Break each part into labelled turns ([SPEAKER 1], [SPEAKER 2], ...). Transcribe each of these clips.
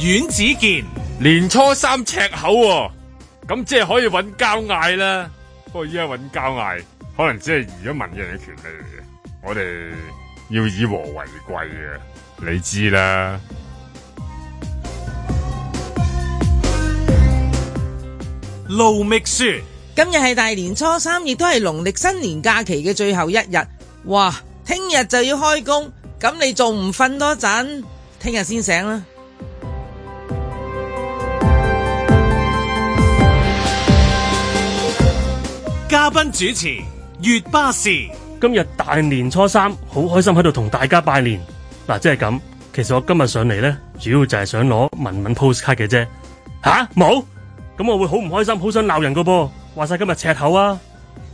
[SPEAKER 1] 阮子健
[SPEAKER 2] 年初三赤口喎、咁即係可以揾交嗌啦。不過依家揾交嗌，可能只係移咗民嘅人嘅權利嚟嘅。我哋要以和為貴嘅，你知啦。
[SPEAKER 1] 盧覓雪。
[SPEAKER 3] 今日係大年初三，亦都係農曆新年假期嘅最後一日。哇！聽日就要開工，咁你仲唔瞓多陣？聽日先醒啦。
[SPEAKER 1] 嘉賓主持粵巴士，
[SPEAKER 4] 今日大年初三，好開心喺度同大家拜年。嗱、即係咁。其實我今日上嚟呢，主要就係想攞文文 postcard 嘅啫。吓、冇？咁我會好唔開心，好想鬧人噶噃。話晒今日赤口啊！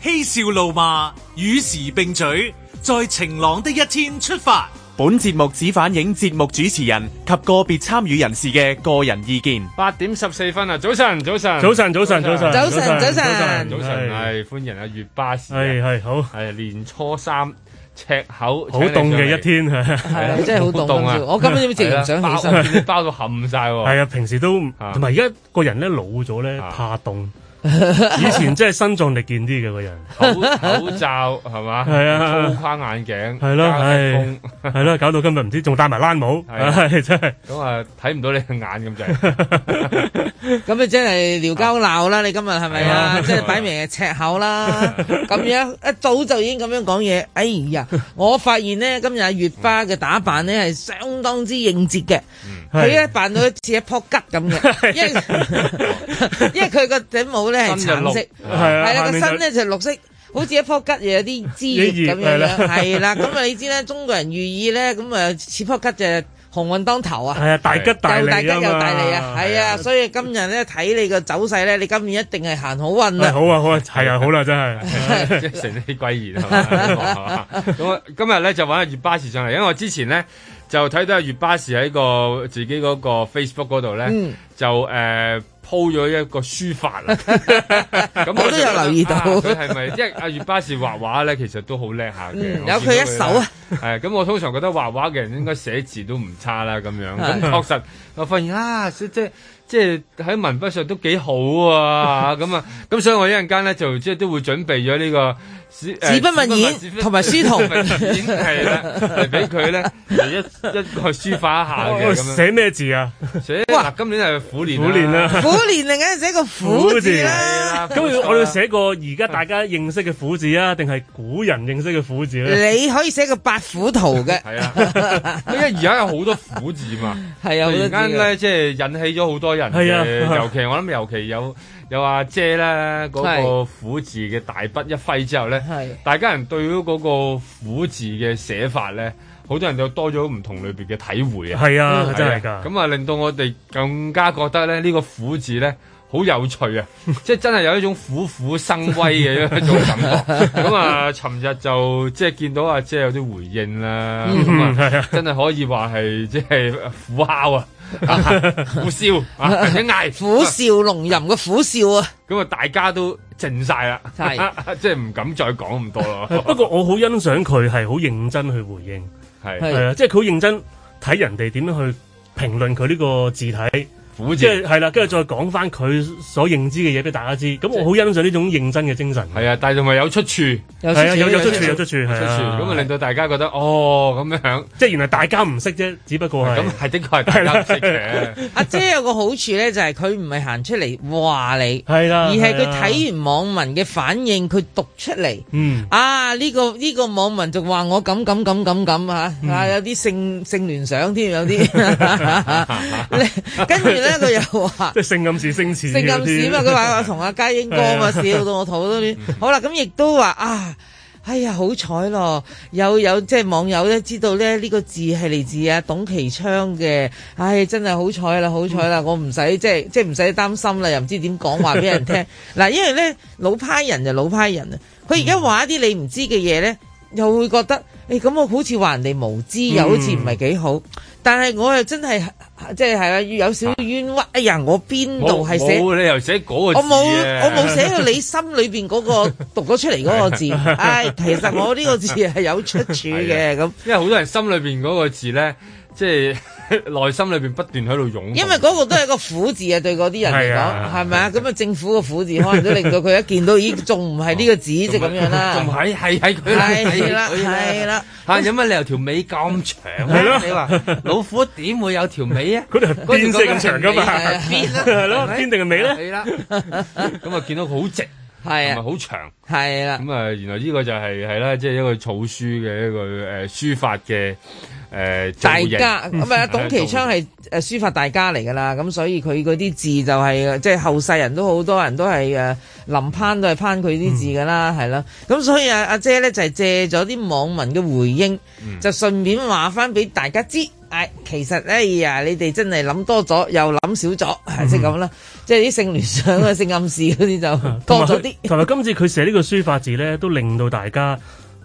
[SPEAKER 1] 嬉笑怒罵，與時並舉，在晴朗的一天出發。
[SPEAKER 5] 本節目只反映節目主持人及個別參與人士嘅個人意見。
[SPEAKER 2] 八點十四分啊！早晨，早晨，
[SPEAKER 4] 早晨，早晨，早晨，
[SPEAKER 3] 早晨早晨
[SPEAKER 2] 早晨，係歡迎阿月巴士啊，
[SPEAKER 4] 係係好，
[SPEAKER 2] 係年初三赤口，
[SPEAKER 4] 好凍嘅一天係
[SPEAKER 3] 係啊真係好凍啊！我根本都直唔想起身。
[SPEAKER 2] 身，包到冚晒喎。
[SPEAKER 4] 啊，平時都唔
[SPEAKER 2] 啊
[SPEAKER 4] 同埋而家個人咧老咗咧
[SPEAKER 2] 啊
[SPEAKER 4] 怕 凍，以前真係身壯力健啲嘅個人，
[SPEAKER 2] 口口罩係嘛？
[SPEAKER 4] 係啊
[SPEAKER 2] 粗框眼鏡，
[SPEAKER 4] 係咯
[SPEAKER 2] 加個
[SPEAKER 4] 係
[SPEAKER 2] 風
[SPEAKER 4] 係咯，搞到今日唔知仲戴埋冷帽，
[SPEAKER 2] 係啊
[SPEAKER 4] 係真係
[SPEAKER 2] 咁啊睇唔到你嘅眼咁滯。
[SPEAKER 3] 咁你真係撩交鬧啦！你今日係咪
[SPEAKER 2] 係啊
[SPEAKER 3] 啊？即係擺明係赤口 啦，咁樣一早就已經咁樣講嘢。哎呀，我發現呢，今日阿月花嘅打扮呢係相當之應節嘅，
[SPEAKER 4] 嗯
[SPEAKER 3] 佢咧扮到好似一樖桔 咁嘅，因為因為佢個頂帽咧係
[SPEAKER 2] 身就
[SPEAKER 3] 橙
[SPEAKER 2] 綠
[SPEAKER 3] 色，
[SPEAKER 4] 係啊
[SPEAKER 3] 係啦
[SPEAKER 4] 下
[SPEAKER 3] 個
[SPEAKER 4] 面
[SPEAKER 3] 身
[SPEAKER 4] 就
[SPEAKER 3] 咧就綠色。好似一樖桔又有啲枝葉咁
[SPEAKER 4] 啲葉係
[SPEAKER 3] 樣
[SPEAKER 4] 啦
[SPEAKER 3] 樣，係啦，咁啊你知咧，中國人寓意咧，咁啊似樖桔就鴻運當頭啊，
[SPEAKER 4] 係啊，大吉大
[SPEAKER 3] 又大吉
[SPEAKER 4] 利啊
[SPEAKER 3] 又
[SPEAKER 4] 嘛，
[SPEAKER 3] 大利啊，係啊，所以今日咧睇你個走勢咧，你今年一定係行好運
[SPEAKER 4] 喂
[SPEAKER 3] 啦。
[SPEAKER 4] 好啊好啊，係啊好啦 真係，
[SPEAKER 2] 即係成氣歸然係 嘛？咁啊，今日咧就揾阿月巴士上嚟，因為我之前咧就睇到阿月巴士喺個自己嗰個 Facebook 嗰度咧，
[SPEAKER 3] 嗯
[SPEAKER 2] 就誒。鋪咗一個書法 啦，咁
[SPEAKER 3] 我都有留意到
[SPEAKER 2] 啊佢係咪？即係阿月巴士畫畫咧，其實都好叻下嘅。
[SPEAKER 3] 嗯
[SPEAKER 2] 我
[SPEAKER 3] 有佢一手啊
[SPEAKER 2] 見 到佢呢！係哎咁，我通常覺得畫畫嘅人應該寫字都唔差啦，咁樣咁
[SPEAKER 3] 係
[SPEAKER 2] 確實，我發現啊，即即即係喺文筆上都幾好啊，咁啊，咁所以我一陣間咧就即係都會準備咗呢個呃史誒
[SPEAKER 3] 子不問言
[SPEAKER 2] 史不問
[SPEAKER 3] 同埋書童
[SPEAKER 2] 史不問言係啦，嚟俾佢咧嚟一一個書法一下嘅咁樣。
[SPEAKER 4] 寫哦咩字啊？
[SPEAKER 2] 寫嗱，今年係虎年啊
[SPEAKER 4] 苦練啦。。
[SPEAKER 3] 虎年嚟緊寫個虎字
[SPEAKER 2] 係
[SPEAKER 3] 啦，
[SPEAKER 2] 啦
[SPEAKER 4] 咁要我哋寫個而家大家認識嘅虎字啊，定係古人認識嘅虎字啊咧？
[SPEAKER 3] 你可以寫個八虎圖嘅，
[SPEAKER 2] 係 啊，因為而家有好多虎字嘛，
[SPEAKER 3] 係啊，
[SPEAKER 2] 突
[SPEAKER 3] 好多
[SPEAKER 2] 然
[SPEAKER 3] 字嘅
[SPEAKER 2] 間咧即係引起咗好多人
[SPEAKER 4] 係啊
[SPEAKER 2] 嘅，尤其我諗尤其有有阿姐啦，嗰個
[SPEAKER 3] 係
[SPEAKER 2] 虎字嘅大筆一揮之後咧。
[SPEAKER 3] 係
[SPEAKER 2] 大家人對於嗰個虎字嘅寫法咧，好多人就多咗唔同類別嘅體會啊！
[SPEAKER 4] 係啊，
[SPEAKER 2] 啊
[SPEAKER 4] 真係㗎。
[SPEAKER 2] 咁啊，令到我哋更加覺得咧，呢、個虎字咧好有趣啊！ 即係真係有一種虎虎生威嘅一種感 覺。咁啊，尋日就即係見到阿姐有啲回應啦，咁
[SPEAKER 4] 嗯，
[SPEAKER 2] 啊，
[SPEAKER 4] 係啊，
[SPEAKER 2] 真係可以話係即係虎哮啊，啊 虎嘯啊，一嗌
[SPEAKER 3] 虎嘯龍吟個虎嘯啊，
[SPEAKER 2] 咁啊，大家都靜晒啦，
[SPEAKER 3] 係
[SPEAKER 2] 即係唔敢再講咁多咯。
[SPEAKER 4] 不過我好欣賞佢係好認真去回應，
[SPEAKER 2] 係
[SPEAKER 3] 係
[SPEAKER 4] 係啊，即係佢好認真睇人哋點樣去評論佢呢個字體，
[SPEAKER 2] 虎
[SPEAKER 4] 即
[SPEAKER 2] 字。
[SPEAKER 4] 係係啦，跟住再講翻佢所認知嘅嘢俾大家知。咁我好欣賞呢種認真嘅精神。
[SPEAKER 2] 係啊，但係仲係有出處，出
[SPEAKER 3] 有
[SPEAKER 4] 係啊，
[SPEAKER 3] 少
[SPEAKER 4] 有有
[SPEAKER 3] 少
[SPEAKER 4] 出處有出處，係
[SPEAKER 2] 處
[SPEAKER 4] 啊，
[SPEAKER 2] 咁啊令到大家覺得哦咁樣，
[SPEAKER 4] 即係原來大家唔識啫，只不過係
[SPEAKER 2] 咁係的確係大
[SPEAKER 4] 啊
[SPEAKER 2] 家唔識嘅，
[SPEAKER 3] 阿姐有個好處咧，就係佢唔係行出嚟話你，
[SPEAKER 4] 係啦，
[SPEAKER 3] 而係佢
[SPEAKER 4] 啊，
[SPEAKER 3] 睇完網民嘅反應，佢讀出嚟。
[SPEAKER 4] 嗯，
[SPEAKER 3] 啊！呢、個呢、個網民就話我咁咁咁咁咁嚇，啊有啲性性聯想添，有啲跟住咧佢又話
[SPEAKER 4] 即係性暗示、性詞
[SPEAKER 3] 性暗示啊嘛，
[SPEAKER 4] 嗰啲
[SPEAKER 3] 佢話我同阿家英哥啊嘛，笑到我肚都亂。好啦，咁亦都話啊。哎呀，好彩咯！有有即係網友咧，知道咧呢、個字係嚟自啊董其昌嘅。唉，真係好彩啦，好彩啦！我唔使即係即係唔使擔心啦，又唔知點講話俾人聽。嗱，因為咧老派人就老派人啊，佢而家話一啲你唔知嘅嘢咧，又會覺得誒咁、我好似話人哋無知，又好似唔係幾好。但係我又真係即係係啦，有少少冤屈。哎呀，我邊度係寫？
[SPEAKER 2] 冇理由寫嗰個
[SPEAKER 3] 我
[SPEAKER 2] 字
[SPEAKER 3] 冇
[SPEAKER 2] 啊
[SPEAKER 3] 我冇寫 到你心裏邊嗰個讀咗出嚟嗰個字，
[SPEAKER 2] 啊
[SPEAKER 3] 唉，其實我呢個字係有出處嘅咁，
[SPEAKER 2] 因為好多人心裏邊嗰個字咧，即係 內心裏邊不斷喺度湧。
[SPEAKER 3] 因為嗰個都係一個苦字啊，對嗰啲人嚟
[SPEAKER 2] 係
[SPEAKER 3] 講
[SPEAKER 2] 啊
[SPEAKER 3] 係咪啊？咁啊，政府個苦字可能都令到佢一見到，咦，仲唔係呢個字即係咁樣
[SPEAKER 2] 仲
[SPEAKER 3] 啦？
[SPEAKER 2] 喺係係佢啦，
[SPEAKER 3] 係啦，
[SPEAKER 2] 佢
[SPEAKER 3] 係啦，
[SPEAKER 2] 嚇有乜理由條尾咁長咧？你 話老虎點會有條尾啊？
[SPEAKER 4] 嗰條係邊色咁長噶嘛？
[SPEAKER 2] 邊啦，
[SPEAKER 4] 係咯，邊定係尾咧？
[SPEAKER 2] 係啦，咁啊見到佢好直，
[SPEAKER 3] 係
[SPEAKER 2] 同埋
[SPEAKER 3] 啊，
[SPEAKER 2] 好長。
[SPEAKER 3] 係啦，
[SPEAKER 2] 咁啊，原來呢個就係係啦，即係一個草書嘅一個誒書法嘅誒造
[SPEAKER 3] 大
[SPEAKER 2] 型
[SPEAKER 3] 家咁啊，嗯董其昌係誒書法大家嚟㗎啦，咁所以佢嗰啲字就係、即係後世人都好多人都係誒臨攀都係攀佢啲字㗎啦，係啦、咁所以啊，阿姐咧就係、借咗啲網民嘅回應，就順便話翻俾大家知。唉，其實哎呀，你哋真係諗多咗，又諗少咗，即係咁啦。即係啲性聯想啊、性暗示嗰啲 就多咗啲。
[SPEAKER 4] 同埋今次佢寫呢個書法字咧，都令到大家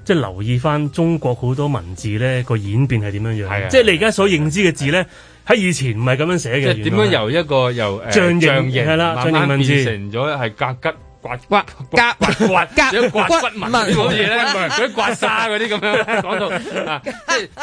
[SPEAKER 4] 即係留意翻中國好多文字咧個演變係點樣
[SPEAKER 2] 係
[SPEAKER 4] 樣。
[SPEAKER 2] 啊
[SPEAKER 4] 即係你而家所認知嘅字咧，喺以前唔係咁樣寫
[SPEAKER 2] 即
[SPEAKER 4] 嘅。
[SPEAKER 2] 係點樣由一個由誒
[SPEAKER 4] 象形係
[SPEAKER 2] 慢
[SPEAKER 4] 啦象形
[SPEAKER 2] 慢
[SPEAKER 4] 文字
[SPEAKER 2] 變成咗係格吉刮
[SPEAKER 3] 刮
[SPEAKER 2] 刮刮刮
[SPEAKER 3] 夾
[SPEAKER 2] 即係刮
[SPEAKER 3] 骨
[SPEAKER 2] 骨文
[SPEAKER 3] 文
[SPEAKER 2] 嗰啲嘢咧，佢刮沙嗰啲咁樣咧講到啊，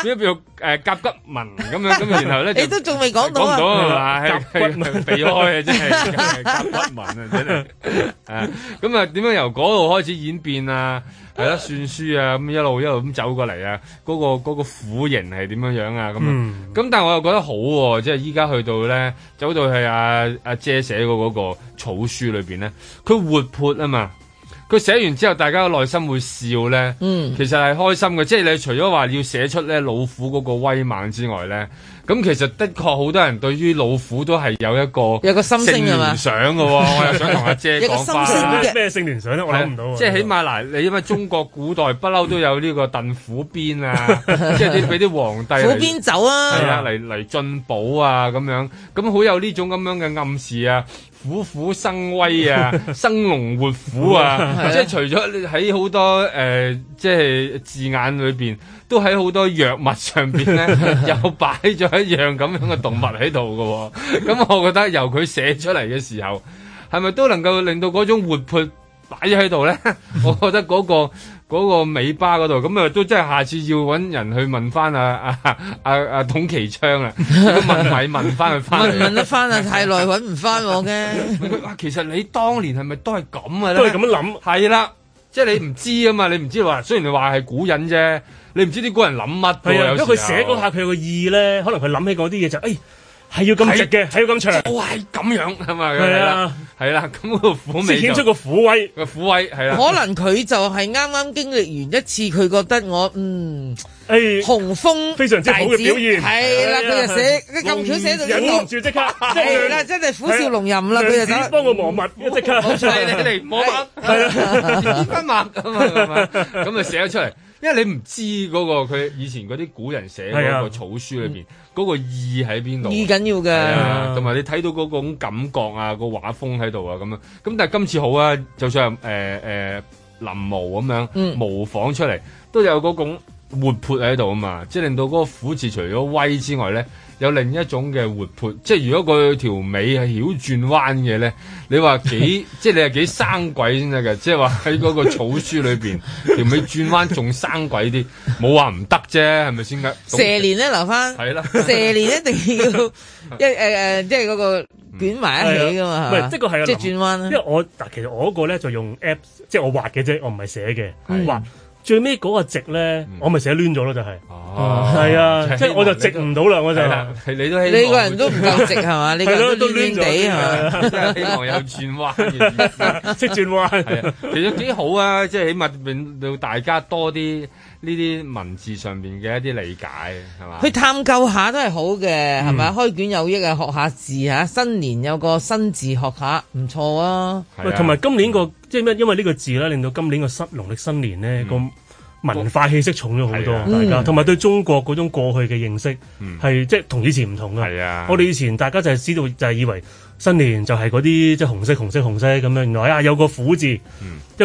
[SPEAKER 2] 即係變咗變到誒甲骨文咁樣咁，然後咧
[SPEAKER 3] 你
[SPEAKER 2] 就
[SPEAKER 3] 都仲未講到
[SPEAKER 2] 講唔
[SPEAKER 3] 啊
[SPEAKER 2] 到！啊嘛，
[SPEAKER 4] 甲
[SPEAKER 2] 係
[SPEAKER 4] 骨文
[SPEAKER 2] 係避開啊，真係甲骨文啊，真係啊！ 咁啊，點樣由嗰度開始演變啊？係啦，算書啊，咁一路一路咁走過嚟啊，嗰、個嗰、個苦形係點樣樣啊？咁啊
[SPEAKER 4] 嗯
[SPEAKER 2] 咁、但係我又覺得好喎、即係依家去到咧，走到係阿阿姐寫過嗰個草書裏邊咧，佢活潑啊嘛。佢寫完之後，大家嘅內心會笑咧，
[SPEAKER 3] 嗯
[SPEAKER 2] 其實係開心嘅。即係你除咗話要寫出咧老虎嗰個威猛之外咧，咁其實的確好多人對於老虎都係有一個
[SPEAKER 3] 有個心聲
[SPEAKER 2] 性
[SPEAKER 3] 係嘛
[SPEAKER 2] 聯想嘅喎。我又想同阿姐
[SPEAKER 3] 有個
[SPEAKER 2] 講翻
[SPEAKER 3] 心聲
[SPEAKER 2] 啦。
[SPEAKER 4] 咩咩性聯想咧？啊我諗唔到喎。
[SPEAKER 2] 即係起碼嗱，你因為中國古代不嬲都有呢個燉虎鞭 啊，即係啲俾啲皇帝
[SPEAKER 3] 虎
[SPEAKER 2] 嚟
[SPEAKER 3] 邊走啊！
[SPEAKER 2] 係啦，嚟嚟進寶啊咁樣，咁好有呢種咁樣嘅暗示啊，虎虎生威 啊，生龍活虎啊，即係除咗你喺好多誒、呃即係字眼裏邊，都喺好多藥物上邊 咧，又擺咗一樣咁樣嘅動物喺度嘅喎，咁我覺得由佢寫出嚟嘅時候，係咪都能夠令到嗰種活潑？擺咗喺度 咧，我覺得嗰、個嗰、個尾巴嗰度，咁啊都真係下次要揾人去問翻啊啊啊啊董其昌 啊，問米問翻佢翻
[SPEAKER 3] 問問
[SPEAKER 2] 嚟。
[SPEAKER 3] 得翻 啊，太耐揾唔翻 我嘅。
[SPEAKER 2] 問佢哇其實你當年係咪都係咁嘅咧？
[SPEAKER 4] 都係咁樣諗。
[SPEAKER 2] 係啦，即係你唔知啊嘛，你唔知話，雖然你話係古人啫，你唔知啲古人諗乜㗎
[SPEAKER 4] 係
[SPEAKER 2] 喎
[SPEAKER 4] 啊，
[SPEAKER 2] 有
[SPEAKER 4] 因
[SPEAKER 2] 時
[SPEAKER 4] 為
[SPEAKER 2] 候
[SPEAKER 4] 佢寫嗰下佢有個意咧，可能佢諗起嗰啲嘢就，哎，係要咁直嘅，係要咁長，
[SPEAKER 2] 就係咁樣係咪？
[SPEAKER 4] 係
[SPEAKER 2] 係啦
[SPEAKER 4] 啊，
[SPEAKER 2] 係啦，咁嗰個虎
[SPEAKER 4] 先
[SPEAKER 2] 尾
[SPEAKER 4] 顯出
[SPEAKER 2] 就
[SPEAKER 4] 個虎威。
[SPEAKER 2] 個虎威係啊啦。
[SPEAKER 3] 可能佢就係啱啱經歷完一次，佢覺得我嗯
[SPEAKER 4] 哎，
[SPEAKER 3] 雄風
[SPEAKER 4] 非常之好嘅表現
[SPEAKER 3] 係啦，
[SPEAKER 4] 係啊
[SPEAKER 3] 佢就寫咁巧寫到
[SPEAKER 4] 忍唔
[SPEAKER 3] 呢
[SPEAKER 4] 住即 刻，
[SPEAKER 3] 個，
[SPEAKER 4] 即
[SPEAKER 3] 係
[SPEAKER 4] 係
[SPEAKER 3] 啦，真係虎嘯龍吟啦，佢就
[SPEAKER 4] 子
[SPEAKER 3] 走。
[SPEAKER 4] 幫我磨密，即 刻。啊
[SPEAKER 2] 你你嚟摸乜？係啊，乜咁 啊咁啊，咁啊寫咗出嚟。因為你唔知嗰、個佢以前嗰啲古人寫嗰個草書裏邊嗰個意喺邊度啊
[SPEAKER 3] 啊意緊要
[SPEAKER 2] 係
[SPEAKER 3] 嘅，嗯
[SPEAKER 2] 啊，同埋你睇到嗰種感覺啊，個畫風喺度啊咁樣。咁但係今次好啊，就算係誒誒臨摹咁樣
[SPEAKER 3] 嗯
[SPEAKER 2] 模仿出嚟，都有嗰種活潑喺度啊嘛，即係令到嗰個虎字除咗威之外咧，有另一種嘅活潑。即係如果佢條尾係曉轉彎嘅咧，你話幾即係你係幾生鬼先得嘅，即係話喺嗰個草書裏邊條尾轉彎仲生鬼啲，冇話唔得啫，係咪先㗎？
[SPEAKER 3] 蛇年咧留翻，
[SPEAKER 2] 係啦。
[SPEAKER 3] 蛇年一定 要一誒誒，即係嗰個捲埋一起噶
[SPEAKER 4] 係
[SPEAKER 3] 嘛，
[SPEAKER 4] 啊
[SPEAKER 3] 嘛
[SPEAKER 4] 唔係即係個係啊
[SPEAKER 3] 即係轉彎
[SPEAKER 4] 因
[SPEAKER 3] 啦。
[SPEAKER 4] 為我嗱，其實我嗰個咧就用 app，即係我畫嘅啫，我唔係寫嘅，
[SPEAKER 2] 係
[SPEAKER 4] 畫最尾嗰個直咧，我咪寫攣咗咯，就係。
[SPEAKER 2] 嗯哦
[SPEAKER 4] 係啊，即係我就直
[SPEAKER 2] 直
[SPEAKER 4] 唔到啦，我就
[SPEAKER 2] 係啦，係你都希望
[SPEAKER 3] 你個人都唔夠直係 嘛？你個
[SPEAKER 4] 係
[SPEAKER 3] 人
[SPEAKER 4] 咯
[SPEAKER 3] 都
[SPEAKER 4] 都
[SPEAKER 3] 攣
[SPEAKER 4] 攣咗
[SPEAKER 3] 攣地係嘛？
[SPEAKER 2] 真係希望有轉彎嘅意思。
[SPEAKER 4] 識轉彎。
[SPEAKER 2] 係啊，其實幾好啊，即係起碼令到大家多啲呢啲文字上面嘅一啲理解，係嘛？
[SPEAKER 3] 去探究下都係好嘅，係咪？
[SPEAKER 4] 嗯
[SPEAKER 3] 開卷有益啊，學下字嚇，新年有個新字學下，唔錯啊！
[SPEAKER 2] 係啊
[SPEAKER 4] 喂，同埋今年個即係咩？因為呢個字咧，令到今年個新農曆新年咧個文化氣息重咗好
[SPEAKER 2] 嗯係啊嗯
[SPEAKER 4] 多，大家同埋對中國嗰種過去嘅認識係即係同以前唔同嘅。
[SPEAKER 2] 係啊，
[SPEAKER 4] 我哋以前大家就係知道就係以為新年就係嗰啲即係紅色紅色紅色咁樣，原來啊有個苦字，一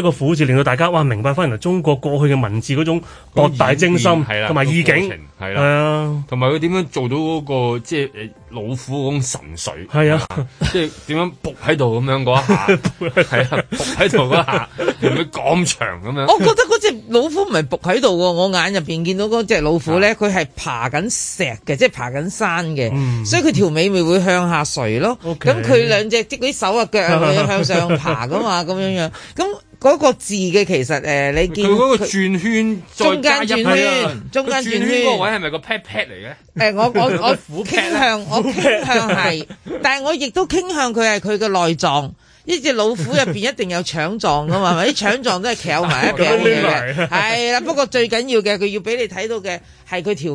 [SPEAKER 4] 個苦字令到大家哇明白翻原來中國過去嘅文字嗰種博大精深
[SPEAKER 2] 係啦
[SPEAKER 4] 同埋意境，
[SPEAKER 2] 係
[SPEAKER 4] 係
[SPEAKER 2] 啦。
[SPEAKER 4] 啊
[SPEAKER 2] 同埋佢點樣做到嗰、個即係誒老虎嗰種神髓？
[SPEAKER 4] 係啊，
[SPEAKER 2] 即係點樣仆喺度咁樣嗰一 下，係啊，仆喺度嗰一下，用佢咁長咁樣，
[SPEAKER 3] 我覺得嗰只老虎唔係伏喺度喎，我眼入邊見到嗰只老虎
[SPEAKER 2] 啊
[SPEAKER 3] 咧，佢係爬緊石嘅，即係爬緊山嘅，
[SPEAKER 4] 嗯
[SPEAKER 3] 所以佢條尾咪會向下垂咯。咁
[SPEAKER 4] OK
[SPEAKER 3] 佢兩隻即係嗰啲手啊腳啊， 佢向上爬噶嘛，咁樣樣。咁嗰個字嘅其實誒、呃你見
[SPEAKER 2] 佢嗰個
[SPEAKER 3] 佢
[SPEAKER 2] 轉圈再加入啊
[SPEAKER 3] 中間轉
[SPEAKER 4] 啊
[SPEAKER 3] 圈中間轉圈
[SPEAKER 2] 佢圈嗰個位係咪個 pat pat 嚟嘅？
[SPEAKER 3] 誒、我我
[SPEAKER 2] 虎
[SPEAKER 3] 我
[SPEAKER 2] 劈啊
[SPEAKER 3] 傾向我傾向係，但係我亦都傾向佢係佢嘅內臟。呢只老虎入邊一定有腸臟噶嘛，係咪？啲腸臟都係翹埋一
[SPEAKER 4] 咁樣
[SPEAKER 3] 邊
[SPEAKER 4] 拎埋
[SPEAKER 3] 嘅，係啦。不過最緊要嘅，佢要俾你睇到嘅係佢條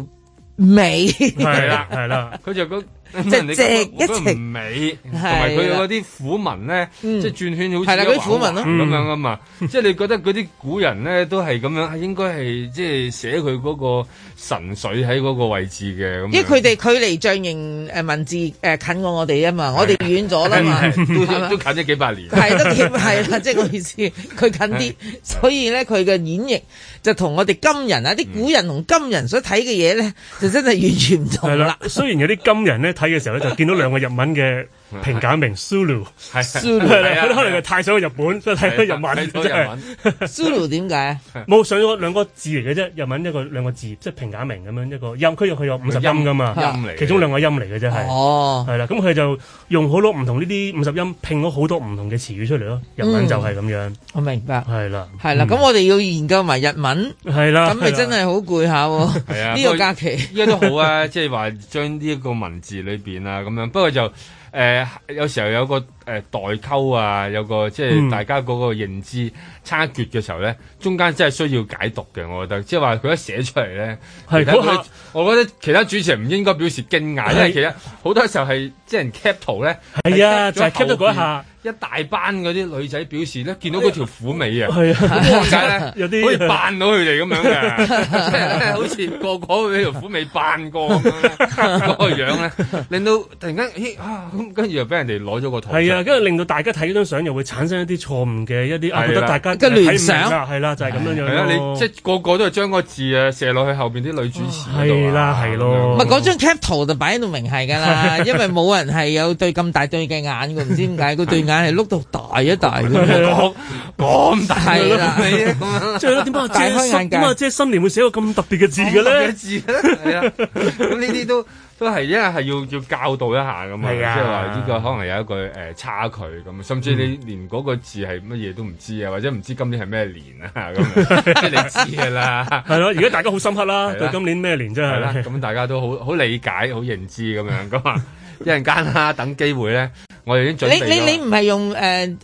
[SPEAKER 3] 尾，
[SPEAKER 4] 係啦係啦，
[SPEAKER 2] 佢就嗰
[SPEAKER 3] 隻隻一隻
[SPEAKER 2] 唔美，同埋佢有嗰啲虎紋咧，即係轉圈好似
[SPEAKER 3] 嗯係啦
[SPEAKER 2] 一
[SPEAKER 3] 嗰啲虎紋咯
[SPEAKER 2] 橫咁樣啊嘛，即係你覺得嗰啲古人咧都係咁樣，啊應該係即係寫佢嗰個神髓喺嗰個位置嘅咁樣。
[SPEAKER 3] 因為佢哋距離象形誒文字誒近過我哋啊嘛，我哋遠咗啦嘛，
[SPEAKER 2] 都
[SPEAKER 3] 係嘛
[SPEAKER 2] 都近咗幾百年。
[SPEAKER 3] 係都幾 係啦，即係我意思，佢近啲，所以咧佢嘅演繹就同我哋今人啊啲古人同今人所睇嘅嘢 咧，就真係完全唔
[SPEAKER 4] 係
[SPEAKER 3] 同啦
[SPEAKER 4] 啦。。雖然有啲金人咧睇嘅時候咧，就見到兩個日 文嘅平假名 Sulu，
[SPEAKER 2] 係
[SPEAKER 4] 係啦，
[SPEAKER 2] 係啊
[SPEAKER 4] 佢可能係太想去日本，所以睇到日文
[SPEAKER 2] 睇到
[SPEAKER 4] 真係
[SPEAKER 2] 日。文
[SPEAKER 3] Sulu 點解？
[SPEAKER 4] 冇上咗兩個字嚟嘅啫，日文一個兩個字，即係平假名咁樣一個音，佢有佢有五十音噶嘛，
[SPEAKER 2] 音嚟嘅
[SPEAKER 4] 其中兩個音嚟嘅啫係，
[SPEAKER 3] 哦，
[SPEAKER 4] 係啦，咁佢就用好多唔同呢啲五十音拼咗好多唔同嘅詞語出嚟咯，日文就係咁樣，
[SPEAKER 3] 我明白。
[SPEAKER 4] 係啦，
[SPEAKER 3] 嗯係
[SPEAKER 2] 嗯
[SPEAKER 3] 啦，咁我哋要研究埋日文，
[SPEAKER 4] 係啦，
[SPEAKER 3] 咁咪真係好攰下喎。
[SPEAKER 2] 係啊，
[SPEAKER 3] 呢
[SPEAKER 2] 不過
[SPEAKER 3] 個假期
[SPEAKER 2] 依家都 好啊，即係話將呢一個文字裏邊啊咁樣，不過就誒、呃有時候有個誒、呃代溝啊，有個即係
[SPEAKER 4] 嗯
[SPEAKER 2] 大家嗰個認知差距嘅時候咧，中間真係需要解讀嘅，我覺得，即係話佢一寫出嚟咧，
[SPEAKER 4] 係
[SPEAKER 2] 其他
[SPEAKER 4] 嗰下
[SPEAKER 2] 嗰啲我覺得其他主持人唔應該表示驚訝，因為
[SPEAKER 4] 係
[SPEAKER 2] 其實好多時候係即係人 cap 圖咧，
[SPEAKER 4] 係啊，就係 keep
[SPEAKER 2] 咗
[SPEAKER 4] 咗嗰一下，哎
[SPEAKER 2] 一大班嗰啲女仔表示咧，見到嗰條虎尾啊！
[SPEAKER 4] 係啊，
[SPEAKER 2] 點解咧？
[SPEAKER 4] 有啲
[SPEAKER 2] 好似扮到佢哋咁樣嘅，即係 好似個個俾條虎尾扮過咁樣咧，嗰個樣咧，令到突然間，咦啊咁，跟住又俾人哋攞咗個圖出嚟。
[SPEAKER 4] 係啊，跟住令到大家睇嗰張相又會產生一啲錯誤嘅一
[SPEAKER 2] 係
[SPEAKER 4] 啲，
[SPEAKER 2] 啦
[SPEAKER 4] 啊覺得大家
[SPEAKER 3] 嘅聯想
[SPEAKER 4] 睇唔明啦係啦，就係咁樣樣
[SPEAKER 2] 係啊，
[SPEAKER 4] 咯
[SPEAKER 2] 你即係個個都係將個字啊射落去後邊啲女主持嗰度啊
[SPEAKER 4] 係啦係咯
[SPEAKER 3] 唔係嗰張 cap 圖就擺喺度明係 㗎啦，因為冇人係有對咁大對嘅眼㗎，唔知點解嗰對眼係碌到大 一大
[SPEAKER 2] 咁
[SPEAKER 3] 嘅。
[SPEAKER 2] 樣講咁大個
[SPEAKER 3] 係啦
[SPEAKER 2] 尾啊咁樣
[SPEAKER 4] 即係點解
[SPEAKER 3] 大開
[SPEAKER 4] 即係
[SPEAKER 3] 眼
[SPEAKER 4] 新
[SPEAKER 3] 界
[SPEAKER 4] 點解即係新年會寫個咁特別嘅字嘅咧？
[SPEAKER 2] 字咧，係啊，咁呢啲都 都係，因為係要要教導一下咁嘛，即
[SPEAKER 4] 係啊
[SPEAKER 2] 係話呢個可能有一個誒差距咁，啊甚至
[SPEAKER 4] 嗯
[SPEAKER 2] 你連嗰個字係乜嘢都唔知啊，或者唔知今年係咩年 啊咁樣，即係你知噶啦，
[SPEAKER 4] 係咯，而家大家好深刻啦，
[SPEAKER 2] 係啦
[SPEAKER 4] 對今年咩年真
[SPEAKER 2] 係啦，
[SPEAKER 4] 係。
[SPEAKER 2] 咁大家都好好理解、好認知咁樣咁啊，一陣間啦，等機會咧，我哋已經準
[SPEAKER 3] 你
[SPEAKER 2] 備
[SPEAKER 3] 你你
[SPEAKER 2] 咗
[SPEAKER 3] 唔係用誒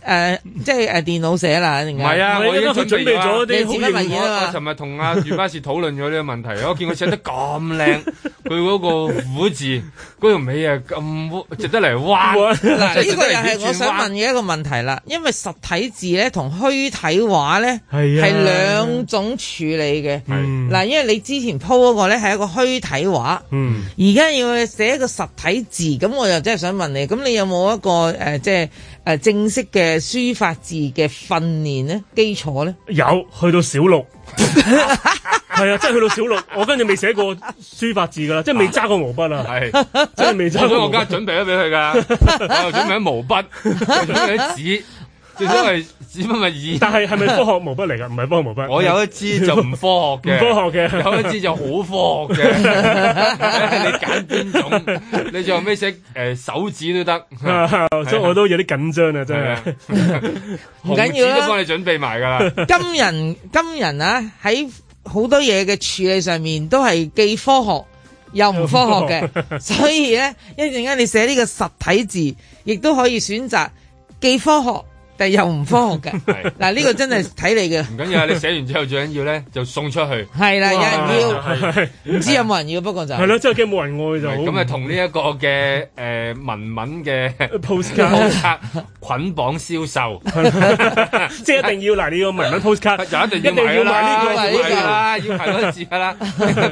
[SPEAKER 3] 誒，即係誒電腦寫啦，定
[SPEAKER 2] 唔係啊，我已經
[SPEAKER 4] 佢準
[SPEAKER 2] 準
[SPEAKER 4] 備
[SPEAKER 2] 備咗。
[SPEAKER 4] 咗啲好
[SPEAKER 3] 你自己咪
[SPEAKER 4] 型
[SPEAKER 3] 嘢
[SPEAKER 2] 我
[SPEAKER 3] 啊嘛
[SPEAKER 2] 我尋日同 阿余巴士討論咗呢個問題，我見佢寫得咁靚，佢嗰個虎字嗰條尾啊咁彎值得嚟 彎，
[SPEAKER 3] 嗱，
[SPEAKER 2] 即係值
[SPEAKER 3] 呢個又
[SPEAKER 2] 得嚟
[SPEAKER 3] 係我想問
[SPEAKER 2] 轉彎。
[SPEAKER 3] 嘅一個問題啦，因為實體字咧同虛體畫咧
[SPEAKER 4] 係啊
[SPEAKER 3] 係兩種處理嘅。
[SPEAKER 4] 嗯
[SPEAKER 3] 嗱，因為你之前 po 嗰個咧係一個虛體畫，
[SPEAKER 4] 嗯，
[SPEAKER 3] 而家要寫一個實體字，咁我又真係想問你，咁你有冇一個誒、呃即係誒、呃正式嘅書法字嘅訓練咧基礎咧？
[SPEAKER 4] 有去到小六， 係啊，真係去到小六，我跟住未寫過書法字噶啦，即係未揸過毛筆啦，
[SPEAKER 2] 係，
[SPEAKER 4] 真係未
[SPEAKER 2] 所
[SPEAKER 4] 揸
[SPEAKER 2] 以我
[SPEAKER 4] 過毛
[SPEAKER 2] 而家
[SPEAKER 4] 筆。
[SPEAKER 2] 準備咗俾佢 㗎，我又準備咗毛筆，又準備咗紙，最少係紙筆咪紙。
[SPEAKER 4] 但係係咪科學毛筆嚟㗎？唔係科學毛 筆。
[SPEAKER 2] 我有一支就唔科學嘅，
[SPEAKER 4] 唔科學嘅
[SPEAKER 2] 有一 支就好科學嘅。 你揀邊種？你最後尾寫誒手指都 得，
[SPEAKER 4] 啊所以我都有啲緊張啊，真
[SPEAKER 2] 係
[SPEAKER 4] 係
[SPEAKER 2] 啊。
[SPEAKER 3] 唔緊要啦
[SPEAKER 2] 紅紙都幫你準備埋㗎 啦。
[SPEAKER 3] 今人今人啊，喺好多嘢嘅處理上面都係既科學 又唔科學嘅，所以咧一陣間你寫呢個實體字，亦都可以選擇既科學但係又唔科學㗎。
[SPEAKER 2] 係
[SPEAKER 3] 嗱，呢個真 係睇你嘅。
[SPEAKER 2] 唔緊要啊，你寫完之後最緊要咧就送出去。
[SPEAKER 3] 係啦，有人要，
[SPEAKER 4] 係
[SPEAKER 3] 唔知有冇 人要，不過就
[SPEAKER 4] 係咯，真係驚冇人愛就好。
[SPEAKER 2] 咁啊，同呢一個嘅誒文文嘅
[SPEAKER 4] postcard，
[SPEAKER 2] postcard 捆綁銷售，
[SPEAKER 4] 即係一定要嗱，你要文文 postcard，
[SPEAKER 2] 就一
[SPEAKER 4] 一定
[SPEAKER 2] 定要買㗎
[SPEAKER 4] 要買
[SPEAKER 2] 啦，
[SPEAKER 4] 呢個
[SPEAKER 3] 買呢個
[SPEAKER 2] 要買㗎啦，要排嗰個字㗎啦，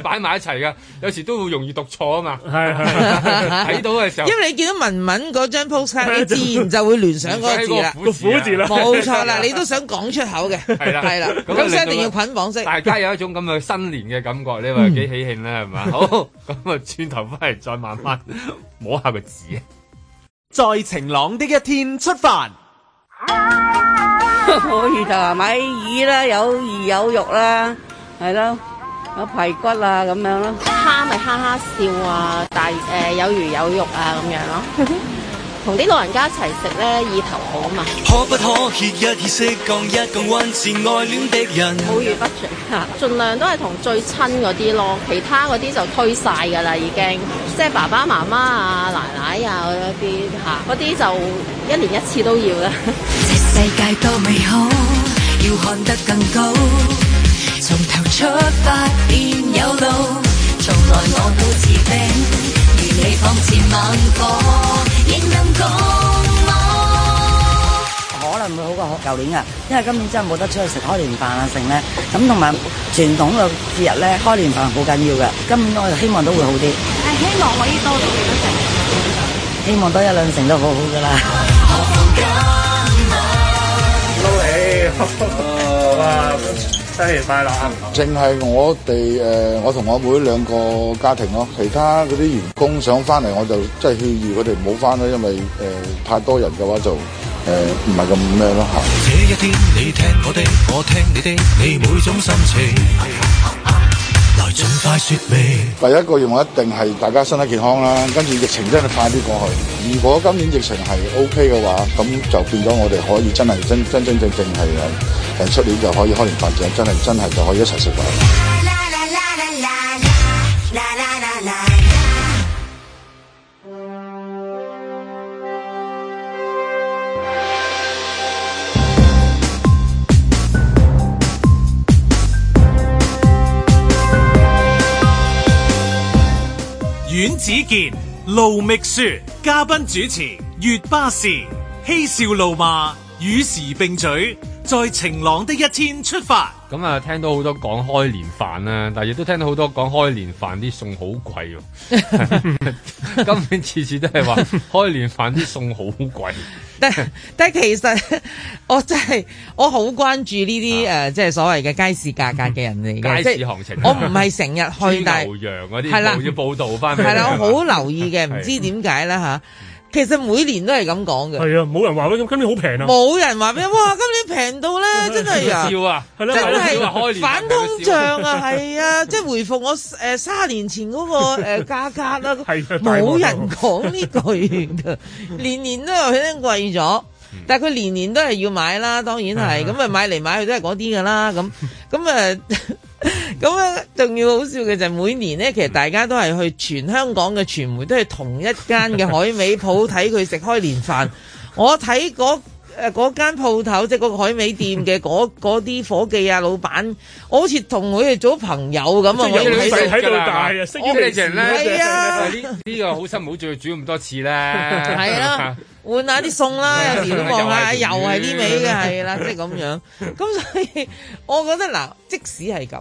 [SPEAKER 2] 擺埋一齊㗎，有時都會容易讀錯啊嘛。
[SPEAKER 4] 係 係
[SPEAKER 2] 睇到嘅時候
[SPEAKER 3] 因，為你見到文文嗰張 postcard，你自然就會聯想嗰個字啦。
[SPEAKER 4] 個苦字啦，
[SPEAKER 3] 冇錯啦，你都想講出口嘅，
[SPEAKER 2] 係啦
[SPEAKER 3] 係啦，
[SPEAKER 2] 咁啊
[SPEAKER 3] 咁所以
[SPEAKER 2] 令
[SPEAKER 3] 一定
[SPEAKER 2] 到
[SPEAKER 3] 要捆綁式。嗯
[SPEAKER 2] 大家有一種咁嘅新年嘅感覺，你話幾喜慶啦，係嘛？ 好，咁啊，轉頭翻嚟再慢慢摸下個字啊。
[SPEAKER 5] 在晴朗的一天出發。
[SPEAKER 6] 我魚頭啊，買魚啦，有魚有肉啦，係咯，有排骨啦咁樣咯。
[SPEAKER 7] 蝦咪哈哈笑啊，但係誒、呃有魚有肉啊咁樣 咯。同啲老人家一齊食咧，意頭好啊嘛，
[SPEAKER 8] 可不可歇一歇息，降一降溫，是愛戀的人。
[SPEAKER 7] 冇魚不絕啊，盡量都係同最親嗰啲咯，其他嗰啲就推晒㗎啦已經，即係爸爸媽媽啊、奶奶啊嗰啲嚇，嗰啲就一年一次都要啦。
[SPEAKER 9] 這世界多美好，要看得更高。從頭出發便有路，從來我都自卑，如你仿似猛火，應能講我。
[SPEAKER 10] 可能會好過舊年啊，因為今年真係冇得出去食開年飯啊，剩咧咁同埋傳統嘅節日咧，開年飯好緊要嘅。今年我就希望都會好啲，
[SPEAKER 7] 係希望可以多到幾多成？
[SPEAKER 10] 希望多一兩成都好好噶啦。
[SPEAKER 4] 新年快樂啊！
[SPEAKER 11] 淨係我哋誒、呃我同我妹兩個家庭咯，其他嗰啲員工想翻嚟，我就真係勸喻佢哋唔好翻啦，因為誒、呃太多人嘅話就誒唔係咁咩咯嚇。
[SPEAKER 8] 這一天，你聽我的，我聽你的，你每種心情，來盡快說明。
[SPEAKER 11] 第一個月我一定係大家身體健康啦，跟住疫情真係快啲過去。如果今年疫情係 O K 嘅話，咁就變咗我哋可以真係真真真正正係誒誒出年就可以開年發展，真係真係就可以一齊食飯。
[SPEAKER 1] 阮子健、盧覓雪，嘉賓主持，月巴士嬉笑怒罵，與時並舉，在晴朗的一天出發。
[SPEAKER 2] 咁啊，聽到好多講開年飯啦，但係亦都聽到好多講開年飯啲餸好貴 喎。今年次次都係話開年飯啲餸好貴，
[SPEAKER 3] 但 但其實我真係我好關注呢啲誒，即係所謂嘅街市價格嘅人嚟嘅，
[SPEAKER 2] 啊 街市
[SPEAKER 3] 即係
[SPEAKER 2] 行情啊
[SPEAKER 3] 我唔係成日
[SPEAKER 2] 豬
[SPEAKER 3] 去，但係
[SPEAKER 2] 牛羊嗰啲
[SPEAKER 3] 係啦
[SPEAKER 2] 報要報導翻俾你。
[SPEAKER 3] 係啦，
[SPEAKER 2] 係嘛
[SPEAKER 3] 我好留意嘅，唔
[SPEAKER 2] 係
[SPEAKER 3] 知點解啦吓。其實每年都係咁講嘅，
[SPEAKER 4] 係啊，冇人話喂，今年好平啊！
[SPEAKER 3] 冇人話俾我哇，今年平到咧，真係啊！
[SPEAKER 2] 笑啊，
[SPEAKER 4] 係
[SPEAKER 3] 真
[SPEAKER 4] 咯
[SPEAKER 2] 係話開
[SPEAKER 3] 係
[SPEAKER 2] 年
[SPEAKER 3] 反通脹啊，係啊，即係回復我誒三年前嗰個誒價格啦，
[SPEAKER 4] 係啊大鑊
[SPEAKER 3] 冇人講呢句㗎，年年都有聽貴咗。但係佢年年都係要買啦，當然係咁啊，買嚟買去都係嗰啲㗎啦，咁咁啊，咁啊，仲要好笑嘅就係每年咧，其實大家都係去全香港嘅傳媒都係同一間嘅海味鋪睇佢食開年飯，我睇嗰。誒嗰間鋪頭即係嗰個海味店嘅嗰嗰啲伙計啊、老闆，我好似同佢哋做朋友咁啊！
[SPEAKER 4] 即係
[SPEAKER 3] 我
[SPEAKER 4] 由
[SPEAKER 3] 睇
[SPEAKER 4] 細
[SPEAKER 3] 到
[SPEAKER 4] 睇到大啊，識
[SPEAKER 2] 我
[SPEAKER 4] 於
[SPEAKER 2] 哋
[SPEAKER 4] 微
[SPEAKER 2] 成
[SPEAKER 4] 時
[SPEAKER 2] 咧，
[SPEAKER 3] 係啊
[SPEAKER 2] 呢呢個好心唔好再煮咁多次啦。
[SPEAKER 3] 係啦，換下啲 餸啦，有時都望下， 又係呢味嘅，係啦，即係咁樣。咁所以 我覺得嗱，即使係咁，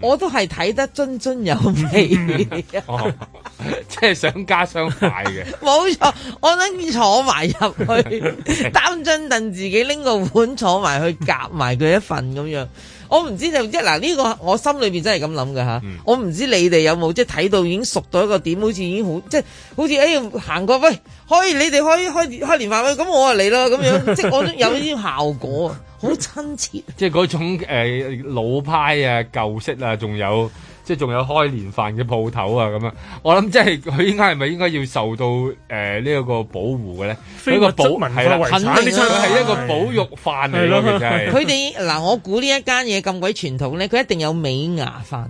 [SPEAKER 3] 我都係睇得津津有 味。
[SPEAKER 2] 哦， 即係想加雙快嘅，
[SPEAKER 3] 冇錯，我諗坐埋入去，擔張凳自己拎個碗坐埋去夾埋佢一份咁樣。我唔知就即係嗱呢個我心裏邊真係咁諗㗎吓，我唔知你哋有冇即係睇到已經熟到一個點，好似已經好即係好似誒行過喂，開你哋開開開年飯喂，咁我就嚟啦咁樣，即係我都有呢啲效果啊，好親切。
[SPEAKER 2] 即係嗰種、呃、老派啊、舊式啊，仲有即係仲有開年飯嘅鋪頭啊咁啊。我諗即係佢應該係咪應該要受到誒呢一個保護嘅咧？
[SPEAKER 4] 非
[SPEAKER 2] 佢個
[SPEAKER 4] 物
[SPEAKER 2] 保
[SPEAKER 4] 質文化
[SPEAKER 2] 係啦，
[SPEAKER 4] 遺產
[SPEAKER 3] 肯
[SPEAKER 4] 呢
[SPEAKER 3] 定啊
[SPEAKER 4] 餐
[SPEAKER 2] 佢係一個
[SPEAKER 4] 係
[SPEAKER 2] 保育飯嚟咯，
[SPEAKER 4] 係咯
[SPEAKER 2] 其實係。
[SPEAKER 3] 佢哋嗱，我估呢一間嘢咁鬼傳統咧，佢一定有美牙飯。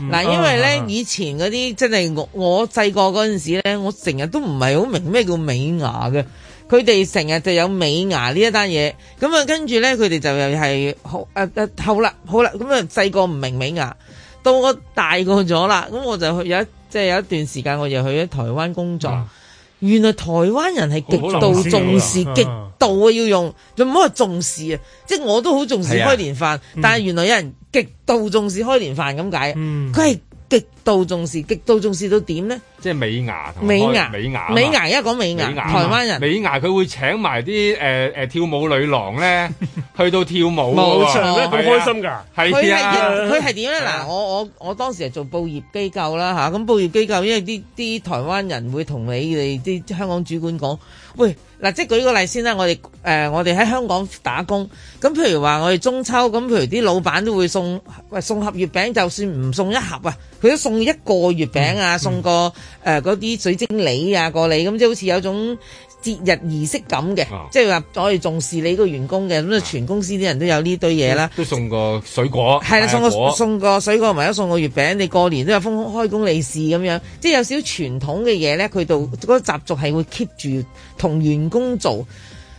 [SPEAKER 2] 嗯
[SPEAKER 3] 嗱，因為咧
[SPEAKER 4] 啊
[SPEAKER 3] 以前嗰啲真係我我細個嗰陣時咧，我成日都唔係好明咩叫美牙嘅。佢哋成日就有美牙呢一單嘢，咁啊跟住咧佢哋就又係好誒誒好啦好啦，咁啊細個唔明美牙，到我大個咗啦，咁我就去有一即係有一段時間我就去咗台灣工作。
[SPEAKER 2] 嗯
[SPEAKER 3] 原來台灣人係極度重視，
[SPEAKER 12] 好好流行
[SPEAKER 3] 極度啊要用，就唔好話重視啊！即係我都好重視
[SPEAKER 12] 係啊
[SPEAKER 3] 開年飯，
[SPEAKER 2] 嗯
[SPEAKER 3] 但係原來有人極度重視開年飯咁解，佢係極度重視，極度重視到點咧？
[SPEAKER 2] 嗯即係美牙同埋
[SPEAKER 3] 美牙，
[SPEAKER 2] 美牙啊嘛，
[SPEAKER 3] 美牙，一講美牙，
[SPEAKER 2] 美牙啊
[SPEAKER 3] 台灣人
[SPEAKER 2] 美牙佢會請埋啲誒誒跳舞女郎 咧，去到跳舞㗎
[SPEAKER 4] 冇
[SPEAKER 2] 喎
[SPEAKER 4] 錯
[SPEAKER 2] 係啊
[SPEAKER 4] 咁開心㗎
[SPEAKER 3] 佢係
[SPEAKER 2] 係啊，
[SPEAKER 3] 一佢係點咧？嗱，我我我當時係做報業機構啦吓，咁報業機構因為啲啲台灣人會同你哋啲香港主管講，喂嗱，即係舉個例先啦，我哋誒、呃我哋喺香港打工，咁譬如話我哋中秋，咁譬如啲老闆都會送喂送盒月餅，就算唔送一盒啊，佢都送一個月餅
[SPEAKER 2] 嗯
[SPEAKER 3] 啊，送個誒嗰啲水晶梨啊過嚟，咁即係好似有種。節日儀式感嘅，
[SPEAKER 2] 哦
[SPEAKER 3] 即係話我哋重視你個員工嘅，咁啊全公司啲人都有呢堆嘢啦。
[SPEAKER 2] 都送個水果，
[SPEAKER 3] 係啦，送
[SPEAKER 2] 果
[SPEAKER 3] 個送個水果，或者送個月餅，你過年都有封開工利是咁樣，即係有少少傳統嘅嘢咧，佢度嗰個習俗係會 keep 住同員工做。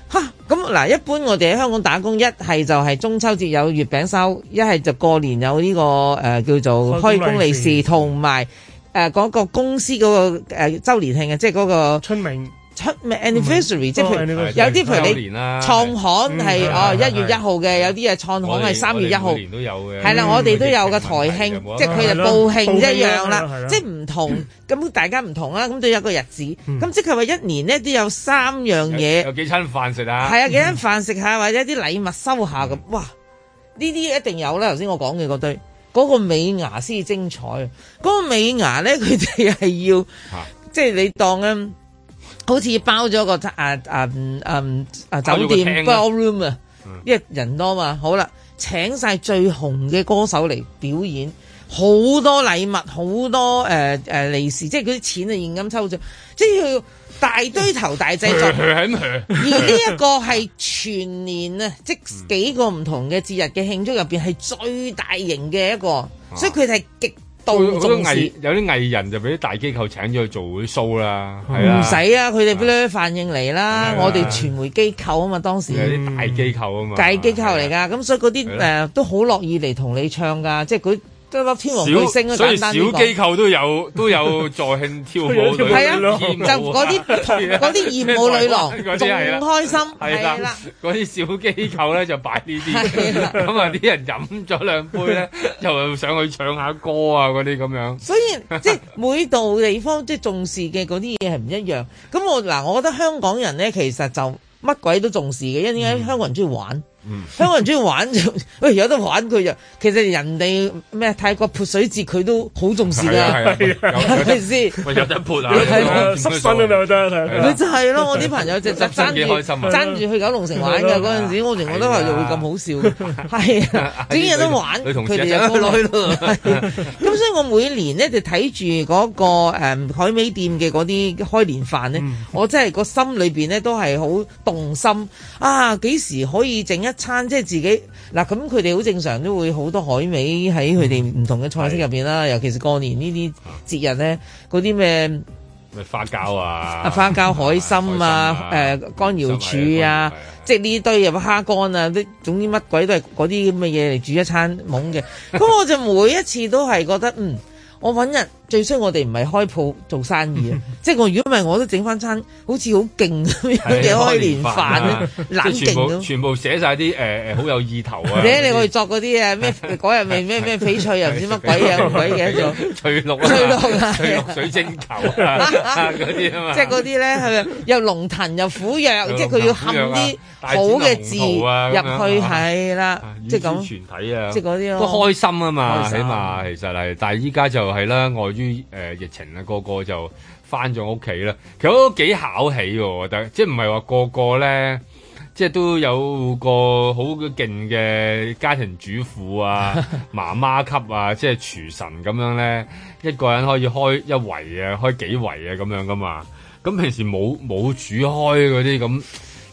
[SPEAKER 3] 吓咁嗱，一般我哋喺香港打工，一係就係中秋節有月餅收，一係就過年有呢、個誒、呃叫做
[SPEAKER 12] 開
[SPEAKER 3] 開
[SPEAKER 12] 工
[SPEAKER 3] 工
[SPEAKER 12] 利
[SPEAKER 3] 利
[SPEAKER 12] 是
[SPEAKER 3] 是，同埋誒嗰個公司嗰、個、呃、周年慶啊，即係嗰、個春明。出咩 anniversary，即係譬如
[SPEAKER 12] 哦
[SPEAKER 3] 有啲譬
[SPEAKER 2] 嗯周
[SPEAKER 3] 如你
[SPEAKER 2] 年啦
[SPEAKER 3] 創刊係
[SPEAKER 2] 嗯係
[SPEAKER 3] 哦
[SPEAKER 2] 係
[SPEAKER 3] 一月一號嘅，有啲嘢創
[SPEAKER 2] 我
[SPEAKER 3] 刊
[SPEAKER 2] 哋
[SPEAKER 3] 係三月一
[SPEAKER 2] 我
[SPEAKER 3] 號
[SPEAKER 2] 哋每。年都有嘅，
[SPEAKER 3] 係啦，我哋都有個台慶，即係佢就報慶一樣
[SPEAKER 2] 係啦嗯係啦係
[SPEAKER 3] 啦
[SPEAKER 2] 啦，
[SPEAKER 3] 即係唔同，咁大家唔同啦，咁都有一個日子，咁即係話一年呢都有三樣嘢
[SPEAKER 2] 嗯有，嗯幾餐飯食啊，
[SPEAKER 3] 係啊，幾 餐飯食下或者啲禮物收下咁，哇！呢啲一定有啦，頭先我講嘅嗰堆，嗰個美牙先至精彩，嗰個美牙咧佢哋係要。即係你當咧，好似包咗個啊啊嗯嗯啊
[SPEAKER 12] 包咗
[SPEAKER 3] 酒
[SPEAKER 12] 個
[SPEAKER 3] 店
[SPEAKER 12] 廳啊嗯
[SPEAKER 3] ballroom 啊，因為人多嘛，好啦，請晒最紅嘅歌手嚟表演，好多禮物，好多誒誒利是，即係嗰啲錢啊現金抽獎，即係要大堆頭大 製作。而呢一個係全年啊，即幾個唔同嘅節日嘅慶祝入邊係最大型嘅一
[SPEAKER 12] 啊
[SPEAKER 3] 個，所以佢哋係極度
[SPEAKER 2] 好多
[SPEAKER 3] 重視
[SPEAKER 2] 藝。有啲藝人就俾啲大機構請咗去做啲 show 啦，係啦，
[SPEAKER 3] 唔使啊，佢哋 blur 反應嚟啦
[SPEAKER 2] 係啊，
[SPEAKER 3] 我哋傳媒機構啊嘛，當
[SPEAKER 2] 有
[SPEAKER 3] 時
[SPEAKER 2] 啲大機構啊嘛，
[SPEAKER 3] 大機構嚟㗎，咁所以嗰啲
[SPEAKER 2] 係啊啦
[SPEAKER 3] 誒都好樂意嚟同你唱㗎，即係佢都粒天王巨星
[SPEAKER 2] 小
[SPEAKER 3] 啊，
[SPEAKER 2] 所以
[SPEAKER 3] 簡
[SPEAKER 2] 小
[SPEAKER 3] 單啲
[SPEAKER 2] 機
[SPEAKER 3] 講。
[SPEAKER 2] 構都有 都有助興跳舞女，
[SPEAKER 3] 係啊，
[SPEAKER 2] 跳舞
[SPEAKER 3] 就 嗰啲同嗰啲艷舞女郎
[SPEAKER 2] 嗰
[SPEAKER 3] 仲
[SPEAKER 2] 啲係啦
[SPEAKER 3] 開心，
[SPEAKER 2] 係
[SPEAKER 3] 係啦
[SPEAKER 2] 啦。，嗰啲小機構咧就擺呢啲，咁啊啲人飲咗兩杯 咧，又上去唱下歌啊嗰啲咁樣。
[SPEAKER 3] 所以 即係每度地方即係重視嘅嗰啲嘢係唔一樣。咁我嗱，我覺得香港人咧其實就乜鬼都重視嘅，因為
[SPEAKER 2] 嗯
[SPEAKER 3] 點解香港人中意玩？ 香港人中意玩 就，喂有得玩佢就，其實人哋咩泰國潑水節佢都好重視㗎，
[SPEAKER 2] 係啊係啊有有
[SPEAKER 3] 係
[SPEAKER 2] 得
[SPEAKER 3] 咪先？
[SPEAKER 2] 喂有得潑啊，
[SPEAKER 4] 係啊濕身啊咪得係
[SPEAKER 3] 咪就係咯，我啲朋友 就就爭
[SPEAKER 2] 濕身幾
[SPEAKER 3] 住
[SPEAKER 2] 開心啊
[SPEAKER 3] 爭住去九龍城玩㗎嗰陣時，我仲覺得話又會咁好笑，係 啊，總之有得玩，
[SPEAKER 2] 女同
[SPEAKER 3] 佢
[SPEAKER 2] 事
[SPEAKER 3] 哋
[SPEAKER 2] 啊
[SPEAKER 3] 就
[SPEAKER 2] 走
[SPEAKER 3] 落
[SPEAKER 2] 去
[SPEAKER 3] 去
[SPEAKER 2] 咯
[SPEAKER 3] 咯。係啊咁所以我每年咧就睇住嗰個誒海味店嘅嗰啲開年飯咧，
[SPEAKER 2] 嗯
[SPEAKER 3] 我真係個心裏邊咧都係好動心啊！幾時可以整一餐即係自己嗱？咁佢哋好正常都會好多海味喺佢哋唔同嘅菜式入邊啦，尤其是過年呢啲節日咧，嗰啲咩？
[SPEAKER 2] 咪花膠啊
[SPEAKER 3] 啊，花膠海參啊，誒乾瑤柱啊，即係呢堆入蝦乾啊，啲總之乜鬼都係嗰啲咁嘅嘢嚟煮一餐懵嘅。 咁我就每一次都係覺得，嗯，我揾人最衰我哋唔係開鋪做生 意啊，即係我如果唔係我都整翻餐好似好勁咁樣嘅開年飯啊，冷
[SPEAKER 2] 即係全
[SPEAKER 3] 勁
[SPEAKER 2] 部
[SPEAKER 3] 咯。
[SPEAKER 2] 全部寫晒啲誒誒好有意頭 啊！
[SPEAKER 3] 你你我哋作嗰啲啊咩嗰日咪咩咩翡翠又唔知乜鬼啊嘢鬼嘢做。
[SPEAKER 2] 翠綠啊，
[SPEAKER 3] 翠綠啊
[SPEAKER 2] 翠綠水晶球啊，嗰 啲啊嘛，
[SPEAKER 3] 即係嗰啲咧，係咪又龍騰又虎藥，即係佢要冚啲好嘅字入去，係啦，即係咁。
[SPEAKER 2] 全體啊，
[SPEAKER 3] 即係嗰啲咯
[SPEAKER 2] 都開心啊嘛，
[SPEAKER 3] 開
[SPEAKER 2] 起
[SPEAKER 3] 心
[SPEAKER 2] 碼其實係，但係依家就係啦，礙於誒疫情啊啦，個個就翻咗屋企啦。其實都幾考起喎，我覺得，即係唔係話個個咧。即係都有個好勁嘅家庭主婦 啊、媽媽級啊，即係廚神咁樣咧，一個人可以開一圍啊、開幾圍啊咁樣噶嘛。咁平時冇冇煮開嗰啲咁，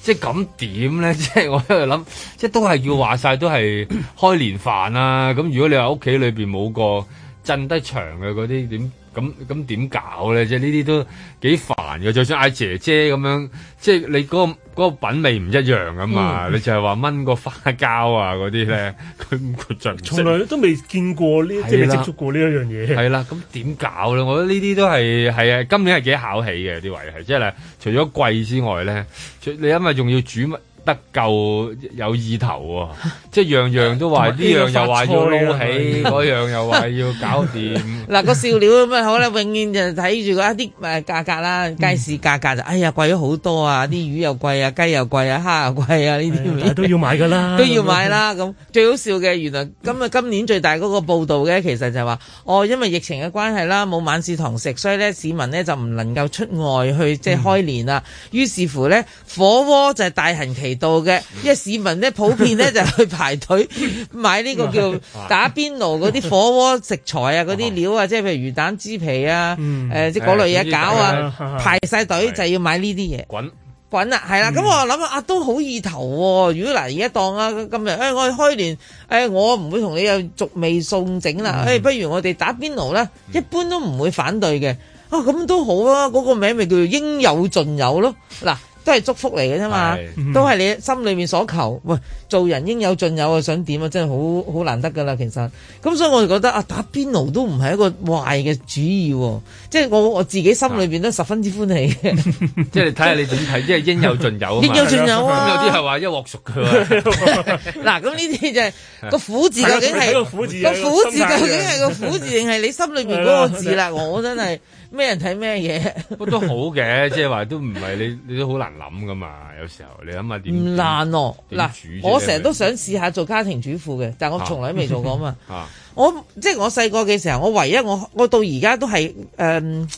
[SPEAKER 2] 即係咁點 咧？即係我喺度諗，即係都係要話晒，都 係開年飯啊。咁如果你話屋企裏邊冇個震得場嘅嗰啲點，咁咁點搞咧？即係呢啲都幾煩難嘅。就算嗌姐姐咁樣，即係你嗰、個嗰個品味唔一樣噶嘛。
[SPEAKER 4] 嗯
[SPEAKER 2] 你就係話炆個花膠啊嗰啲咧，佢佢盡唔識
[SPEAKER 4] 從來都未見過呢，即係未接觸過呢一樣 嘢。
[SPEAKER 2] 係啦，咁點搞咧？我覺得呢啲都係係啊，今年係幾考起嘅啲位係，即係咧，除咗貴之外咧，除你因為仲要煮得夠有意頭喎、 即係樣樣都話呢
[SPEAKER 3] 同埋呢
[SPEAKER 2] 樣
[SPEAKER 3] 樣
[SPEAKER 2] 又話要撈起，
[SPEAKER 3] 發菜 啊
[SPEAKER 2] 嗰樣又話要搞 掂。
[SPEAKER 3] 嗱個笑料咁啊，好啦，永遠就睇住嗰一啲誒價格啦，街市價格就哎呀貴咗好多啊！啲魚又貴啊，雞又貴啊，蝦又貴啊，呢啲
[SPEAKER 4] 都要買㗎啦
[SPEAKER 3] 都要買啦。咁最好笑嘅，原來今日今年最大嗰個報導嘅，其實就係話哦，因為疫情嘅關係啦，冇晚市堂食，所以咧市民咧就唔能夠出外去即係開年啦。於是乎咧，火鍋就係大行其道嘅，因為市民咧普遍咧就去排隊買呢個叫打邊爐嗰啲火鍋食材啊，嗰啲料啊，即係譬如魚蛋、豬皮啊，
[SPEAKER 12] 嗯
[SPEAKER 3] 誒即係嗰類
[SPEAKER 12] 誒嗰
[SPEAKER 3] 嘢餃
[SPEAKER 12] 啲
[SPEAKER 3] 啊，
[SPEAKER 12] 係
[SPEAKER 3] 排晒隊就要買呢啲嘢。
[SPEAKER 2] 滾
[SPEAKER 3] 滾啦，係啦，咁我諗啊，都好意頭喎。如果嗱，而家當啊今日，誒我哋開年，誒我唔會同你有逐味餸整啦，哎誒不如我哋打邊爐啦，
[SPEAKER 4] 嗯
[SPEAKER 3] 一般都唔會反對嘅。啊咁都好啊，嗰個名咪叫做應有盡有咯。嗱，都係祝福嚟嘅啫嘛
[SPEAKER 12] 係，
[SPEAKER 3] 都係你心裏面所求。喂，做人應有盡有啊，想點啊，真係好好難得噶啦，其實。咁所以我就覺得啊，打邊爐都唔係一個壞嘅主意喎，即係我我自己心裏
[SPEAKER 4] 啊
[SPEAKER 3] 邊都十分之歡 喜嘅。
[SPEAKER 2] 即係你睇下你點睇，即係應有盡有啊嘛。
[SPEAKER 3] 應有盡有啊
[SPEAKER 2] 咁 有啲係話一 鑊熟嘅喎。
[SPEAKER 3] 嗱，咁呢啲就係個苦字究竟係
[SPEAKER 4] 係咯佢睇個苦字啊
[SPEAKER 3] 個
[SPEAKER 4] 有
[SPEAKER 3] 苦字
[SPEAKER 4] 個心態
[SPEAKER 3] 究竟係個苦字定係你心裏邊嗰個 字啦？我真係咩人睇咩嘢，
[SPEAKER 2] 不過都好嘅，即係話都唔係你，你都好難諗噶嘛。有時候你諗下點
[SPEAKER 3] 唔難哦。
[SPEAKER 2] 點
[SPEAKER 3] 嗱
[SPEAKER 2] 煮啫，
[SPEAKER 3] 我成日都想試下做家庭主婦嘅， 但我從來都未做過啊嘛。
[SPEAKER 2] 啊
[SPEAKER 3] 我即係我細個嘅時候，我唯一我我到而家都係誒、嗯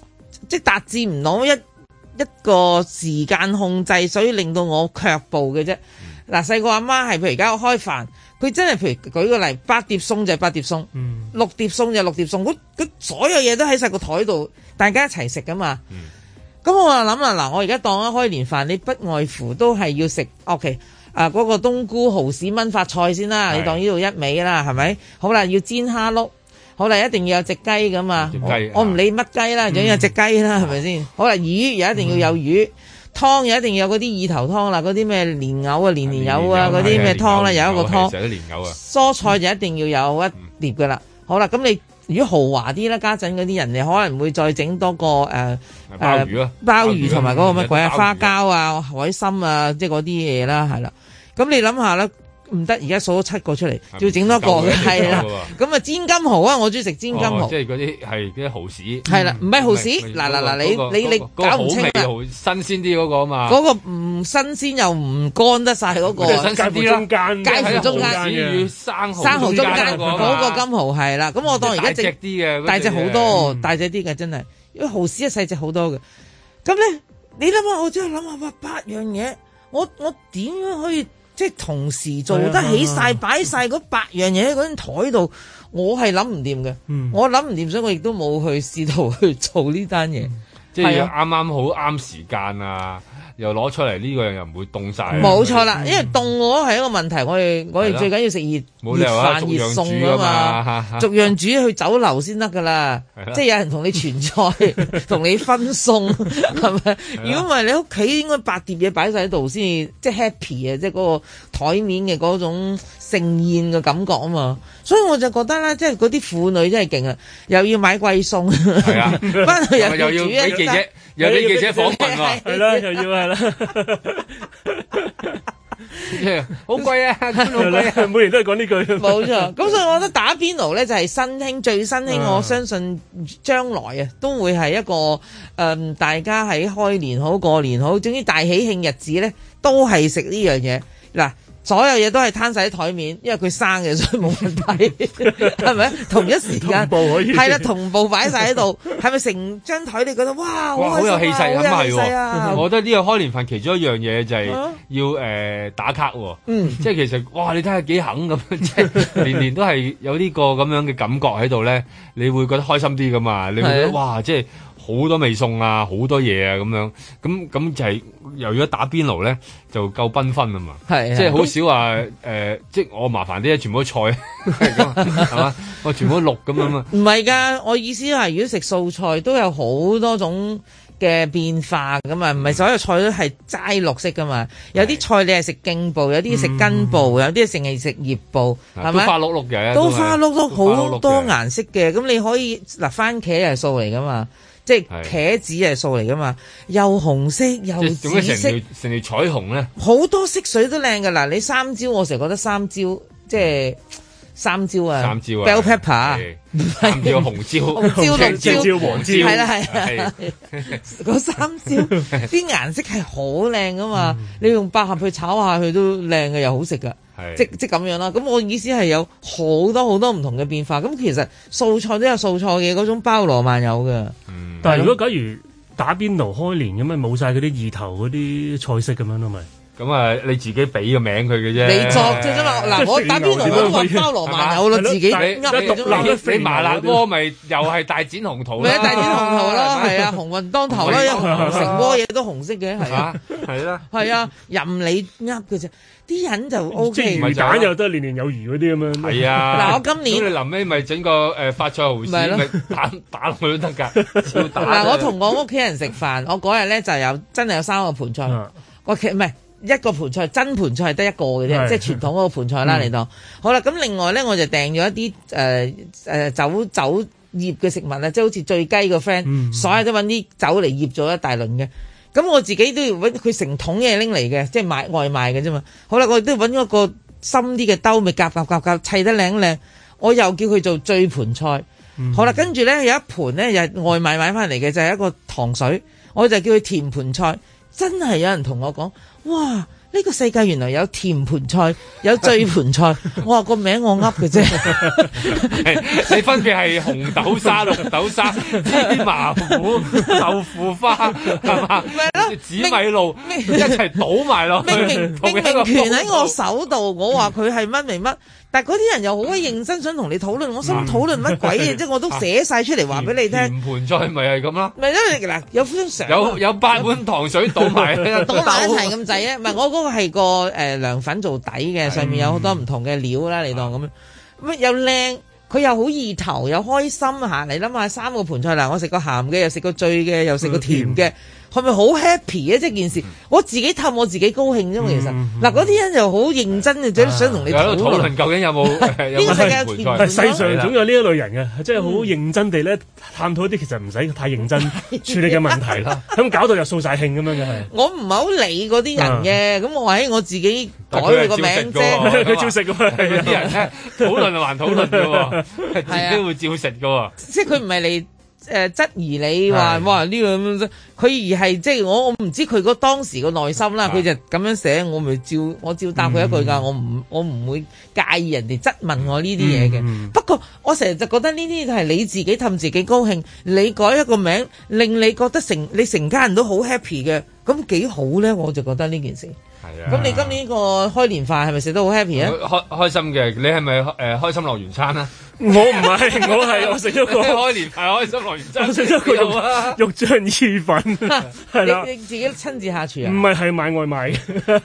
[SPEAKER 3] 即係達至唔到一一個時間控制，所以令到我卻步嘅啫。
[SPEAKER 2] 嗯
[SPEAKER 3] 嗱，細個阿媽係譬如而家我開飯，佢真係譬如舉個例，八碟餸就係八碟餸，
[SPEAKER 2] 嗯
[SPEAKER 3] 六碟餸就六碟餸，佢佢所有嘢都喺晒個台度，大家一齊食噶
[SPEAKER 2] 嗯
[SPEAKER 3] 嘛。咁我就啊諗啦，嗱，我而家當一開年飯，你不外乎都係要食，OK，啊嗰、個冬菇蠔豉炆發菜先啦，
[SPEAKER 12] 係
[SPEAKER 3] 你當呢度一味啦，係咪？好啦，要煎蝦碌，好啦，一定要有隻雞噶嘛，
[SPEAKER 12] 雞
[SPEAKER 3] 我我唔理乜雞啦，總之有隻雞啦，係咪先？好啦，魚又一定要有魚。湯又一定要有嗰啲意頭湯啦，嗰啲咩蓮藕啊、年年有啊，嗰啲咩湯啦，有一個湯。
[SPEAKER 2] 成日都蓮藕啊。
[SPEAKER 3] 蔬菜就一定要有一碟噶啦。好啦，咁你如果豪華啲啦，家陣嗰啲人你可能會再整多個誒誒
[SPEAKER 2] 鮑魚啊
[SPEAKER 3] 鮑
[SPEAKER 2] 鮑魚啊
[SPEAKER 3] 魚同埋嗰個乜鬼
[SPEAKER 2] 鮑魚啊
[SPEAKER 3] 啊，花膠啊、海參啊，即係嗰啲嘢啦，係啦。咁你諗下啦，唔得而家數咗七個出嚟，要整多個
[SPEAKER 2] 夠
[SPEAKER 3] 嘅
[SPEAKER 2] 嘅
[SPEAKER 3] 係啦
[SPEAKER 2] 夠嘅。
[SPEAKER 3] 咁啊，煎金蠔啊，我中意食煎金
[SPEAKER 2] 哦
[SPEAKER 3] 蠔
[SPEAKER 2] 即。係嗰啲係嗰啲蠔豉。
[SPEAKER 3] 係啦唔係蠔豉
[SPEAKER 2] 唔係
[SPEAKER 3] 嗱嗱
[SPEAKER 2] 嗰個
[SPEAKER 3] 嗱你
[SPEAKER 2] 嗰個
[SPEAKER 3] 你你
[SPEAKER 2] 嗰個
[SPEAKER 3] 搞唔清啦啊
[SPEAKER 2] 好味好新鮮啲嗰個啊嘛。
[SPEAKER 3] 嗰個唔新鮮又唔乾得晒嗰個
[SPEAKER 2] 即係新鮮啲啦
[SPEAKER 3] 介乎中間
[SPEAKER 2] 介乎中間嘅生蠔
[SPEAKER 3] 生蠔
[SPEAKER 2] 中
[SPEAKER 3] 中
[SPEAKER 2] 間
[SPEAKER 3] 間
[SPEAKER 2] 嗰個啊嗯
[SPEAKER 3] 嗰個金蠔係啦。咁我當而家
[SPEAKER 2] 大隻啲嗯嘅嗰隻
[SPEAKER 3] 大隻好多，大隻啲嘅真係，因為蠔豉係細隻好多嘅。咁咧，你諗下，我真係諗下，哇，八樣嘢，我我點樣可以即係同時做得起
[SPEAKER 12] 係
[SPEAKER 3] 晒、擺晒嗰八樣嘢喺嗰張台度？我係諗唔掂嘅，
[SPEAKER 2] 嗯
[SPEAKER 3] 我諗唔掂，所以我亦都冇去試圖去做呢單嘢。
[SPEAKER 2] 嗯即係
[SPEAKER 3] 係
[SPEAKER 2] 要
[SPEAKER 3] 啊
[SPEAKER 2] 啱啱好啱時間啊，又攞出嚟呢個又唔會凍晒啊。
[SPEAKER 3] 冇錯啦，因為凍我係一個問題，我哋我
[SPEAKER 2] 係
[SPEAKER 3] 哋
[SPEAKER 2] 啦
[SPEAKER 3] 最緊要食熱
[SPEAKER 2] 冇理
[SPEAKER 3] 熱
[SPEAKER 2] 由啊
[SPEAKER 3] 飯
[SPEAKER 2] 逐
[SPEAKER 3] 熱
[SPEAKER 2] 樣煮
[SPEAKER 3] 餸
[SPEAKER 2] 㗎
[SPEAKER 3] 啊
[SPEAKER 2] 嘛
[SPEAKER 3] 嘛，逐樣煮去酒樓先得噶啦
[SPEAKER 12] 係啦，
[SPEAKER 3] 即係有人同你傳菜， 同你分餸，係咪？如果唔係你屋企應該八碟嘢擺晒喺度先，即係 happy 啊，即係嗰個台面嘅嗰種盛宴嘅感覺啊嘛。所以我就覺得咧，即係嗰啲婦女真係勁啊，又要買貴餸，
[SPEAKER 2] 係 啊，
[SPEAKER 3] 翻去又
[SPEAKER 2] 又要
[SPEAKER 3] 煮一
[SPEAKER 2] 俾記者
[SPEAKER 3] 餐，
[SPEAKER 2] 又俾記者訪 問喎。
[SPEAKER 4] 係啦，又要係啦，
[SPEAKER 2] 好貴啊，好貴啊，
[SPEAKER 4] 每年都係講呢句。
[SPEAKER 3] 冇 錯，咁所以我覺得打邊爐咧就係新興，最新興，
[SPEAKER 4] 啊
[SPEAKER 3] 我相信將來啊都會係一個誒、嗯大家喺開年好過年好，總之大喜慶日子咧都係食呢樣嘢嗱。所有嘢都係攤晒喺台面，因為佢生嘅，所以冇 問題，係咪？同一時
[SPEAKER 12] 同
[SPEAKER 3] 間，
[SPEAKER 12] 步可以
[SPEAKER 3] 係啦，同步擺晒喺度，係咪成張台你覺得哇，
[SPEAKER 2] 哇，好
[SPEAKER 3] 開
[SPEAKER 2] 有氣
[SPEAKER 3] 心啊
[SPEAKER 2] 勢咁
[SPEAKER 3] 好有氣勢
[SPEAKER 2] 係
[SPEAKER 3] 啊
[SPEAKER 2] 喎！！我覺得呢個開年飯其中一樣嘢就係
[SPEAKER 3] 啊
[SPEAKER 2] 要誒打卡喎，
[SPEAKER 3] 嗯
[SPEAKER 2] 即係其實哇，你睇下幾肯咁， 即係年年都係有呢個咁樣嘅感覺喺度咧，你會覺得開心啲噶嘛？你會覺
[SPEAKER 3] 係
[SPEAKER 2] 得
[SPEAKER 3] 啊
[SPEAKER 2] 哇，即係好多味餸啊，好多嘢啊咁樣，咁咁就係由於打邊爐咧就夠繽紛啊嘛，
[SPEAKER 3] 係啊
[SPEAKER 2] 即係好少話誒，即係我麻煩啲，全部都菜係咁啊係嘛，我全部都綠咁樣啊嘛。
[SPEAKER 3] 唔係㗎，我意思係如果食素菜都有好多種嘅變化噶嘛，唔係所有菜都係齋綠色噶嘛。有啲菜你係食莖部，有啲食根部，有啲成係食葉部，係
[SPEAKER 2] 嗯啊都
[SPEAKER 3] 咪？
[SPEAKER 2] 花碌碌嘅
[SPEAKER 3] 都
[SPEAKER 2] 都係
[SPEAKER 3] 花碌
[SPEAKER 2] 都花碌碌
[SPEAKER 3] 碌好
[SPEAKER 2] 嘅
[SPEAKER 3] 多顏色嘅。咁你可以嗱，番茄係素嚟噶嘛，即係
[SPEAKER 2] 係
[SPEAKER 3] 茄子係素嚟噶嘛，又紅色 又
[SPEAKER 2] 即係點解
[SPEAKER 3] 紫色
[SPEAKER 2] 成。條成條彩虹咧？
[SPEAKER 3] 好多色水都靚㗎嗱，你三椒我成日覺得三椒即係三椒
[SPEAKER 2] 嗯
[SPEAKER 3] 啊，
[SPEAKER 2] 三椒啊
[SPEAKER 3] bell pepper，
[SPEAKER 2] 係 三椒、 紅椒、
[SPEAKER 3] 紅椒、
[SPEAKER 2] 青
[SPEAKER 3] 綠椒、
[SPEAKER 2] 黃椒，
[SPEAKER 3] 係啦係啦
[SPEAKER 2] 係，
[SPEAKER 3] 嗰三椒啲顏色係好靚㗎嘛，你用百合去炒下佢都靚嘅，又好食㗎。
[SPEAKER 2] 係
[SPEAKER 3] 即即咁樣啦，咁我意思係有好多好多唔同嘅變化，咁其實素菜都有素菜嘅嗰種包羅萬有㗎。
[SPEAKER 4] 但係如果假如打邊爐開年咁咪冇晒嗰啲意頭嗰啲菜式咁樣咯，咪
[SPEAKER 2] 咁啊，你自己俾個名佢嘅啫，
[SPEAKER 3] 你作啫啫嘛嗱我打邊爐我都話包羅萬有咯
[SPEAKER 2] 係嘛
[SPEAKER 3] 自己
[SPEAKER 2] 你
[SPEAKER 3] 噏嘅啫嘛
[SPEAKER 2] 你你麻辣鍋咪又係大展宏圖啦，
[SPEAKER 3] 咪一大展紅頭 啦，係啊，紅運當頭啦，
[SPEAKER 2] 係
[SPEAKER 3] 因
[SPEAKER 2] 啊
[SPEAKER 3] 為成鍋嘢都紅色嘅，係啊
[SPEAKER 2] 嚇，，係啦，
[SPEAKER 3] 係啊，任你噏嘅啫，啲人就 O
[SPEAKER 4] 即係
[SPEAKER 3] K。
[SPEAKER 4] 魚蛋又得年年有餘嗰啲咁樣。
[SPEAKER 2] 係啊，
[SPEAKER 3] 嗱我今年
[SPEAKER 2] 咁你臨尾咪整個誒發菜蠔豉
[SPEAKER 3] 咪咯
[SPEAKER 2] 咪打打落去都得㗎， 照打
[SPEAKER 3] 嗱，我同我屋企人食飯，我嗰日咧就有真係有三個盤菜，
[SPEAKER 12] 嗯
[SPEAKER 3] 我其唔係一個盤菜，真盤菜係得一個嘅啫，
[SPEAKER 12] 係
[SPEAKER 3] 即係傳統嗰個盤菜啦，
[SPEAKER 12] 嗯
[SPEAKER 3] 你當。好啦，咁另外咧我就訂咗一啲誒誒酒酒醃嘅食物啦，即係好似醉雞個
[SPEAKER 12] 嗯
[SPEAKER 3] friend，所有都揾啲酒嚟醃咗一大輪嘅。咁我自己都要揾佢成桶嘢拎嚟嘅，即係買外賣嘅啫嘛。好啦，我亦都揾咗個深啲嘅兜，咪夾夾夾夾砌得靚靚。我又叫佢做醉盤菜。好啦，跟住咧有一盤咧又係外賣買翻嚟嘅，就係、一個糖水，我就叫佢甜盤菜。真係有人同我講，哇！呢、個世界原來有甜盤菜，有醉盤菜。我話個名我噏嘅啫，
[SPEAKER 2] 你分別係紅豆沙、綠豆沙、芝麻糊、豆腐花，係嘛？紫米露一齊倒埋落去，
[SPEAKER 3] 明明
[SPEAKER 2] 同
[SPEAKER 3] 明
[SPEAKER 2] 一
[SPEAKER 3] 明
[SPEAKER 2] 個
[SPEAKER 3] 權喺我手度，我話佢係乜明乜，但係嗰啲人又好鬼認真想同你討論，我心諗討論乜鬼嘢啫？我都寫晒出嚟話俾你聽，
[SPEAKER 2] 甜 盤菜咪係咁啦，
[SPEAKER 3] 咪因為嗱有張相啊
[SPEAKER 2] 有有八碗糖水倒埋 一
[SPEAKER 3] 倒埋一齊咁滯咧，唔係我嗰個係個誒涼粉做底嘅，上面有好多唔同嘅料啦，你當咁樣，咁又靚，佢又好意頭，又開心嚇，你諗下三個盤菜嗱，我食個鹹嘅，又食個醉嘅，又食個甜嘅。係咪好 happy 啊？即係件事，我自己氹我自己高興啫嘛。其實嗱，嗰啲人又好認真嘅，就想同你
[SPEAKER 2] 喺
[SPEAKER 3] 討
[SPEAKER 2] 度討
[SPEAKER 3] 論
[SPEAKER 2] 論。究竟 有冇誒有
[SPEAKER 3] 呢
[SPEAKER 2] 冇
[SPEAKER 3] 個世界有
[SPEAKER 2] 甜
[SPEAKER 4] 但
[SPEAKER 2] 盤
[SPEAKER 4] 係
[SPEAKER 2] 菜？
[SPEAKER 4] 世上總有呢一類人嘅，即係好認真
[SPEAKER 3] 嗯
[SPEAKER 4] 地咧探討一啲其實唔使太 認真處理嘅問題啦，咁搞到又掃晒興咁樣嘅係。
[SPEAKER 3] 我唔係好理嗰啲人嘅，咁我話喺我自己改
[SPEAKER 2] 啊但佢
[SPEAKER 3] 佢
[SPEAKER 2] 係
[SPEAKER 3] 個名
[SPEAKER 2] 照食
[SPEAKER 3] 啫。
[SPEAKER 2] 㗎喎
[SPEAKER 4] 佢照食㗎喎係啊
[SPEAKER 2] 啲人咧討論還討論 嘅喎，自己會照食嘅喎。
[SPEAKER 3] 即係佢唔係嚟誒質疑你話
[SPEAKER 2] 係
[SPEAKER 3] 哇呢個咁樣，佢而係即係我我唔知佢個當時個內心
[SPEAKER 2] 啊
[SPEAKER 3] 啦，佢就咁樣寫，我咪照我照答佢一句㗎，
[SPEAKER 2] 嗯
[SPEAKER 3] 我唔我唔會介意人哋質問我呢啲嘢
[SPEAKER 2] 嗯
[SPEAKER 3] 嘅。不過我成日就覺得呢啲係你自己氹自己高興，你改一個名令你覺得成你成家人都好 happy 嘅，咁幾好咧？我就覺得呢件事。
[SPEAKER 2] 係啊
[SPEAKER 3] 咁你今年個開年飯係咪食得好 happy 啊？
[SPEAKER 2] 開開心嘅，你係咪誒開心樂園餐啊？
[SPEAKER 4] 我唔係，我係我食咗個
[SPEAKER 2] 開年飯開心樂園餐，
[SPEAKER 4] 我食咗 個
[SPEAKER 2] 有啊！
[SPEAKER 4] 肉肉醬意 粉，係啦
[SPEAKER 3] 你，你自己親自下廚
[SPEAKER 4] 唔
[SPEAKER 3] 啊？
[SPEAKER 4] 係係買外賣嘅，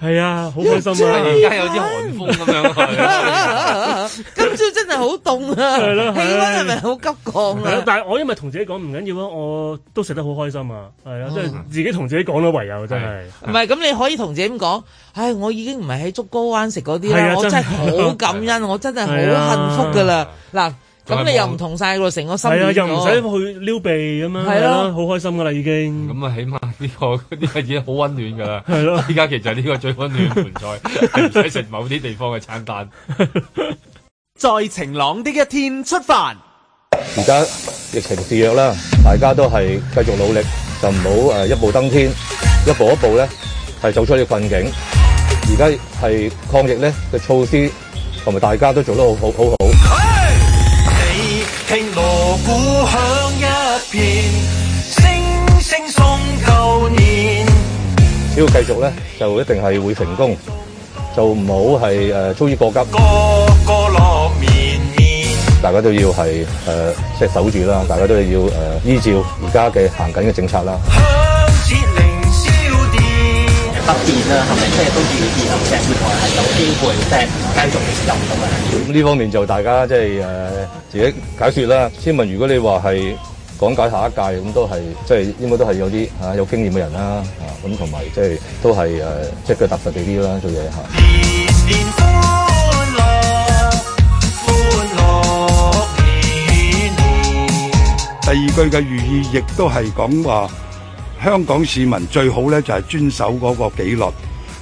[SPEAKER 4] 係啊，好開心啊！
[SPEAKER 2] 而家有啲寒風 咁樣
[SPEAKER 3] 啊今朝真係好凍啊！
[SPEAKER 4] 係咯係
[SPEAKER 3] 氣温係咪好急降
[SPEAKER 4] 係啊
[SPEAKER 3] 啊？
[SPEAKER 4] 但係我因為同自己講唔緊要啊，我都食得好開心啊，係啊，即
[SPEAKER 3] 哦
[SPEAKER 4] 係自己同自己講咯，唯有真係。
[SPEAKER 3] 唔係咁，你可以同自己咁講，唉，我已經唔係喺竹篙灣食嗰啲
[SPEAKER 4] 係
[SPEAKER 3] 啦
[SPEAKER 4] 啊，
[SPEAKER 3] 我
[SPEAKER 4] 真
[SPEAKER 3] 真係
[SPEAKER 4] 係
[SPEAKER 3] 好感恩，我真係好
[SPEAKER 4] 係啊
[SPEAKER 3] 幸福噶啦。嗱，咁
[SPEAKER 4] 仲係
[SPEAKER 3] 你又唔同晒喎，成個心
[SPEAKER 4] 係啊，
[SPEAKER 3] 軟
[SPEAKER 4] 又唔
[SPEAKER 3] 咗。
[SPEAKER 4] 使去撩鼻咁樣，
[SPEAKER 3] 係
[SPEAKER 4] 係
[SPEAKER 3] 咯
[SPEAKER 4] 咯，好開心噶啦已經。
[SPEAKER 2] 咁啊，起碼呢個呢個已經好温暖㗎啦。
[SPEAKER 4] 係咯
[SPEAKER 2] 依家其實呢個最温暖嘅盤菜， 係唔使食某啲地方嘅餐單。
[SPEAKER 5] 在晴朗的一天出發。
[SPEAKER 13] 而家疫情肆虐啦，大家都係繼續努力，就唔好誒一步登天，一步一步咧係走出呢個困境。而家係抗疫咧嘅措施，同埋大家都做得好好好好。
[SPEAKER 8] 你聽鑼鼓響一片，聲聲送舊年。
[SPEAKER 13] 只要繼續咧，就一定係會成功，就唔好係誒操之過急。
[SPEAKER 8] 個樂綿綿，
[SPEAKER 13] 大家都要係誒呃即係守住啦，大家都要誒、呃依照而家嘅行緊嘅政策啦。
[SPEAKER 8] 似凌霄殿。
[SPEAKER 14] 北電啦，係咪即係都預見即係原來係有機會即係繼續有咁嘅？
[SPEAKER 13] 呃咁呢方面就大家即係誒自己解説啦。千文，如果你話係講解下一屆咁都係即係應該都係有啲嚇、啊有經驗嘅人啦嚇，咁同埋即係都係誒呃即係腳踏實地啲啦做嘢啊嚇。
[SPEAKER 8] 年歡樂，歡樂年年。
[SPEAKER 12] 第二句嘅寓意亦都係講話香港市民最好咧就係遵守嗰個紀律。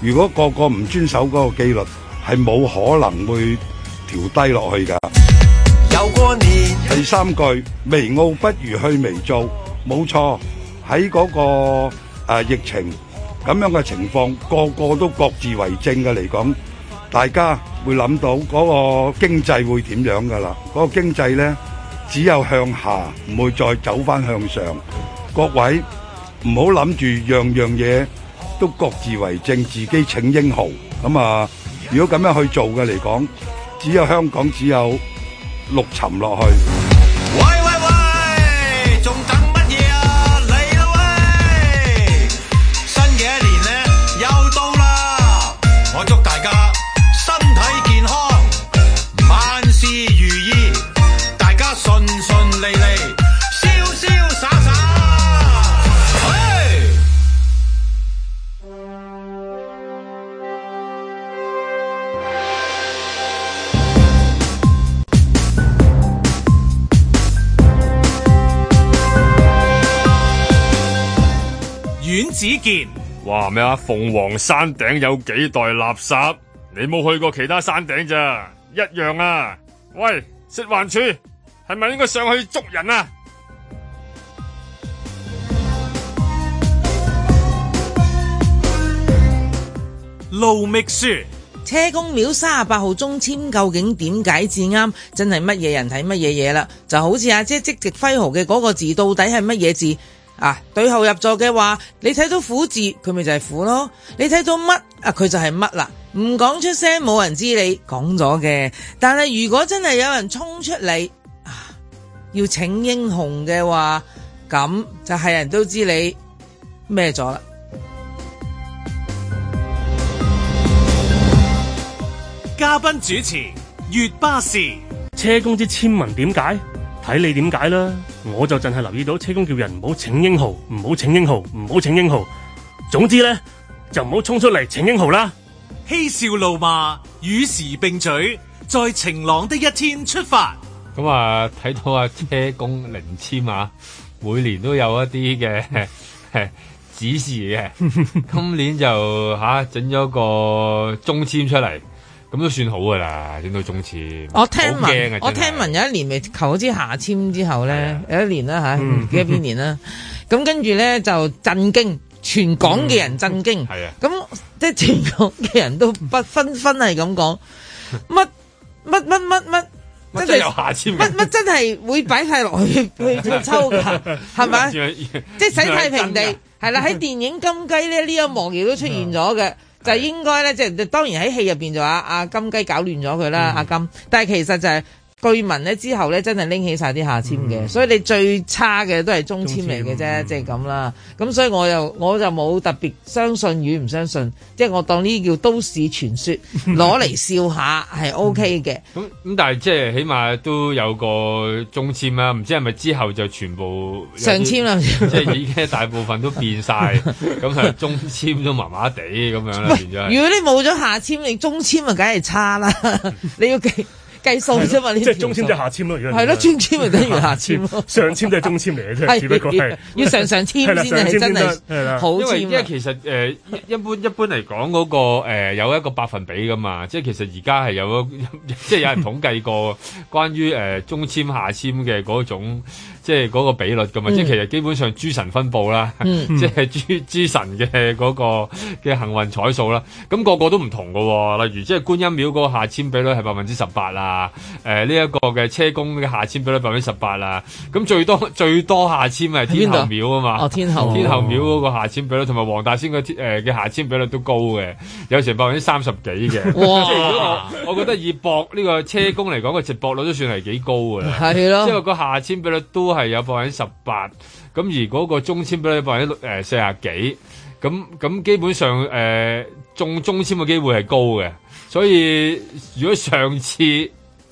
[SPEAKER 12] 如果個個唔遵守嗰個紀律，係冇可能會調低落去㗎。
[SPEAKER 8] 有過年，
[SPEAKER 12] 第三句微澳不如去微做，冇錯。喺嗰、個、呃、疫情咁樣嘅情況，個個都各自為政嘅嚟講，大家會諗到嗰個經濟會點樣㗎啦。嗰、個經濟呢，只有向下，唔會再走翻向上。各位唔好諗住樣樣嘢都各自為政，自己逞英雄。咁啊，如果咁樣去做嘅嚟講，只有香港只有陸沉落去。
[SPEAKER 8] 喂喂喂，仲等乜嘢啊？嚟啦喂！新嘅一年呢，又到啦，我祝大家身體健康，萬事如意，大家順順利利，瀟瀟灑灑。嘿！
[SPEAKER 1] 阮子健、
[SPEAKER 2] 哇咩啊？鳳凰山頂有幾袋垃圾？你冇去過其他山頂咋？一樣啊！喂，食環署係咪應該上去捉人啊？
[SPEAKER 1] 路觅雪，
[SPEAKER 3] 車公廟三十八號中簽究竟點解至啱？真係乜嘢人睇乜嘢嘢啦？就好似阿姐即席揮毫嘅嗰個字，到底係乜嘢字啊？對號入座嘅話，你睇到虎字，佢咪就係虎咯；你睇到乜啊，佢就係乜啦。唔講出聲，冇人知你講咗嘅。但係如果真係有人衝出嚟，啊要請英雄嘅話，咁就係人都知你咩咗啦。
[SPEAKER 1] 嘉賓主持粵巴士，
[SPEAKER 4] 車公之簽文點解？睇你點解啦，我就淨係留意到車公叫人唔好逞英豪，唔好逞英豪，唔好逞英豪。總之呢，就唔好衝出嚟逞英豪啦。
[SPEAKER 1] 嬉笑怒罵，與時並舉，在晴朗的一天出發。
[SPEAKER 2] 咁啊，睇到啊車公零簽啊， 每年都有一啲嘅 指 示嘅，今年就吓整咗個中簽出嚟，咁都算好噶啦，整到中簽。
[SPEAKER 3] 我聽
[SPEAKER 2] 好驚啊
[SPEAKER 3] 聞，我聽
[SPEAKER 2] 真係
[SPEAKER 3] 聞有一年咪求咗支下籤之後咧，
[SPEAKER 2] 啊
[SPEAKER 3] 有一年啦吓，
[SPEAKER 2] 嗯
[SPEAKER 3] 唔記得邊 年啦。咁跟住咧就震驚，全港嘅人震驚。
[SPEAKER 2] 係啊
[SPEAKER 3] 咁即係全港嘅人都不紛紛係 咁講，乜乜乜乜乜。
[SPEAKER 2] 乜真係有
[SPEAKER 3] 係
[SPEAKER 2] 下啊籤嘅
[SPEAKER 3] 乜乜真係會擺晒落去 去去抽㗎，係咪？ 即係洗太平地，係啦。喺電影《金雞》咧，呢一幕亦都出現咗
[SPEAKER 4] 嗯
[SPEAKER 3] 嘅，就應該咧，即係當然喺戲入邊就話阿金雞搞亂咗佢
[SPEAKER 4] 嗯
[SPEAKER 3] 啦，阿金。但係其實就係據聞咧之後咧，真係拎起晒啲下籤
[SPEAKER 4] 嗯
[SPEAKER 3] 嘅，所以你最差嘅都係中籤嚟嘅啫，即係咁啦。咁所以我又我就冇特別相信與唔相信，即係我當呢叫都市 傳說，攞嚟笑下係 OK 嘅。
[SPEAKER 4] 嗯
[SPEAKER 2] 咁咁但係即係起碼都有個中簽啦，唔知係咪之後就全部有啲
[SPEAKER 3] 上簽啦
[SPEAKER 2] 即係已經大部分都變晒，咁啊中簽都麻麻地咁樣 啦，變咗係。
[SPEAKER 3] 如果你冇咗下籤，你中籤啊，梗係差 啦。你要計計數啫嘛，呢
[SPEAKER 4] 即
[SPEAKER 3] 條
[SPEAKER 4] 係中簽就下簽咯，如果
[SPEAKER 3] 係咯，中簽咪等於下 籤咯。
[SPEAKER 4] 上簽都係中簽嚟嘅啫，只不過係
[SPEAKER 3] 要上上簽
[SPEAKER 4] 係啦上
[SPEAKER 3] 先係
[SPEAKER 4] 簽
[SPEAKER 3] 真係
[SPEAKER 4] 先得啦
[SPEAKER 3] 好
[SPEAKER 2] 因為
[SPEAKER 3] 簽啊
[SPEAKER 2] 因為其實誒、呃一一般一般嚟講嗰個、呃、有一個百分比噶嘛，即係其實而家係有一 即係有人統計過關於誒、呃中簽下簽嘅嗰種即係嗰個比率噶嘛，
[SPEAKER 5] 嗯
[SPEAKER 2] 即係其實基本上諸神分佈啦，
[SPEAKER 5] 嗯
[SPEAKER 2] 即係諸諸神嘅嗰、個嘅幸運彩數啦，咁、個個都唔同噶喎、例如即係觀音廟嗰個下簽比率係百分之十八啊，誒呢一個嘅車公嘅下簽比率百分之十八啊，咁最多最多下簽係天后
[SPEAKER 3] 邊度
[SPEAKER 2] 廟啊嘛，
[SPEAKER 3] 哦天后哦
[SPEAKER 2] 天后廟嗰個下籤比率，同埋黃大仙嘅誒嘅下籤比率都高嘅，有成百分之三十幾嘅。即係如果
[SPEAKER 3] 哇
[SPEAKER 2] 我我覺得以博呢個車工嚟講，個直播率都算係幾高㗎啦。
[SPEAKER 3] 係咯
[SPEAKER 2] 即係個下籤比率都係有百分之十八，咁而嗰個中籤比率百分之誒四廿幾，咁咁基本上誒、中中籤嘅機會係高嘅，所以如果上次。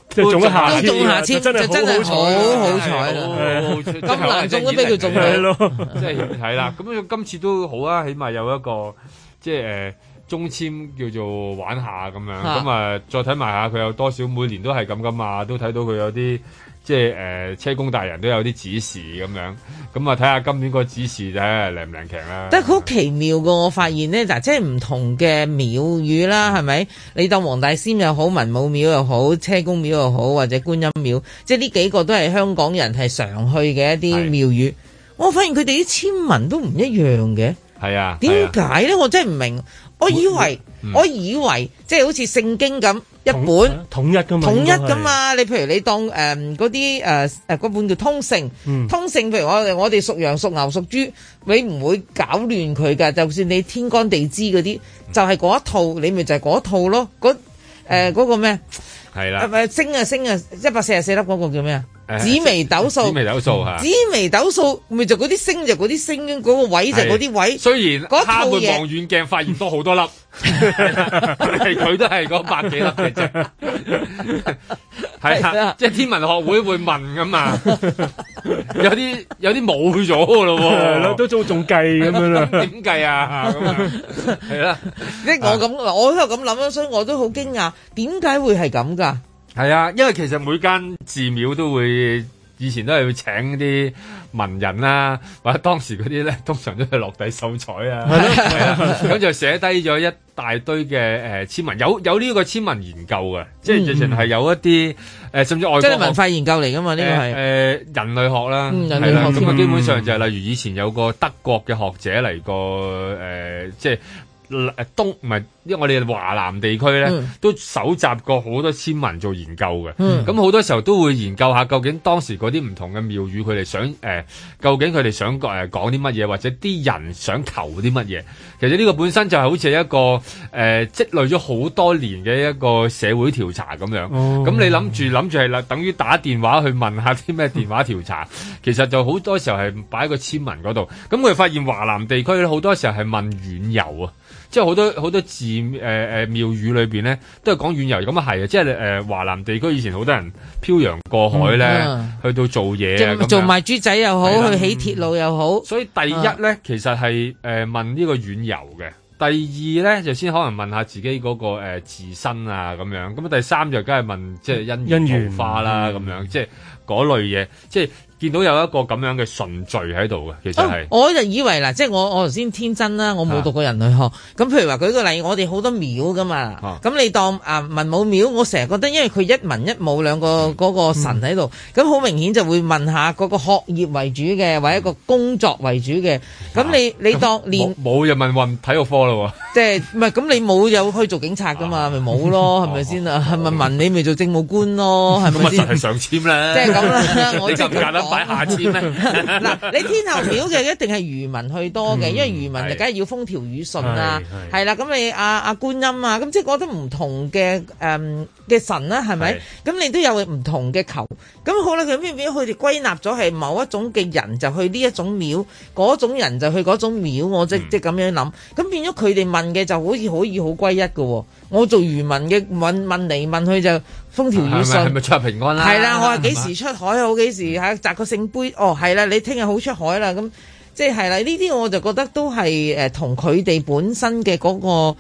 [SPEAKER 4] 即係中咗下
[SPEAKER 3] 都
[SPEAKER 4] 籤
[SPEAKER 3] 中下
[SPEAKER 4] 啊
[SPEAKER 3] 籤，
[SPEAKER 4] 真
[SPEAKER 3] 就
[SPEAKER 4] 係
[SPEAKER 3] 真係
[SPEAKER 4] 好
[SPEAKER 3] 好好彩
[SPEAKER 2] 好
[SPEAKER 3] 啦，啊
[SPEAKER 2] 好
[SPEAKER 3] 咁難中都俾佢中到
[SPEAKER 2] 係咯，即係係啦。咁今次都好啊，起碼有一個即係誒中籤叫做玩下咁樣，
[SPEAKER 15] 啊
[SPEAKER 2] 咁啊再睇埋下佢有多少，每年都係咁噶嘛，都睇到佢有啲。即係誒、呃車公大人都有啲指示咁樣，咁啊睇下今年個指示就睇下靈唔靈強啦。
[SPEAKER 3] 但係佢好奇妙噶，我發現咧，嗱，即係唔同嘅廟宇啦，係咪？你當黃大仙又好，文武廟又好，車公廟又好，或者觀音廟，即係呢幾個都係香港人係常去嘅一啲廟宇。我發現佢哋啲簽文都唔一樣嘅，
[SPEAKER 2] 係啊，
[SPEAKER 3] 點解咧？我真係唔明。我以為，我以為即係好似聖經咁一本。
[SPEAKER 4] 統一噶嘛，
[SPEAKER 3] 統
[SPEAKER 4] 應
[SPEAKER 3] 一
[SPEAKER 4] 該係
[SPEAKER 3] 噶。嘛？你譬如你當誒嗰啲誒誒嗰本叫通勝，
[SPEAKER 4] 嗯
[SPEAKER 3] 通勝譬如我哋我哋屬羊、屬牛、屬豬，你唔會搞亂佢㗎。就算你天干地支嗰啲，就係嗰一套，你咪就係嗰一套咯。嗰誒嗰個咩？
[SPEAKER 2] 係
[SPEAKER 3] 誒
[SPEAKER 2] 啦，
[SPEAKER 3] 咪星啊星啊，一百四十四粒嗰個叫咩啊？
[SPEAKER 2] 誒
[SPEAKER 3] 紫微斗數，
[SPEAKER 2] 紫微斗數嚇
[SPEAKER 3] 紫微斗數咪就嗰啲星就嗰啲星，嗰個位就嗰啲位。
[SPEAKER 2] 雖然
[SPEAKER 3] 嗰一
[SPEAKER 2] 他
[SPEAKER 3] 套
[SPEAKER 2] 們望
[SPEAKER 3] 嘢。
[SPEAKER 2] 遠鏡發現多好多粒，係佢都係嗰百幾粒嘅啫。係
[SPEAKER 3] 係
[SPEAKER 2] 啊
[SPEAKER 3] 啊，
[SPEAKER 2] 即係天文學會會問噶嘛，有啲有啲冇咗噶咯
[SPEAKER 4] 係咯
[SPEAKER 2] 喎，
[SPEAKER 4] 都仲仲計咁樣啦。
[SPEAKER 2] 點計啊？咁樣係啦，
[SPEAKER 3] 即
[SPEAKER 2] 啊
[SPEAKER 3] 係我咁，我都係咁諗啦，啊所以我都好驚訝，點解會係咁㗎？
[SPEAKER 2] 係啊，因為其實每間寺廟都會。以前都係會請啲文人啦、或者當時嗰啲咧， 通常都係落地秀才 啊，係啊咁就寫低咗一大堆嘅誒簽文，有有呢個簽文研究嘅，即係直情係有一啲誒、呃甚至外國
[SPEAKER 3] 嗯即係文
[SPEAKER 2] 學
[SPEAKER 3] 化研究嚟㗎嘛？呢個係
[SPEAKER 2] 誒、。呃人類學啦，
[SPEAKER 3] 嗯人類
[SPEAKER 2] 係啦，
[SPEAKER 3] 學
[SPEAKER 2] 咁啊
[SPEAKER 3] 嗯
[SPEAKER 2] 基本上就係例如以前有個德國嘅學者嚟過誒、呃即係。誒東唔係，因為我哋華南地區咧、
[SPEAKER 15] 嗯
[SPEAKER 2] 都搜集過好多簽文做研究嘅，
[SPEAKER 15] 嗯
[SPEAKER 2] 咁好、多時候都會研究下究竟當時嗰啲唔同嘅廟宇，佢哋想誒、呃究竟佢哋想誒、呃、講啲乜嘢，或者啲人想求啲乜嘢。其實呢個本身就係好似一個誒、呃、積累咗好多年嘅一個社會調查咁樣。咁、
[SPEAKER 15] 哦
[SPEAKER 2] 你諗住諗住係啦，等於打電話去問下啲咩電話調 查，其實就好多時候係擺喺個簽文嗰度。咁佢發現華南地區咧，好多時候係問遠遊啊。即係好多好多寺誒誒廟宇裏邊咧，都係講遠遊咁啊係啊！即係誒、呃、華南地區以前好多人漂洋過海咧，
[SPEAKER 3] 嗯
[SPEAKER 2] 去到做嘢
[SPEAKER 3] 即
[SPEAKER 2] 啊咁
[SPEAKER 3] 係
[SPEAKER 2] 樣
[SPEAKER 3] 做埋豬仔又
[SPEAKER 2] 係
[SPEAKER 3] 好，
[SPEAKER 2] 啦
[SPEAKER 3] 去起鐵路又好。啊
[SPEAKER 2] 所以第一咧，其實係誒、呃、問呢個遠遊嘅。第二咧就先可能問下自己嗰、個、呃、自身啊咁樣，咁啊第三就梗係問即係姻
[SPEAKER 4] 姻
[SPEAKER 2] 緣
[SPEAKER 4] 緣
[SPEAKER 2] 桃花啦
[SPEAKER 3] 嗯
[SPEAKER 2] 咁樣，即係嗰類嘢，即係見到有一個咁樣嘅順序喺度嘅，其實係、
[SPEAKER 3] 啊哦
[SPEAKER 2] 啊
[SPEAKER 3] 我就以為嗱，即係我我頭先天真啦，我冇讀過人類學。咁譬如話舉個例，我哋好多廟噶嘛，咁你當啊文武廟，我成日覺得因為佢一文一武兩個
[SPEAKER 2] 嗯
[SPEAKER 3] 嗰個神喺度，咁好明顯就會問下嗰個學業為主嘅，或者一個工作為主嘅。咁你你當練
[SPEAKER 2] 嗯冇冇就問運體育科咯喎。
[SPEAKER 3] 即係唔係咁你冇有去做警察噶
[SPEAKER 2] 啊
[SPEAKER 3] 嘛？咪冇咯，係咪先啊？係咪文你咪做政務官咯？係哦
[SPEAKER 2] 哦
[SPEAKER 3] 咪
[SPEAKER 2] 咁啊，
[SPEAKER 3] 先
[SPEAKER 2] 就係？上簽啦，
[SPEAKER 3] 即係咁啦我
[SPEAKER 2] 你
[SPEAKER 3] 即
[SPEAKER 2] 夠
[SPEAKER 3] 係
[SPEAKER 2] 唔夠膽擺下簽 咧？嗱，
[SPEAKER 3] 你天后廟嘅一定係漁民去多嘅，因為漁民就梗係要風調雨順啦，係啦。咁你阿阿觀音啊，咁即係覺得唔同嘅誒嘅神啦，係咪？咁你都有唔同嘅求。咁好啦，佢偏偏佢哋歸納咗係某一種嘅人就去呢一種廟，嗰種人就去嗰種廟，我即即咁樣諗。咁變咗佢哋問嘅就好似可以好歸一嘅喎。我做漁民嘅問問嚟問去就風調雨
[SPEAKER 2] 係咪係
[SPEAKER 3] 順
[SPEAKER 2] 咪。出入平安啦？
[SPEAKER 3] 係啦，我話幾
[SPEAKER 2] 係嘛嗯
[SPEAKER 3] 時出海啊好，幾時嚇摘個聖杯，哦係啦，你聽日好出海啦，咁即係係啦，呢啲我就覺得都係誒同佢哋本身嘅嗰、個。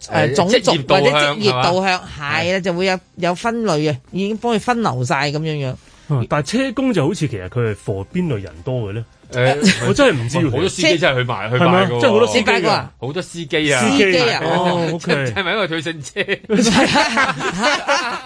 [SPEAKER 3] 誒、
[SPEAKER 2] 係
[SPEAKER 3] 種
[SPEAKER 2] 職
[SPEAKER 3] 族
[SPEAKER 2] 業
[SPEAKER 3] 或者
[SPEAKER 2] 導向
[SPEAKER 3] 職業導
[SPEAKER 2] 係
[SPEAKER 3] 向係啦，就會有有分類啊，已經幫佢分流晒咁 樣樣。
[SPEAKER 4] 嗯但係車公就好似其實佢係 for 邊類人多嘅咧？
[SPEAKER 2] 誒
[SPEAKER 4] 我真係唔知
[SPEAKER 2] 喂
[SPEAKER 4] 喎。
[SPEAKER 2] 好多司機真係去買去買
[SPEAKER 4] 係
[SPEAKER 2] 嘅
[SPEAKER 4] 咩
[SPEAKER 2] 喎，
[SPEAKER 4] 真係好多司機
[SPEAKER 3] 你買過啊
[SPEAKER 2] 好多司機啊，
[SPEAKER 4] 司機啊 哦
[SPEAKER 2] 即係
[SPEAKER 4] OK
[SPEAKER 2] 係咪因為佢姓車？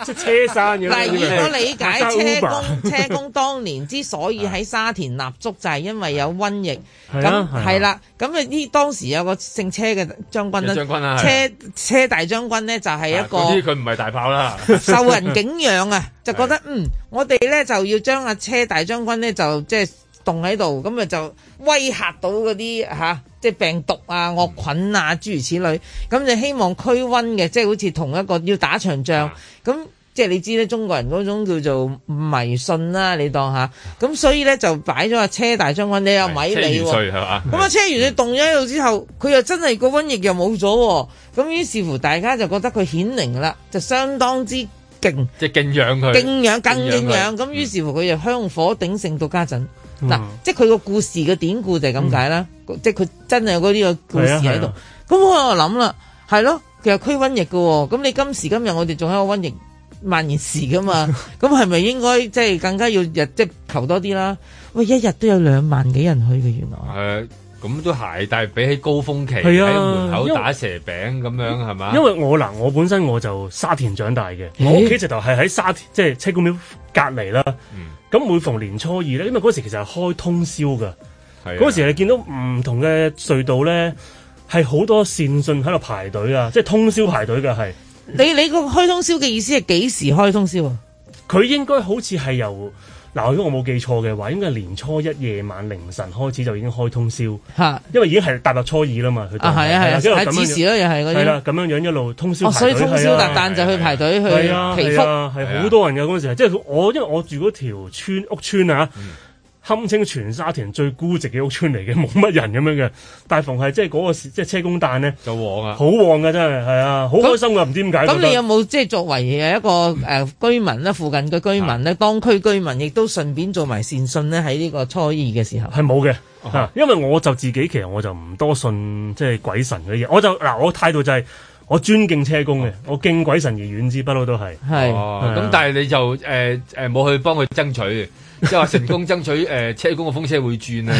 [SPEAKER 4] 即係車山咁樣。
[SPEAKER 3] 嗱，以我理解，車
[SPEAKER 4] Uber
[SPEAKER 3] 公車公當年之所 以喺沙田立足，就係因為有瘟疫。
[SPEAKER 4] 係啊係
[SPEAKER 3] 咁
[SPEAKER 4] 啊
[SPEAKER 3] 係啦，咁啊呢當時有個姓車嘅將軍
[SPEAKER 2] 有
[SPEAKER 3] 啦，
[SPEAKER 2] 將軍啊係
[SPEAKER 3] 車車大將軍咧就係一
[SPEAKER 2] 啊嗰啲
[SPEAKER 3] 個
[SPEAKER 2] 佢唔係大炮啦，
[SPEAKER 3] 受人景仰啊，就覺得嗯，我哋咧就要將阿車大將軍咧就即係凍喺度，咁啊就威嚇到嗰啲嚇。即係病毒啊、惡菌啊，諸如此類，咁就希望驅瘟嘅，即係好似同一個要打場仗，咁即係你知咧，中國人嗰種叫做迷信啦，你當下，咁所以咧就擺咗阿車大將軍，你又咪
[SPEAKER 2] 車
[SPEAKER 3] 你
[SPEAKER 2] 元帥係
[SPEAKER 3] 喎。
[SPEAKER 2] 嘛？
[SPEAKER 3] 咁啊，車完你凍咗喺度之後，佢又真係個瘟疫又冇咗喎，咁於是乎大家就覺得佢顯靈啦，就相當之勁，
[SPEAKER 2] 即係敬仰佢，
[SPEAKER 3] 敬仰更敬
[SPEAKER 2] 佢
[SPEAKER 3] 仰。咁於是乎佢就香火鼎盛到家陣。
[SPEAKER 2] 嗯
[SPEAKER 3] 嗱，即係佢個故事嘅典故就係咁解啦，即係佢真係有嗰呢個故事喺
[SPEAKER 2] 係
[SPEAKER 3] 度
[SPEAKER 2] 啊。
[SPEAKER 3] 咁我就諗啦，係咯，其實區瘟疫嘅喎，咁你今時今日我哋仲喺個瘟疫蔓延時噶嘛， 咁係咪應該即係更加要日即係求多啲啦？喂，一日都有兩萬幾人去嘅原來。
[SPEAKER 2] 誒咁都係，但係比起高峰期
[SPEAKER 4] 係啊
[SPEAKER 2] 喺門口
[SPEAKER 4] 因為
[SPEAKER 2] 打蛇餅咁樣係嘛？
[SPEAKER 4] 因為我嗱，我本身我就沙田長大嘅，我屋企直頭係喺沙田，即係車公廟隔離啦。
[SPEAKER 2] 嗯
[SPEAKER 4] 咁、每逢年初二咧，因為嗰時其實係開通宵㗎，
[SPEAKER 2] 啊
[SPEAKER 4] 嗰時你見到唔同嘅隧道咧，係好多善信喺度排隊啊，即係通宵排隊㗎係。
[SPEAKER 3] 你你個開通宵嘅意思係幾時開通宵啊？
[SPEAKER 4] 佢應該好似係由嗱，如果我冇記錯嘅話，應該係年初一夜晚凌晨開始就已經開通宵，
[SPEAKER 3] 嚇
[SPEAKER 4] 因為已經係踏入初二啦嘛。佢
[SPEAKER 3] 啊係啊係啊
[SPEAKER 4] 因為
[SPEAKER 3] 係
[SPEAKER 4] 咁樣
[SPEAKER 3] 指示咯又係嗰啲
[SPEAKER 4] 係啦，咁樣樣一路通宵
[SPEAKER 3] 哦，
[SPEAKER 4] 排
[SPEAKER 3] 所
[SPEAKER 4] 隊啊
[SPEAKER 3] 以通宵達旦就去排隊去
[SPEAKER 4] 係啊，
[SPEAKER 3] 祈
[SPEAKER 4] 係
[SPEAKER 3] 福。
[SPEAKER 4] 啊，係好多人嘅嗰陣時係，即係我因為我住嗰條村屋村啊，
[SPEAKER 2] 嗯
[SPEAKER 4] 堪稱全沙田最孤寂嘅屋村嚟嘅，冇乜人咁樣嘅。但係逢係即係嗰個時即係車公誕咧，
[SPEAKER 2] 就旺啊，
[SPEAKER 4] 好旺嘅真係係啊，好開心嘅，唔知點解。
[SPEAKER 3] 咁
[SPEAKER 4] 覺得
[SPEAKER 3] 你有冇即係作為一個誒、呃居民咧，附近嘅居民
[SPEAKER 4] 啊
[SPEAKER 3] 咧，當區居民亦都順便做埋善信咧，喺呢個初二嘅時候。
[SPEAKER 4] 係冇嘅
[SPEAKER 3] 哦
[SPEAKER 4] 嚇，因為我就自己其實我就唔多信即係鬼神嗰啲嘢，我就嗱我態度就係我尊敬車公嘅，我敬鬼神而遠之，不嬲都係。
[SPEAKER 3] 係
[SPEAKER 2] 哦，咁但係你就誒誒冇去幫佢爭取，即係話成功爭取誒車公嘅風車會轉 啊，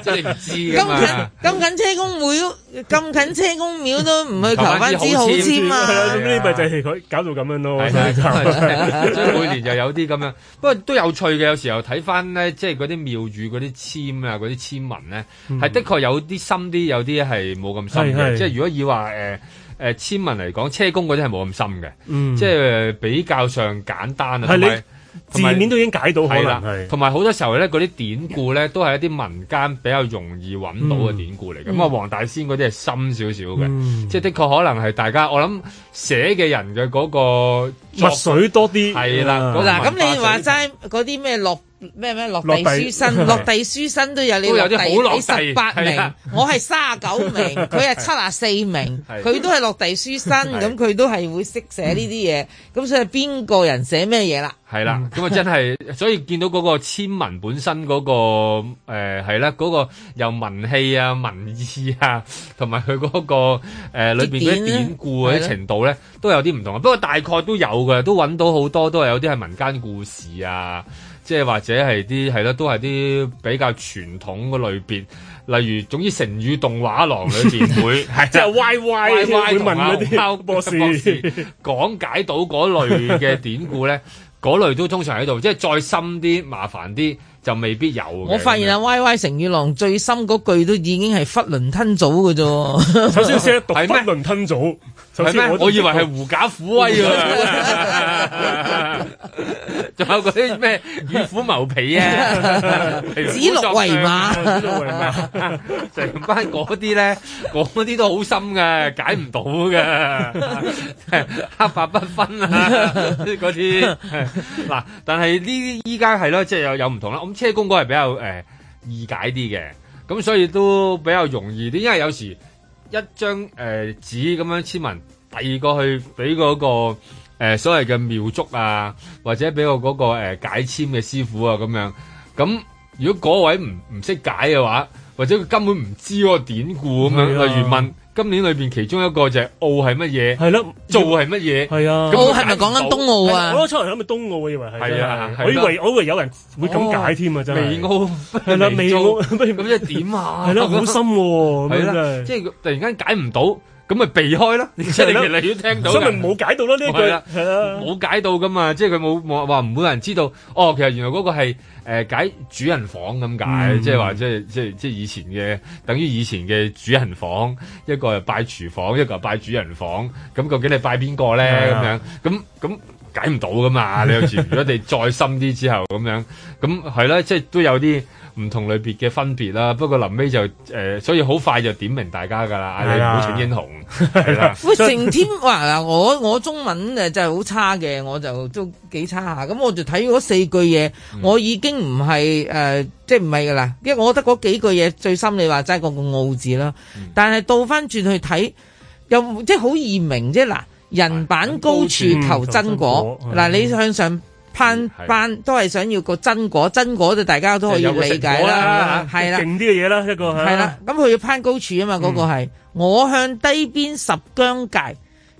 [SPEAKER 2] 即係你唔知㗎嘛。
[SPEAKER 3] 咁近車公廟，咁近車公廟都唔去求翻支好簽
[SPEAKER 4] 係啊，
[SPEAKER 3] 啊！
[SPEAKER 4] 咁呢咪就係佢搞到咁樣咯。
[SPEAKER 2] 係係 所以每年就有啲咁樣，不過都有趣嘅。有時候睇翻咧，即係嗰啲廟宇嗰啲簽啊，嗰啲簽文咧，係的確有啲深啲，有啲係冇咁深
[SPEAKER 4] 嗯係
[SPEAKER 2] 嘅。
[SPEAKER 4] 係
[SPEAKER 2] 即係如果以話誒誒簽文嚟講，車公嗰啲係冇咁深嘅，
[SPEAKER 4] 嗯
[SPEAKER 2] 即係比較上簡單啊。
[SPEAKER 4] 係
[SPEAKER 2] 同埋
[SPEAKER 4] 你字面都已經解到
[SPEAKER 2] 係
[SPEAKER 4] 可能
[SPEAKER 2] 啦
[SPEAKER 4] 係，。
[SPEAKER 2] 同埋好多時候咧，嗰啲典故咧都係一啲民間比較容易揾到嘅典故嚟嘅。
[SPEAKER 4] 嗯
[SPEAKER 2] 咁啊，黃大仙嗰啲係深少少
[SPEAKER 4] 嗯
[SPEAKER 2] 嘅，即係的確可能係大家我諗寫嘅人嘅嗰個
[SPEAKER 4] 墨水多啲嗯
[SPEAKER 2] 係啦。嗰個
[SPEAKER 3] 嗱，咁
[SPEAKER 2] 啊文化
[SPEAKER 3] 你話
[SPEAKER 2] 水
[SPEAKER 3] 齋嗰啲咩落咩咩落地
[SPEAKER 2] 落地
[SPEAKER 3] 書生，
[SPEAKER 2] 係
[SPEAKER 3] 落地書生都有你
[SPEAKER 2] 都有
[SPEAKER 3] 地
[SPEAKER 2] 啲好落
[SPEAKER 3] 你
[SPEAKER 2] 地
[SPEAKER 3] 十八
[SPEAKER 2] 係
[SPEAKER 3] 名
[SPEAKER 2] 啊，
[SPEAKER 3] 我係三十九 名，佢係七啊四名，
[SPEAKER 2] 係
[SPEAKER 3] 佢都係落地書生，
[SPEAKER 2] 係
[SPEAKER 3] 咁佢都係會識寫呢啲嘢，咁所以邊個人寫咩嘢啦？
[SPEAKER 2] 係啦，
[SPEAKER 4] 嗯
[SPEAKER 2] 咁啊真係，所以見到嗰個簽文本身嗰、個誒係啦，嗰、個由文氣啊、文意啊，同埋佢嗰個誒、呃、裏邊嗰
[SPEAKER 4] 啲
[SPEAKER 2] 啲
[SPEAKER 4] 典啊
[SPEAKER 2] 典故嗰
[SPEAKER 4] 係
[SPEAKER 2] 啲
[SPEAKER 4] 啦
[SPEAKER 2] 程度咧，都有啲唔同啊。不過大概都有嘅，都揾到好多都係有啲係民間故事啊，即係或者係啲係啦，都係啲比較傳統嘅類別。例如，總之成語動畫廊裏邊 會係
[SPEAKER 4] 即係
[SPEAKER 2] 啦
[SPEAKER 4] Y Y 會問嗰啲
[SPEAKER 2] 同
[SPEAKER 4] 博士
[SPEAKER 2] 博士講解到嗰類嘅典故咧，嗰類都通常喺度，即係再深啲、麻煩啲就未必有嘅。
[SPEAKER 3] 我發現啊，Y Y 成語郎最深嗰句都已經係囫囵吞棗嘅啫。
[SPEAKER 4] 首先 先讀囫囵吞棗，首
[SPEAKER 2] 係
[SPEAKER 4] 先
[SPEAKER 2] 咩？
[SPEAKER 4] 都
[SPEAKER 2] 我以為係狐假虎威 啊！ 仲有嗰啲咩與虎謀皮啊，
[SPEAKER 3] 指鹿為馬
[SPEAKER 2] 指鹿為馬，成班嗰啲咧，嗰啲都好深嘅，解唔到嘅， 黑白不分啊， 嗰啲 係嗱。但係呢啲依家係咯，即係有有唔同啦。咁車公嗰係比較誒、呃易解啲嘅，咁所以都比較容易啲，因為有時。一張誒、呃、紙咁樣簽文遞過去俾嗰、個、呃、所謂嘅廟祝啊，或者俾個嗰個、呃、解簽嘅師傅啊咁樣。咁如果嗰位唔唔識解嘅話，或者佢根本唔知嗰個典故咁樣，
[SPEAKER 4] 係啊
[SPEAKER 2] 例如問今年裏邊其中一個就係澳係乜嘢，係
[SPEAKER 4] 咯，
[SPEAKER 2] 做係乜嘢，
[SPEAKER 4] 係啊
[SPEAKER 2] 咁佢
[SPEAKER 4] 澳係咪
[SPEAKER 2] 解唔
[SPEAKER 4] 講緊
[SPEAKER 2] 到
[SPEAKER 4] 東澳啊
[SPEAKER 2] 係
[SPEAKER 4] 我初嚟諗咪東澳，我以為係。
[SPEAKER 2] 係啊
[SPEAKER 4] 真係我以
[SPEAKER 2] 係
[SPEAKER 4] 為
[SPEAKER 2] 啦
[SPEAKER 4] 我以為有人會咁解添啊！真係。
[SPEAKER 2] 美澳
[SPEAKER 4] 係啦，美澳
[SPEAKER 2] 咁即係點啊？
[SPEAKER 4] 係啦，好深喎。哦咁
[SPEAKER 2] 係
[SPEAKER 4] 樣真
[SPEAKER 2] 啦
[SPEAKER 4] 係，
[SPEAKER 2] 即係突然間解唔到，咁咪避開 啦。即係你
[SPEAKER 4] 係
[SPEAKER 2] 越
[SPEAKER 4] 啦
[SPEAKER 2] 嚟越聽到㗎，
[SPEAKER 4] 所以咪冇解到咯呢一句
[SPEAKER 2] 係啦
[SPEAKER 4] 係啦
[SPEAKER 2] 冇解到噶嘛，即係佢冇冇話唔會有人知道。哦，其實原來嗰個係誒解主人房咁解，
[SPEAKER 4] 嗯
[SPEAKER 2] 即係話即係即係即係以前嘅，等於以前嘅主人房，一個係拜廚房，一個係拜主人房。咁究竟你拜邊個咧？
[SPEAKER 4] 係
[SPEAKER 2] 咁
[SPEAKER 4] 啊
[SPEAKER 2] 樣咁咁。解唔到噶嘛？你有 時如果你再深啲之後咁樣，咁係啦，即係都有啲唔同類別嘅分別啦。不過臨尾就誒、呃所以好快就點明大家噶啦，嗌啊你唔
[SPEAKER 4] 啊
[SPEAKER 2] 好逞英 雄，係啦。
[SPEAKER 3] 喂，成天話嗱，我我中文誒就係好差嘅，我就都幾差下。咁我就睇嗰四句嘢，我已經唔係誒，即係唔係噶啦。因為我覺得嗰幾句嘢最深，你話嗯齋個個澳字啦。但係倒翻轉去睇，又即係好易明啫。嗱，人版高處求真果。
[SPEAKER 15] 嗯
[SPEAKER 3] 嗱，你向上攀攀都係想要個真果，真果就大家都可以理解啦，係啦。
[SPEAKER 4] 勁啲嘅嘢啦，一個係
[SPEAKER 3] 係啦，咁佢要攀高處啊嘛，嗰、個係我向低邊十疆界，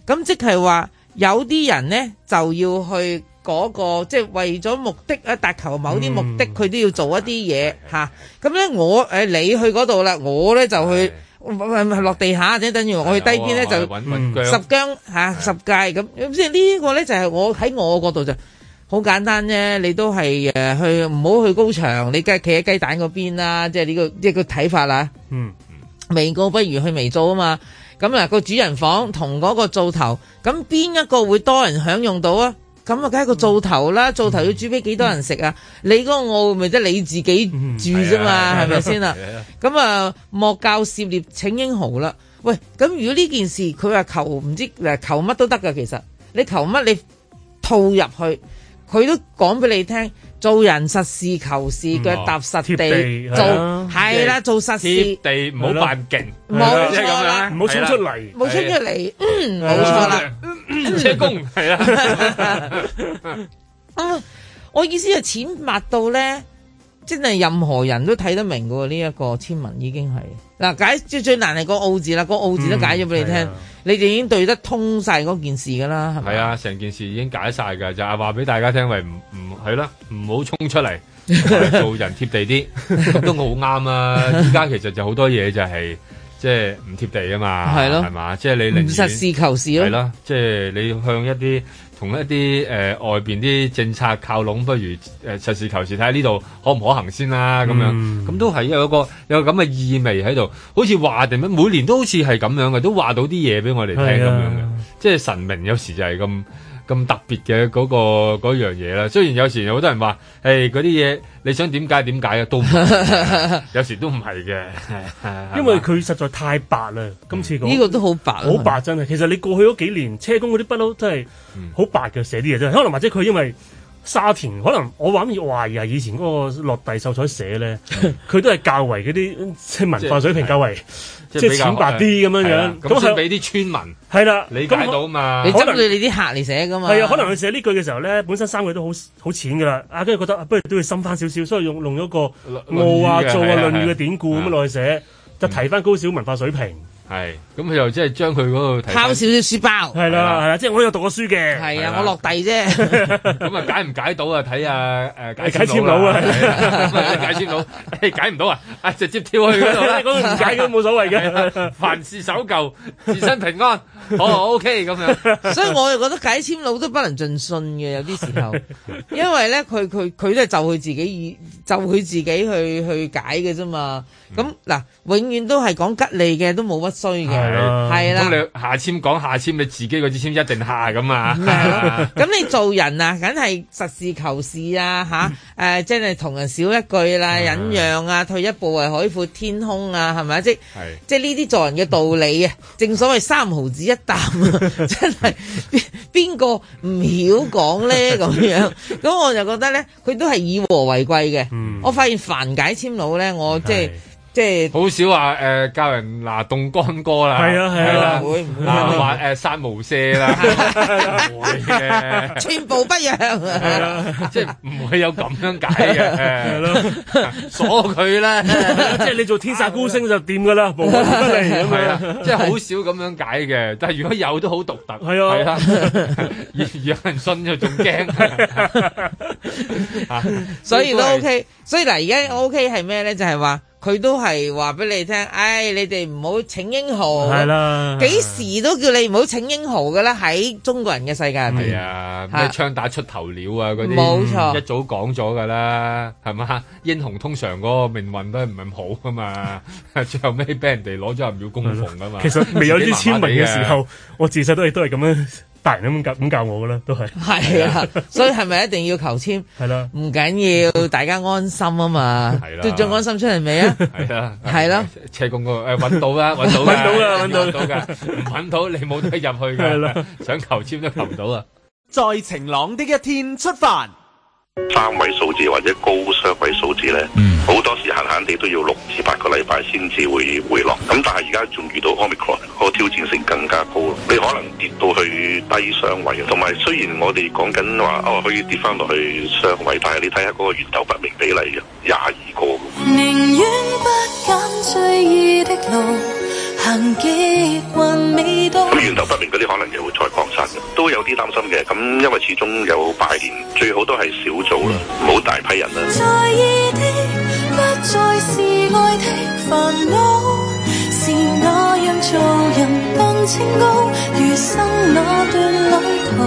[SPEAKER 3] 咁即係話有啲人呢就要去嗰、個，即係為咗目的啊，達求某啲目的，佢、都要做一啲嘢吓。咁呢，我誒、你去嗰度啦，我呢就去。落地下啫，等於我去低邊咧
[SPEAKER 2] 我
[SPEAKER 3] 就
[SPEAKER 2] 我揾揾腳
[SPEAKER 3] 十疆嚇十界咁，咁即係呢個咧就係我喺我角度就好簡單啫，你都係誒去唔好去高牆，你梗係企喺雞蛋嗰邊啦，即係呢個即係個睇法啦。
[SPEAKER 4] 嗯，
[SPEAKER 3] 未告不如去微做啊嘛。咁嗱個主人房同嗰個灶頭，咁邊一個會多人享用到啊？咁啊，梗係個灶頭啦，灶頭要煮俾幾多人食啊？你嗰個我咪即係你自己住啫嘛，嗯係咪先啊？咁啊，莫教涉獵請英豪啦。喂，咁如果呢件事佢話求唔知誒求乜都得噶，其實你求乜你套入去，佢都講俾你聽，做人實事求是，腳踏實
[SPEAKER 2] 貼地
[SPEAKER 3] 嗯地做，係啦，做實事
[SPEAKER 2] 貼。地唔好扮勁，
[SPEAKER 3] 冇
[SPEAKER 2] 即係咁
[SPEAKER 3] 錯
[SPEAKER 2] 樣係
[SPEAKER 3] 啦，
[SPEAKER 2] 啦
[SPEAKER 3] 冇衝出嚟，嗯冇錯啦，
[SPEAKER 2] 車工係啦，
[SPEAKER 3] 啊！我意思係淺白到咧，真係任何人都睇得明嘅喎。呢、一個簽文已經係嗱解最最難係個澳字啦，
[SPEAKER 2] 嗯
[SPEAKER 3] 個澳字都解咗俾你聽，你哋已經對得通晒嗰件事㗎啦，係
[SPEAKER 2] 啊
[SPEAKER 3] 咪？
[SPEAKER 2] 係啊，成件事已經解晒㗎，就係話俾大家聽，喂，唔唔係啦，唔好衝出嚟，做人貼 地啲，咁都好啱啊！依家其實就好多嘢就係即係唔貼地啊嘛，
[SPEAKER 3] 係咯
[SPEAKER 2] 係嘛，即係你寧願
[SPEAKER 3] 唔實事求是
[SPEAKER 2] 係
[SPEAKER 3] 咯，
[SPEAKER 2] 啦，即係你向一啲同一啲誒、呃外邊啲政策靠攏，不如誒、呃、實事求是睇下呢度可唔可行先啦、咁樣
[SPEAKER 4] 嗯
[SPEAKER 2] 咁、都係有一個有咁嘅意味喺度，好似話定乜，每年都好似係咁樣嘅，都話到啲嘢俾我哋聽
[SPEAKER 4] 係
[SPEAKER 2] 咁
[SPEAKER 4] 啊
[SPEAKER 2] 樣嘅，即係神明有時就係咁。咁特別嘅嗰、個嗰樣嘢啦，雖然有時有好多人話，誒嗰啲嘢你想點解點解嘅都唔 係，有時都唔係嘅，
[SPEAKER 4] 因為 佢實在太白啦，
[SPEAKER 2] 嗯
[SPEAKER 4] 今次講
[SPEAKER 3] 呢個都好白啊
[SPEAKER 4] 好白真係。其實你過去嗰幾年車工嗰啲不嬲真係
[SPEAKER 2] 嗯
[SPEAKER 4] 好白嘅寫啲嘢真係，可能或者佢因為沙田，可能我諗懷疑係以前嗰個落地秀彩寫咧，
[SPEAKER 2] 嗯
[SPEAKER 4] 佢都係較為嗰啲即係文化水平較為即係
[SPEAKER 2] 比較
[SPEAKER 4] 淺白啲咁樣樣，
[SPEAKER 2] 咁先
[SPEAKER 4] 係
[SPEAKER 2] 俾啲村民
[SPEAKER 4] 係啦，
[SPEAKER 2] 理解到嘛
[SPEAKER 3] 你
[SPEAKER 4] 可
[SPEAKER 3] 針
[SPEAKER 4] 能
[SPEAKER 3] 對你啲客嚟寫㗎嘛？
[SPEAKER 4] 係啊，可能佢寫呢句嘅時候咧，本身三個都好好淺噶啦，啊，跟住覺得啊不如都要深翻少少，所以用用咗個
[SPEAKER 2] 論
[SPEAKER 4] 傲啊、
[SPEAKER 2] 語嘅
[SPEAKER 4] 做啊、
[SPEAKER 2] 係啊
[SPEAKER 4] 論語
[SPEAKER 2] 係啊嗯
[SPEAKER 4] 嘅典故咁落去寫，就提翻高小文化水平。
[SPEAKER 2] 係，咁佢又即係將佢嗰度睇
[SPEAKER 3] 拋
[SPEAKER 2] 返
[SPEAKER 3] 少少書包，
[SPEAKER 4] 係啦，係啦，即係我都有讀過書嘅。
[SPEAKER 3] 係
[SPEAKER 2] 係
[SPEAKER 3] 啊
[SPEAKER 2] 啦，
[SPEAKER 3] 我落地 啫，
[SPEAKER 2] 咁啊解唔解到啊？睇下誒
[SPEAKER 4] 解簽佬 啊
[SPEAKER 2] 係啦咁啊解簽佬， 誒解唔到啊？啊直接跳去嗰度啦，
[SPEAKER 4] 嗰個唔解都冇所謂嘅
[SPEAKER 2] 係啦， 凡事守舊，自身平安， 好 OK 咁樣。
[SPEAKER 3] 所以我又覺得解簽佬都不能盡信嘅，有啲時候。 因為咧，佢佢佢都係就佢自己意，就佢自己去去解嘅啫嘛。咁嗱、永遠都係講吉利嘅，都冇乜衰嘅，嗯係啦。
[SPEAKER 2] 咁你下簽講下簽，你自己嗰支簽一定下咁
[SPEAKER 3] 係咯
[SPEAKER 2] 啊。
[SPEAKER 3] 咁你做人啊，梗係實事求是啊，吓、誒，即係同人少一句啦，忍讓啊，退一步為海闊天空啊，係咪啊？即
[SPEAKER 2] 係
[SPEAKER 3] 即係呢啲做人嘅道理啊，正所謂三毫子一啖啊，真係邊邊個唔曉講咧咁樣？咁我就覺得咧，佢都係以和為貴嘅。我發現凡解簽佬咧，我即係 即 係
[SPEAKER 2] 好少話誒教人嗱凍乾歌啦，
[SPEAKER 4] 係啊係啊
[SPEAKER 2] 啦
[SPEAKER 4] 唔會唔會
[SPEAKER 2] 嗱話誒殺無赦啦，唔會嘅。
[SPEAKER 3] 寸步不讓。啊
[SPEAKER 2] 即係唔會有咁樣解 嘅，
[SPEAKER 4] 係咯，
[SPEAKER 2] 鎖佢啦，
[SPEAKER 4] 即係你做天煞孤星就掂 噶啦，無往不利咁
[SPEAKER 2] 係啊
[SPEAKER 4] 樣，，
[SPEAKER 2] 即係好少咁樣解嘅。但係如果有都好獨特，
[SPEAKER 4] 係啊
[SPEAKER 2] 係啦，而 有人信就仲 驚，啊
[SPEAKER 3] 所以都
[SPEAKER 2] 係
[SPEAKER 3] OK。所以嗱，而家 OK 係咩咧？就係話佢都係話俾你聽，唉，你哋唔好逞英豪。
[SPEAKER 2] 係啦
[SPEAKER 3] 幾時都叫你唔好逞英豪噶啦。喺中國人嘅世界入
[SPEAKER 2] 係
[SPEAKER 3] 邊，
[SPEAKER 2] 啊，咩槍打出頭鳥啊嗰啲，
[SPEAKER 3] 嗯冇錯
[SPEAKER 2] 一早講咗噶啦，係嘛？英雄通常嗰個命運都係唔係咁好噶嘛， 最後尾俾人哋攞咗入廟供奉噶嘛。
[SPEAKER 4] 其實未有呢啲簽文嘅
[SPEAKER 2] 自
[SPEAKER 4] 時
[SPEAKER 2] 己麻麻地啊
[SPEAKER 4] 候，我自細都係都係咁樣，大人咁教咁教我噶啦，都係。
[SPEAKER 3] 係啊，所以係咪一定要求簽？
[SPEAKER 4] 係啦，
[SPEAKER 3] 唔緊要，大家安心啊嘛
[SPEAKER 2] 係。啦
[SPEAKER 3] 都仲安心出嚟未啊？
[SPEAKER 2] 係啦，
[SPEAKER 3] 係咯，
[SPEAKER 2] 車公嗰個誒揾到啦，揾到㗎
[SPEAKER 4] 揾到㗎揾到㗎
[SPEAKER 2] 揾到㗎，唔揾到你冇得入去
[SPEAKER 4] 係
[SPEAKER 2] à. 㗎，想求籤都求唔到啊！
[SPEAKER 5] 在晴朗的一天出發。
[SPEAKER 15] 三位數字或者高雙位數字咧，好、多時閒閒地都要六至八個禮拜先至會回落。咁但係而家仲遇到 Omicron，個挑戰性更加高咯。你可能跌到去低雙位，啊同埋雖然我哋講緊話哦可以跌翻落去雙位，但係你睇下嗰個源頭不明比例嘅廿二個咁。
[SPEAKER 9] 寧願不揀最易的路，行極還未到。
[SPEAKER 15] 咁源頭不明嗰啲可能又會再擴散嘅，都有啲擔心嘅。咁因為始終有拜年，最好都係小組啦，唔好大批人啦。
[SPEAKER 9] 在意的不再是愛的煩惱，是那樣做人更清高。餘生那段旅途，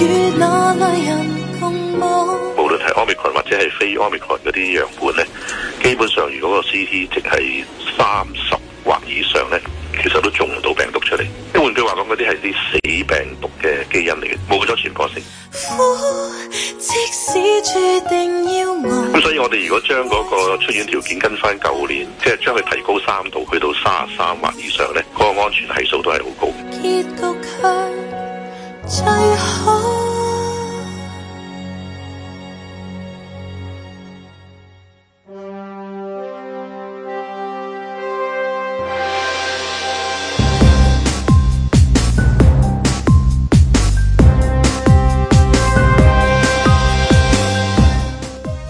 [SPEAKER 9] 與那類人共舞。
[SPEAKER 15] 無論係 omicron 或者係非 omicron 嗰啲樣本咧，基本上如果個 CT 值係三十或以上咧，其實都做唔到病毒出嚟。即係換句話講，嗰啲係啲死病毒嘅基因嚟嘅，冇咗傳播性。
[SPEAKER 9] 即使注定要我。
[SPEAKER 15] 咁所以我哋如果將嗰個出院條件跟翻舊年，即係將佢提高三度，去到三十三或以上咧，嗰、個安全係數都係好高。
[SPEAKER 9] 結局卻最好。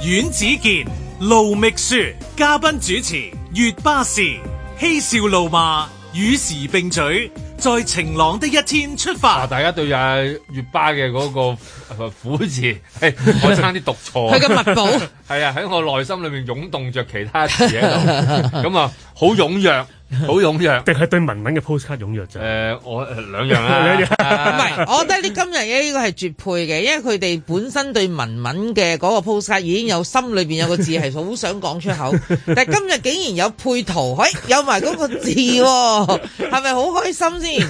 [SPEAKER 1] 阮子健、盧覓雪，嘉賓主持月巴士，嬉笑怒罵，與時並舉，在晴朗的一天出發。
[SPEAKER 2] 啊大家對阿月巴嘅嗰個呃苦字，係我差啲讀錯。
[SPEAKER 1] 佢嘅密保
[SPEAKER 2] 係啊，喺我內心裏面湧動着其他字喺度，咁啊好踴躍，好踴躍。
[SPEAKER 4] 定係對文文嘅 postcard 踴躍啫？
[SPEAKER 2] 誒，我兩樣啦，
[SPEAKER 4] 兩樣
[SPEAKER 2] 唔係
[SPEAKER 3] 我覺得呢今日咧呢個係絕配嘅，因為佢哋本身對文文嘅嗰個 postcard 已經有心裏邊有個字係好想講出口，但係今日竟然有配圖，嘿、有埋嗰個字喎、係咪好開心先？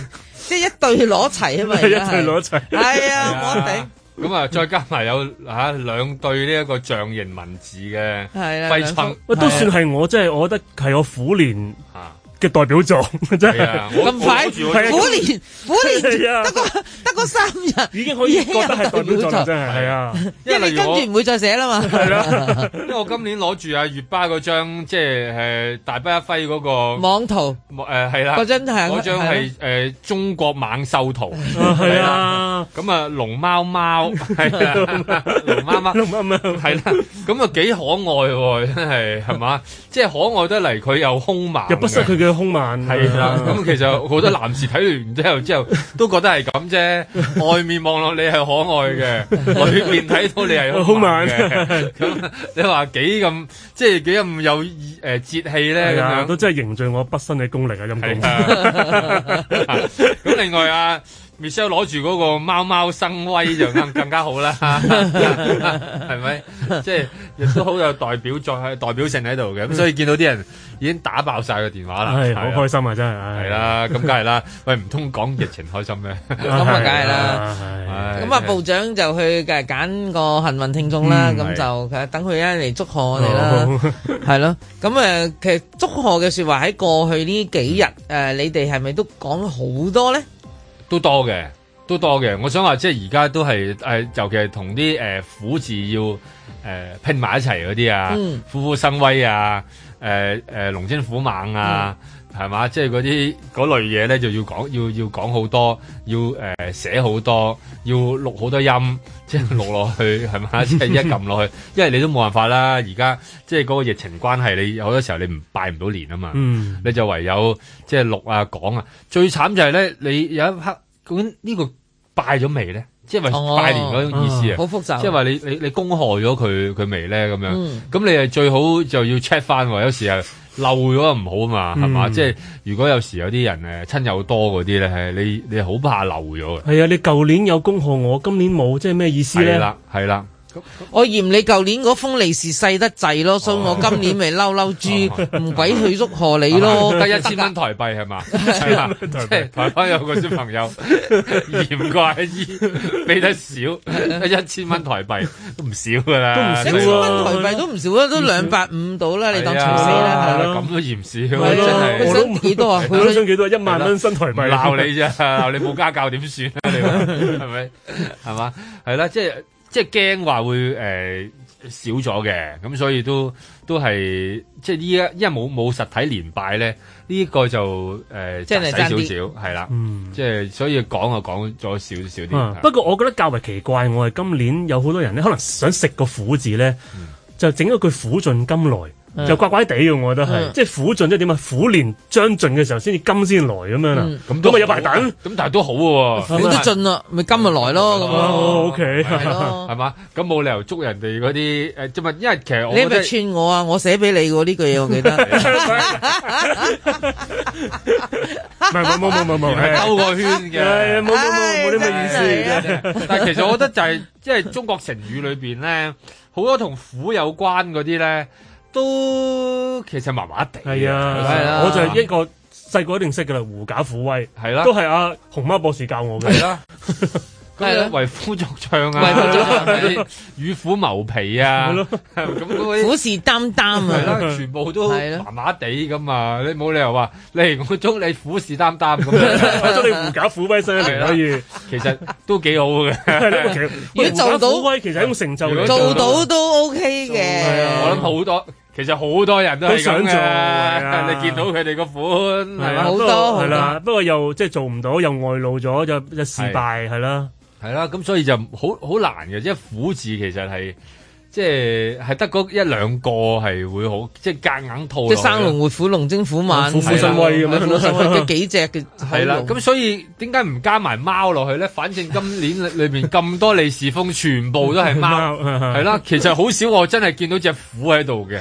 [SPEAKER 3] 即係一對攞齊啊嘛，而家係
[SPEAKER 4] 齊
[SPEAKER 3] 係啊
[SPEAKER 2] Dạ.
[SPEAKER 3] 我頂。
[SPEAKER 2] 咁啊，再加埋有嚇兩對呢一個象形文字嘅
[SPEAKER 3] 係啊
[SPEAKER 2] 揮春，
[SPEAKER 4] 喂都算係我即係，我覺得係我苦年嘅代表作， 真
[SPEAKER 2] 啊係啊我
[SPEAKER 4] 係
[SPEAKER 3] 咁快苦年苦年得個得個三日，已經可以
[SPEAKER 4] 覺得係代表作啦真係
[SPEAKER 2] 係啊，
[SPEAKER 3] 因為你跟住唔會再寫啦嘛。
[SPEAKER 2] 係啦，因為我今年攞住阿月巴嗰張，即係誒大筆一揮嗰個
[SPEAKER 3] 網圖，
[SPEAKER 2] 誒係啦，
[SPEAKER 3] 嗰張係
[SPEAKER 2] 嗰張係誒中國猛獸圖，係啊，咁啊龍貓貓係啊，龍貓貓龍
[SPEAKER 4] 貓貓
[SPEAKER 2] 係啦，咁啊幾可愛喎，真係係嘛，即係可愛得嚟佢又兇猛嘅，
[SPEAKER 4] 又不失佢嘅兇猛。
[SPEAKER 2] 係啊啦， 咁其實好多男士睇完之後之後都覺得係咁啫， 外面望落你係可愛嘅，裏面睇到你係兇猛嘅。咁你話幾咁即係幾咁有誒節氣咧
[SPEAKER 4] 係
[SPEAKER 2] 咁
[SPEAKER 4] 啊，
[SPEAKER 2] 樣？
[SPEAKER 4] 都真係凝聚我畢生嘅功力啊！陰公
[SPEAKER 2] 係啊 咁另外啊。Michelle 攞住嗰個貓貓生威就 更更加好啦，係咪？即係亦都好有代表作、代表性喺度嘅，咁所以見到啲人已經打爆晒個電話啦，
[SPEAKER 4] 係
[SPEAKER 2] 係啊
[SPEAKER 4] 好開心啊！真係唉
[SPEAKER 2] 係啦，咁梗係啦。喂，唔通講疫情開心咩？咁
[SPEAKER 3] 啊梗係啦。咁
[SPEAKER 2] 咁
[SPEAKER 3] 啊，部長就去嘅揀個幸運聽眾啦，
[SPEAKER 2] 嗯
[SPEAKER 3] 咁
[SPEAKER 2] 係
[SPEAKER 3] 就佢等佢一嚟祝賀我哋啦，係咯。 咁誒，其實祝賀嘅説話喺過去呢幾日誒，你哋係咪都講咗好多咧？
[SPEAKER 2] 都多嘅，都多嘅。我想話即係而家都係誒、呃尤其係同啲誒苦字要誒、呃拼埋一齊嗰啲啊，
[SPEAKER 5] 嗯
[SPEAKER 2] 虎虎生威啊，誒誒龍精虎猛啊。
[SPEAKER 3] 嗯
[SPEAKER 2] 係嘛？即係嗰啲嗰類嘢咧，就要講，要要講好多，要誒、呃、寫好多，要錄好多音，即係錄落去係嘛？即係一撳落去，因為你都冇辦法啦。而家即係嗰個疫情關係，你好多時候你唔拜唔到年啊嘛。
[SPEAKER 4] 嗯
[SPEAKER 2] 你就唯有即係錄啊講啊。最慘就係咧，你有一刻究竟呢個拜咗未咧？即係
[SPEAKER 5] 哦
[SPEAKER 2] 話拜年嗰種意思啊，
[SPEAKER 5] 嗯好複雜
[SPEAKER 2] 即係話你你你恭賀咗佢佢未咧咁樣，咁、
[SPEAKER 5] 嗯
[SPEAKER 2] 你係最好就要 check 翻喎。有時係漏咗啊唔好啊嘛，係嘛？
[SPEAKER 4] 嗯
[SPEAKER 2] 即係如果有時有啲人誒親友多嗰啲咧，你你好怕漏咗嘅。
[SPEAKER 4] 係啊！你舊年有恭賀我，今年冇，即係咩意思咧？
[SPEAKER 2] 係啦，係啦。
[SPEAKER 3] 我嫌你舊年嗰封利是細得滯咯，所以我今年咪 嬲嬲豬，唔鬼去祝賀你咯。
[SPEAKER 2] 啊得 一千蚊台幣係 嘛？係啦，即係台灣有個小朋 友嫌個阿姨俾得少，一千蚊台幣都唔少啊㗎啦，
[SPEAKER 3] 一千蚊台幣都唔少啦，都兩百五到啦，你當
[SPEAKER 2] 係
[SPEAKER 3] 除
[SPEAKER 2] 啊
[SPEAKER 3] 四啦，係咯。
[SPEAKER 2] 咁都嫌少，
[SPEAKER 3] 係咯
[SPEAKER 2] 真
[SPEAKER 3] 佢
[SPEAKER 2] 係。
[SPEAKER 3] 想幾多啊？
[SPEAKER 4] 我都想
[SPEAKER 3] 佢
[SPEAKER 4] 幾多一萬蚊新台幣
[SPEAKER 2] 鬧你咋？鬧你冇家教點算啊？你話係咪？係嘛？係啦，即係即係驚話會誒、少咗嘅，咁所以都都係即係呢一，因為冇冇實體連敗咧，呢、個就誒
[SPEAKER 4] 真係
[SPEAKER 2] 窄
[SPEAKER 4] 爭
[SPEAKER 2] 少
[SPEAKER 4] 啲
[SPEAKER 2] 少係啦，
[SPEAKER 4] 嗯
[SPEAKER 2] 即係所以講就講咗少少啲。
[SPEAKER 4] 啊不過我覺得較為奇怪，我係今年有好多人咧，可能想食個苦字咧，就整咗句苦盡甘來，
[SPEAKER 2] 嗯
[SPEAKER 4] 就怪怪地嘅，我覺得係，
[SPEAKER 2] 嗯
[SPEAKER 4] 即係苦盡即係點啊？苦年將盡嘅時候先至甘先來咁樣啦
[SPEAKER 2] 嗯，
[SPEAKER 4] 咁咪有排等，
[SPEAKER 2] 咁但係都好喎，
[SPEAKER 4] 苦都盡
[SPEAKER 3] 啦，咪今日來
[SPEAKER 2] 哦
[SPEAKER 3] 咯
[SPEAKER 4] 咁樣 OK
[SPEAKER 2] 係咯係嘛？咁冇理由捉人哋嗰啲誒，即係因為其實我
[SPEAKER 3] 你
[SPEAKER 2] 覺
[SPEAKER 3] 係咪
[SPEAKER 2] 得。
[SPEAKER 3] 串我啊？我寫俾你喎呢句嘢，我 記得。
[SPEAKER 4] 唔係冇冇冇 冇冇
[SPEAKER 2] 係兜個圈嘅
[SPEAKER 4] 係冇冇冇冇啲咩意思
[SPEAKER 2] 但係其實我覺得就係即係中國成語裏邊咧，好多同苦有關嗰啲咧，都其實麻麻地。
[SPEAKER 4] 係啊，我就係一個細個一定識嘅啦，狐假虎威
[SPEAKER 2] 係啦
[SPEAKER 4] 都係阿熊貓博士教我嘅，
[SPEAKER 2] 係啦，咁為夫作唱啊，
[SPEAKER 4] 為夫作倀
[SPEAKER 2] 係咪與虎謀皮啊，咁嗰啲
[SPEAKER 3] 虎視眈眈啊，
[SPEAKER 2] 係啦，全部都
[SPEAKER 3] 係咯
[SPEAKER 2] 麻麻地咁啊！你冇理由話你嚟我中你虎視眈眈咁樣，
[SPEAKER 4] 我中你狐假虎威犀利可以，
[SPEAKER 2] 其實都幾好嘅。
[SPEAKER 3] 如果
[SPEAKER 4] 狐
[SPEAKER 3] 做到
[SPEAKER 4] 假虎威其實係一種成就嚟㗎，
[SPEAKER 3] 做到都 OK 嘅。
[SPEAKER 2] 我諗好多，其實好多人都係咁
[SPEAKER 4] 都想做係啊
[SPEAKER 2] 嘅。 你見到佢哋個款係嘛
[SPEAKER 4] 係啦，不過又即係做唔到，又外露咗，就就事敗係啦。
[SPEAKER 2] 係啦，咁所以就好好難嘅，即係苦字其實係即係係得嗰一兩個係會好，即係夾硬套落
[SPEAKER 3] 即
[SPEAKER 2] 去。
[SPEAKER 3] 係生龍活虎、龍精虎猛、
[SPEAKER 2] 虎虎生威咁樣
[SPEAKER 3] 係啊虎虎生威，即係幾隻嘅。
[SPEAKER 2] 係啦，咁所以點解唔加埋貓落去咧？反正今年 裏面咁多利是封，全部都係貓，
[SPEAKER 4] 貓係係
[SPEAKER 2] 係啦。其實好少我真係見到只虎喺度 嘅，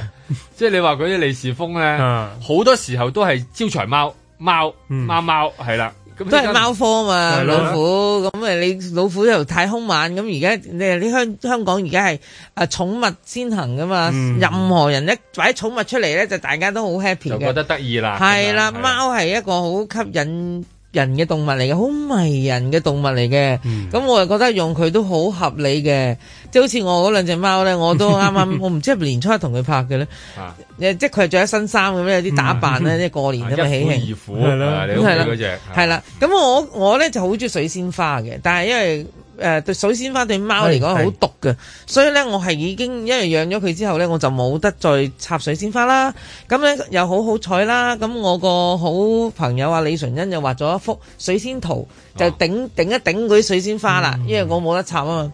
[SPEAKER 2] 即係你話嗰啲利是封咧，
[SPEAKER 4] 啊
[SPEAKER 2] 好多時候都係招財貓、貓、
[SPEAKER 4] 嗯
[SPEAKER 2] 貓貓，係啦。咁
[SPEAKER 3] 都係貓科啊嘛，
[SPEAKER 2] 係咯
[SPEAKER 3] 老虎咁誒，你老虎又太空猛咁，而家你你香香港而家係啊寵物先行噶嘛，
[SPEAKER 2] 嗯
[SPEAKER 3] 任何人一擺寵物出嚟咧，就大家都好 happy
[SPEAKER 2] 就
[SPEAKER 3] 嘅，
[SPEAKER 2] 覺得得意啦。
[SPEAKER 3] 係啦，
[SPEAKER 2] 咁樣
[SPEAKER 3] 貓係一個好吸引人嘅動物嚟嘅，好迷人嘅動物嚟嘅。咁、
[SPEAKER 2] 嗯
[SPEAKER 3] 我又覺得用佢都好合理嘅，即係好似我嗰兩隻貓咧，我都 啱啱我唔知係咪年初一同佢拍嘅咧，
[SPEAKER 2] 啊
[SPEAKER 3] 誒即係佢係着一身衫咁樣，有啲打 扮咧，
[SPEAKER 2] 嗯
[SPEAKER 3] 即係過年啊嘛
[SPEAKER 2] 啊
[SPEAKER 3] 喜
[SPEAKER 2] 一虎
[SPEAKER 3] 慶。
[SPEAKER 2] 二虎係啦你屋企
[SPEAKER 3] 係啦
[SPEAKER 2] 嗰隻
[SPEAKER 3] 係啦。咁我我咧就好中意水仙花嘅，但係因為誒對水仙花對貓嚟講好
[SPEAKER 16] 係係
[SPEAKER 3] 毒嘅，所以咧我係已經因為養咗佢之後咧，我就冇得再插水仙花啦。咁咧又好好彩啦，咁我個好朋友啊李純恩就畫咗一幅水仙圖，就
[SPEAKER 16] 啊
[SPEAKER 3] 頂頂一頂嗰啲水仙花啦，
[SPEAKER 16] 嗯
[SPEAKER 3] 因為我冇得插啊嘛。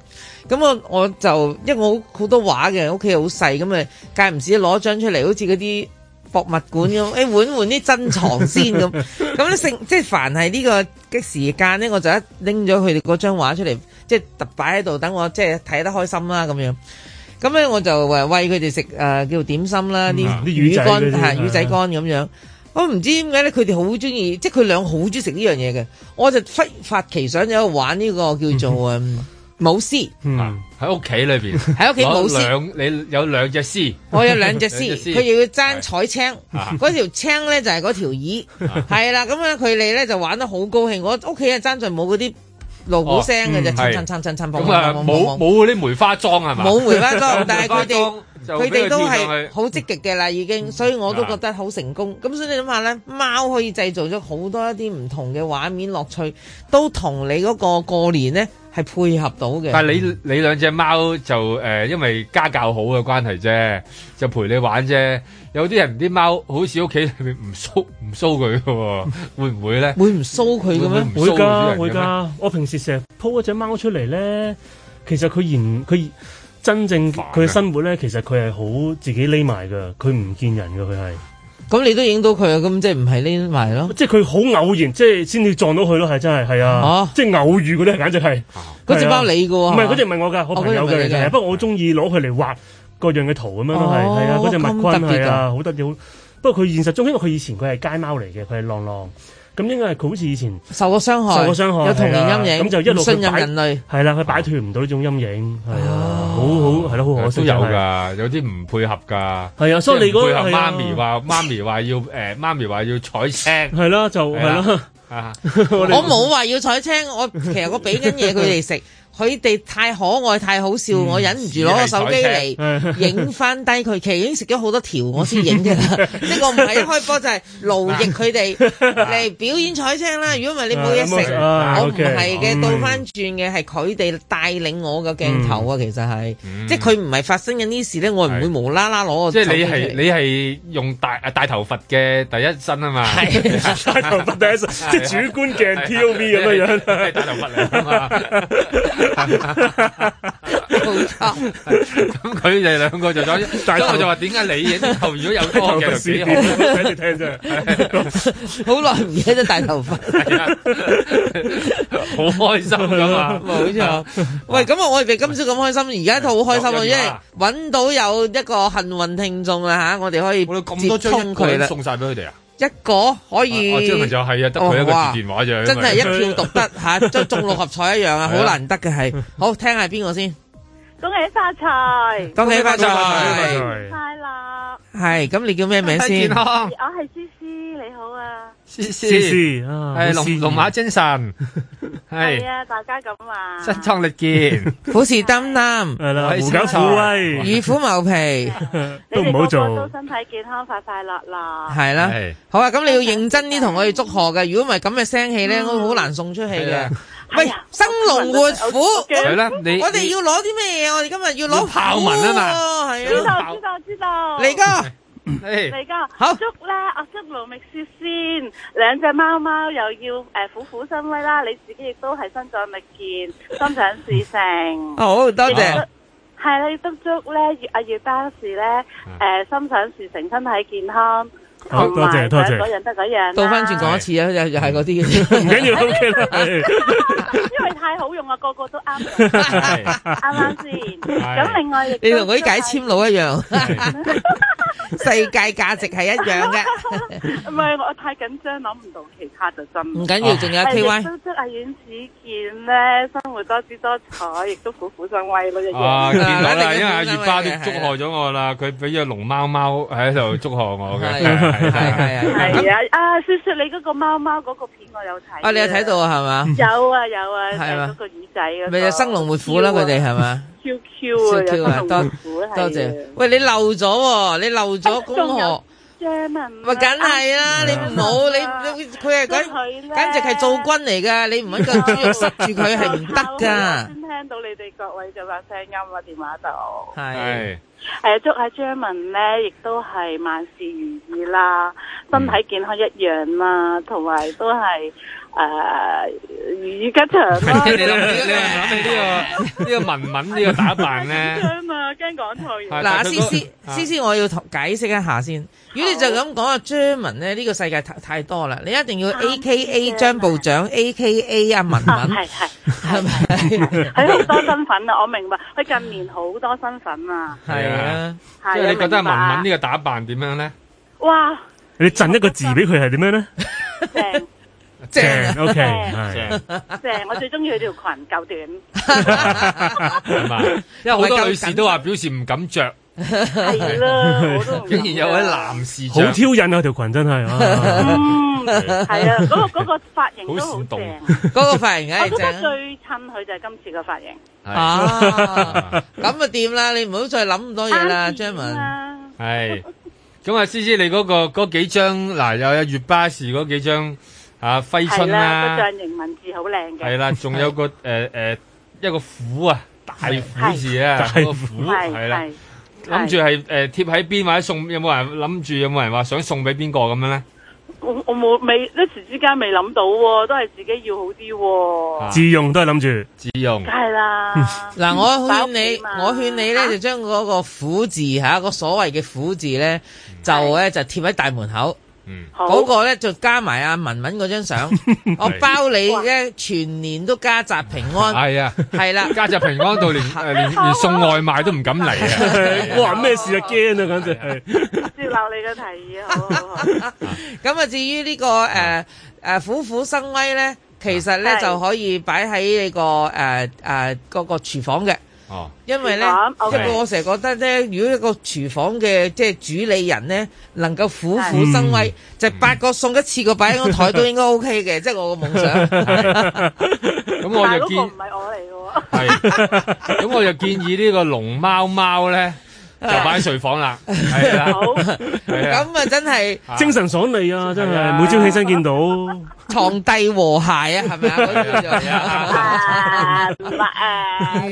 [SPEAKER 3] 咁我我就因為我好好多畫嘅，屋企好細咁啊，間唔時攞張出嚟，好似嗰啲。博物館 咁，誒換換啲珍藏先咁，咁咧剩即係凡係呢個嘅時間咧，我就一拎咗佢哋嗰張畫出嚟，即係特擺喺度，等我即係睇得開心啦咁樣。咁咧我就誒餵佢哋食誒叫點心啦，啲
[SPEAKER 4] 嗯啲魚仔
[SPEAKER 3] 乾
[SPEAKER 4] 嗰啲
[SPEAKER 3] 係
[SPEAKER 4] 係
[SPEAKER 3] 魚仔乾咁樣。我唔知點解咧，佢哋好中意，即係佢兩好中意食呢樣嘢嘅。我就忽發奇想咗玩呢個叫做誒 舞獅。
[SPEAKER 2] 喺屋企裏邊，
[SPEAKER 3] 喺屋企冇
[SPEAKER 2] 有
[SPEAKER 3] 獅
[SPEAKER 2] 兩你有兩隻獅，
[SPEAKER 3] 我有兩隻獅，佢
[SPEAKER 2] 要
[SPEAKER 3] 又要爭彩青
[SPEAKER 2] 啊，
[SPEAKER 3] 嗰條青咧就係嗰條魚，係啦，咁啊咧佢哋咧就玩得好高興，我屋企啊爭在冇嗰啲鑼鼓聲嘅啫，
[SPEAKER 2] 哦嗯
[SPEAKER 3] 襯襯襯襯襯，砰砰
[SPEAKER 2] 咁啊
[SPEAKER 3] 砰砰砰
[SPEAKER 2] 冇冇嗰啲梅花裝係嘛？
[SPEAKER 3] 冇梅花 裝，但係
[SPEAKER 2] 梅花
[SPEAKER 3] 佢哋
[SPEAKER 2] 樁就
[SPEAKER 3] 佢
[SPEAKER 2] 俾
[SPEAKER 3] 哋
[SPEAKER 2] 佢
[SPEAKER 3] 都
[SPEAKER 2] 跳上
[SPEAKER 3] 係
[SPEAKER 2] 去嗯啊
[SPEAKER 3] 好積極嘅啦，已經，所以我都覺得好成功。咁所以你諗下咧，貓可以製造咗好多一啲唔同嘅畫面樂趣，都同你嗰個過年咧係配合到嘅。
[SPEAKER 2] 但係你你兩隻貓就誒、呃因為家教好嘅關係啫，就陪你玩啫。有啲人啲貓好似屋企裏面唔騷唔騷佢嘅喎，會唔會咧？
[SPEAKER 3] 會唔騷佢嘅咩
[SPEAKER 4] 會㗎
[SPEAKER 2] 㗎
[SPEAKER 4] 會㗎，我平時成日 po 一隻貓出嚟咧，其實佢研佢真正
[SPEAKER 3] 啊
[SPEAKER 4] 佢嘅生活咧，其實佢係好自己匿埋㗎，佢唔見人㗎，佢係。
[SPEAKER 3] 咁你都影到佢啊？咁即係唔係匿埋咯？
[SPEAKER 4] 即係佢好偶然，即係先至撞到佢咯，係真係係啊！即係偶遇嗰啲，簡直係
[SPEAKER 3] 哦嗰隻
[SPEAKER 4] 係啊
[SPEAKER 3] 包你㗎喎
[SPEAKER 4] 唔
[SPEAKER 3] 係
[SPEAKER 4] 係
[SPEAKER 3] 嘛
[SPEAKER 4] 嗰隻唔係我㗎，我
[SPEAKER 3] 哦
[SPEAKER 4] 朋友
[SPEAKER 3] 嗰隻唔係
[SPEAKER 4] 嘅
[SPEAKER 3] 你
[SPEAKER 4] 嚟
[SPEAKER 3] 嘅
[SPEAKER 4] 嘅。不過我中意攞佢嚟畫各樣嘅圖咁樣咯，係係啊，
[SPEAKER 3] 哦
[SPEAKER 4] 嗰隻麥
[SPEAKER 3] 咁
[SPEAKER 4] 昆
[SPEAKER 3] 特別
[SPEAKER 4] 係
[SPEAKER 3] 㗎
[SPEAKER 4] 啊，好得意。好不過佢現實中，因為佢以前佢係街貓嚟嘅，佢係浪浪，咁應該係佢好似以前
[SPEAKER 3] 受過傷害，
[SPEAKER 4] 受過傷害，
[SPEAKER 3] 有童
[SPEAKER 4] 係啦
[SPEAKER 3] 年陰影，
[SPEAKER 4] 咁就一路佢
[SPEAKER 3] 唔信任
[SPEAKER 4] 擺
[SPEAKER 3] 人類。哦
[SPEAKER 4] 係啦，佢擺脱唔到呢種陰影，係啊，好好係咯，好可惜
[SPEAKER 2] 都有
[SPEAKER 4] 真係
[SPEAKER 2] 㗎，有啲唔配合㗎。
[SPEAKER 4] 係啊所以你
[SPEAKER 2] 即係唔
[SPEAKER 4] 嗰
[SPEAKER 2] 配合
[SPEAKER 4] 係啊
[SPEAKER 2] 媽咪話，媽咪話要 誒，媽咪話要彩青。
[SPEAKER 4] 係啦，就係啦。
[SPEAKER 2] 啊，
[SPEAKER 3] 我冇話要彩青，我其實我俾緊嘢佢哋食，佢哋太可愛、太好
[SPEAKER 16] 嗯
[SPEAKER 3] 笑，我忍唔住攞個手機 嚟影翻低佢。其實已經食咗好多條，我先影嘅啦。即係我唔係一開波就係勞役佢哋嚟表演彩青啦。如果唔係你冇嘢食，
[SPEAKER 16] 啊
[SPEAKER 3] 我唔係
[SPEAKER 16] OK，
[SPEAKER 3] 嘅。
[SPEAKER 16] 嗯嗯
[SPEAKER 3] 倒翻轉嘅係佢哋帶領我個鏡頭啊，其實係即係佢唔係發生緊呢事咧，我唔會無啦啦攞個
[SPEAKER 2] 即係
[SPEAKER 3] 手機
[SPEAKER 2] 你
[SPEAKER 3] 嚟
[SPEAKER 2] 係你係用大啊大頭佛嘅第一身啊嘛，
[SPEAKER 4] 大頭佛第一身，即係主觀鏡 TOV 咁樣樣，
[SPEAKER 2] 係大 頭佛嚟㗎嘛。 咁佢哋兩個就咗，所以我就話點解你影頭如果有 多嘅就 幾好，
[SPEAKER 4] 睇住聽啫。
[SPEAKER 3] 好耐唔記得大頭髮，
[SPEAKER 2] 好開心噶嘛，
[SPEAKER 3] 冇錯。喂，咁啊，我哋今朝咁開心，而家都好開心啊，因為揾到有一個幸運聽眾啦嚇，我哋可以
[SPEAKER 2] 咁多
[SPEAKER 3] 接
[SPEAKER 2] 張一
[SPEAKER 3] 通
[SPEAKER 2] 個
[SPEAKER 3] 佢
[SPEAKER 2] 人
[SPEAKER 3] 啦，
[SPEAKER 2] 送晒俾佢哋啊！
[SPEAKER 3] 一個可
[SPEAKER 2] 我
[SPEAKER 3] 以。
[SPEAKER 2] 知佢就係啊，得佢一個
[SPEAKER 3] 哇
[SPEAKER 2] 接電話啫，
[SPEAKER 3] 真係一票 獨得嚇，即係中六合彩一樣啊，
[SPEAKER 2] 係啊
[SPEAKER 3] 好難得嘅係。好，聽下邊個先？
[SPEAKER 17] 恭喜發財，
[SPEAKER 3] 恭喜發
[SPEAKER 17] 恭喜
[SPEAKER 3] 財！
[SPEAKER 17] 快樂，
[SPEAKER 3] 係，咁你叫咩名先？
[SPEAKER 17] 哎我係思思，你好啊，
[SPEAKER 2] 思思
[SPEAKER 4] 思思啊
[SPEAKER 7] 哎
[SPEAKER 2] 係
[SPEAKER 4] 好思
[SPEAKER 2] 龍
[SPEAKER 4] 意
[SPEAKER 2] 龍馬 精神，
[SPEAKER 17] 係
[SPEAKER 2] 係
[SPEAKER 17] 啊，大家咁話，
[SPEAKER 2] 身壯力健，
[SPEAKER 3] 虎視眈眈，
[SPEAKER 4] 係啦
[SPEAKER 2] 係
[SPEAKER 4] 狐假虎威
[SPEAKER 3] 以虎 謀皮，
[SPEAKER 17] 你哋個個都身體健康，快快樂樂，
[SPEAKER 3] 係啦
[SPEAKER 2] 係，
[SPEAKER 3] 好啊！咁你要認真啲同我哋祝賀嘅，如果唔係咁嘅聲氣咧，我好難送出去
[SPEAKER 2] 係啊
[SPEAKER 3] 嘅。喂，生龍活虎，
[SPEAKER 2] 係啦你
[SPEAKER 3] 我哋要攞啲咩嘢？我哋今日要攞
[SPEAKER 2] 豹紋啊嘛
[SPEAKER 3] 虎喎
[SPEAKER 17] 知
[SPEAKER 3] 係
[SPEAKER 17] 道
[SPEAKER 3] 啊，
[SPEAKER 17] 知道知道，
[SPEAKER 3] 嚟噶，
[SPEAKER 17] 嚟噶，好祝咧，我祝盧覓雪先，兩隻貓貓又要誒虎虎生威啦，你自己亦都係身壯力健，心想事成，
[SPEAKER 3] 好多謝。
[SPEAKER 17] 係啦，亦都祝咧月阿月巴士咧誒心想事成，身體健康，
[SPEAKER 3] 好
[SPEAKER 17] 同
[SPEAKER 3] 多謝
[SPEAKER 17] 埋
[SPEAKER 3] 多謝
[SPEAKER 17] 想嗰樣得嗰樣啦，
[SPEAKER 3] 倒翻轉講一次啊，又又係嗰啲嘅，唔
[SPEAKER 4] 緊要
[SPEAKER 17] OK
[SPEAKER 4] 啦
[SPEAKER 17] 因為太好用啊，個個都 啱用，啱啱先？咁另外亦
[SPEAKER 3] 你
[SPEAKER 17] 都
[SPEAKER 3] 同嗰啲解簽佬一樣，世界價值係一樣 嘅。
[SPEAKER 17] 唔係，我太緊張，諗唔到其他就真。
[SPEAKER 3] 唔緊要仲有 KY
[SPEAKER 17] 亦都祝阿阮子健咧，生活多姿多彩，亦都虎虎生威咯，一樣。
[SPEAKER 2] 啊，見到
[SPEAKER 17] 一定
[SPEAKER 2] 啦，
[SPEAKER 17] 要
[SPEAKER 2] 因為阿
[SPEAKER 17] 虎
[SPEAKER 2] 月
[SPEAKER 17] 生威
[SPEAKER 2] 花都
[SPEAKER 17] 嘅
[SPEAKER 2] 祝
[SPEAKER 17] 係
[SPEAKER 2] 賀咗我啦，佢俾咗龍貓貓喺度祝賀我嘅，
[SPEAKER 3] 係係係係
[SPEAKER 17] 係啊，啊，雪雪，你嗰個貓貓嗰個片我有睇。
[SPEAKER 3] 啊，你有睇到？啊，係嘛？
[SPEAKER 17] 有啊有啊，
[SPEAKER 3] 係
[SPEAKER 17] 睇
[SPEAKER 3] 嘛
[SPEAKER 17] 嗰個耳仔嗰個
[SPEAKER 3] 咪就生龍活虎啦，佢哋係嘛？
[SPEAKER 17] ？Q Q 啊，
[SPEAKER 3] 笑
[SPEAKER 17] 有
[SPEAKER 3] 啊，
[SPEAKER 17] 生
[SPEAKER 3] 多
[SPEAKER 17] 龍活虎係啊
[SPEAKER 3] 多謝。喂，你漏咗喎，你漏咗
[SPEAKER 17] 仲
[SPEAKER 3] 功
[SPEAKER 17] 有
[SPEAKER 3] 課。
[SPEAKER 17] Jeremy
[SPEAKER 3] 咪梗係啦，你唔好你你佢係簡簡直係做軍嚟㗎，你唔揾個 豬肉塞住佢係唔得㗎。
[SPEAKER 17] 先聽到你哋各位嘅把聲音啊，電話度。
[SPEAKER 3] 係
[SPEAKER 17] 誒，祝阿 Jerman 咧，亦都係萬事如意啦，身體健康一樣啦，同埋都係誒如意吉祥啦。
[SPEAKER 2] 你諗你諗起呢個呢個文文呢個打扮咧，
[SPEAKER 17] 張啊，驚講錯
[SPEAKER 2] À.
[SPEAKER 17] 嘢。
[SPEAKER 3] 嗱，阿思思思思，我要同解釋一下先。如果你就咁講啊，張文咧呢個世界太太多啦，你一定要 A K A 張部長，A K A à, 阿文文，係
[SPEAKER 17] 係
[SPEAKER 3] 係咪？
[SPEAKER 17] 佢好多身份啊，我明白。佢近年好多身份啊。
[SPEAKER 2] 係啊，
[SPEAKER 17] 係啊
[SPEAKER 2] 即係你覺得文
[SPEAKER 17] 明白啊
[SPEAKER 2] 文呢個打扮點 樣咧？
[SPEAKER 17] 哇，
[SPEAKER 4] 你贈一個字俾佢係點樣咧？
[SPEAKER 17] 正
[SPEAKER 4] 正，OK，
[SPEAKER 2] 正
[SPEAKER 4] 係。
[SPEAKER 17] 正！我最中意佢條裙夠短。
[SPEAKER 2] 係嘛？因為好多女士都話表示唔敢着，
[SPEAKER 17] 係啦，呃 我都唔啊
[SPEAKER 2] 竟然有位男士
[SPEAKER 4] 好
[SPEAKER 2] 着，
[SPEAKER 4] 挑釁啊！條裙真係啊，
[SPEAKER 17] 嗯，係啊，嗰個 嗰個髮型
[SPEAKER 4] 好
[SPEAKER 17] 都好
[SPEAKER 4] 閃
[SPEAKER 17] 正。
[SPEAKER 4] 動，
[SPEAKER 3] 嗰個髮型
[SPEAKER 17] 我
[SPEAKER 3] 梗係
[SPEAKER 17] 覺得
[SPEAKER 3] 正啦。
[SPEAKER 17] 最襯佢就係今次個髮型。
[SPEAKER 3] 啊，咁啊掂啦，你唔好再諗咁多嘢啦，
[SPEAKER 17] 啱
[SPEAKER 3] 張
[SPEAKER 17] 先
[SPEAKER 3] 文。
[SPEAKER 17] 啦
[SPEAKER 2] 係。咁啊，思思你嗰個嗰幾張嗱，有有月巴士嗰幾張啊揮
[SPEAKER 17] 係
[SPEAKER 2] 春
[SPEAKER 17] 啦，個
[SPEAKER 2] 啦，
[SPEAKER 17] 象形文字好靚嘅。
[SPEAKER 2] 係啦，仲有個誒誒一個虎啊，大虎字啊，
[SPEAKER 4] 係
[SPEAKER 2] 個虎
[SPEAKER 17] 係
[SPEAKER 2] 係啦。諗
[SPEAKER 17] 係
[SPEAKER 2] 住係誒貼喺邊或者送，有冇人諗住有冇人話想送俾邊個咁樣咧？
[SPEAKER 17] 我我冇未一時之間未諗到喎，都係自己要好啲喎。
[SPEAKER 4] 自用都係諗住
[SPEAKER 2] 自用
[SPEAKER 17] 梗係 啦，
[SPEAKER 3] 嗱，
[SPEAKER 17] 嗯
[SPEAKER 3] 我勸你，我勸你咧就將嗰個虎字嚇，個所謂嘅虎字咧，就咧就貼喺大門口。
[SPEAKER 2] 嗯，
[SPEAKER 3] 嗰個咧就加埋阿文文嗰張 相，我包你咧全年都家宅平安。
[SPEAKER 2] 係啊，
[SPEAKER 3] 係啦，
[SPEAKER 2] 家宅平安到 連誒連連送外賣都唔敢嚟 啊！
[SPEAKER 4] 哇咩事啊驚啊，簡直係
[SPEAKER 17] 接納你嘅提議，好好好。
[SPEAKER 3] 咁啊，至於呢個誒誒虎虎生威咧，其實咧
[SPEAKER 17] 係
[SPEAKER 3] 就可以擺喺你個誒誒呃嗰個廚房嘅。
[SPEAKER 2] 哦，
[SPEAKER 3] 因為咧，
[SPEAKER 17] 廚房
[SPEAKER 3] 因為
[SPEAKER 17] OK
[SPEAKER 3] 我成日覺得咧，如果一個廚房嘅即係主理人咧，能夠虎
[SPEAKER 17] 嗯
[SPEAKER 3] 虎生威，
[SPEAKER 2] 嗯
[SPEAKER 3] 就八個餸一次過擺喺個 台都應該 OK 嘅，即係我個夢想。
[SPEAKER 2] 咁我就建
[SPEAKER 17] 唔係我嚟嘅喎。
[SPEAKER 2] 咁我就建議呢個龍貓貓咧，就擺喺睡房啦，係啦，係啊，
[SPEAKER 3] 咁啊真係
[SPEAKER 4] 精神爽利啊，真
[SPEAKER 2] 係啊
[SPEAKER 4] 係每朝起身見到。
[SPEAKER 3] 床帝和諧啊，係咪 啊嗰啲叫做？
[SPEAKER 17] 啊
[SPEAKER 3] 魚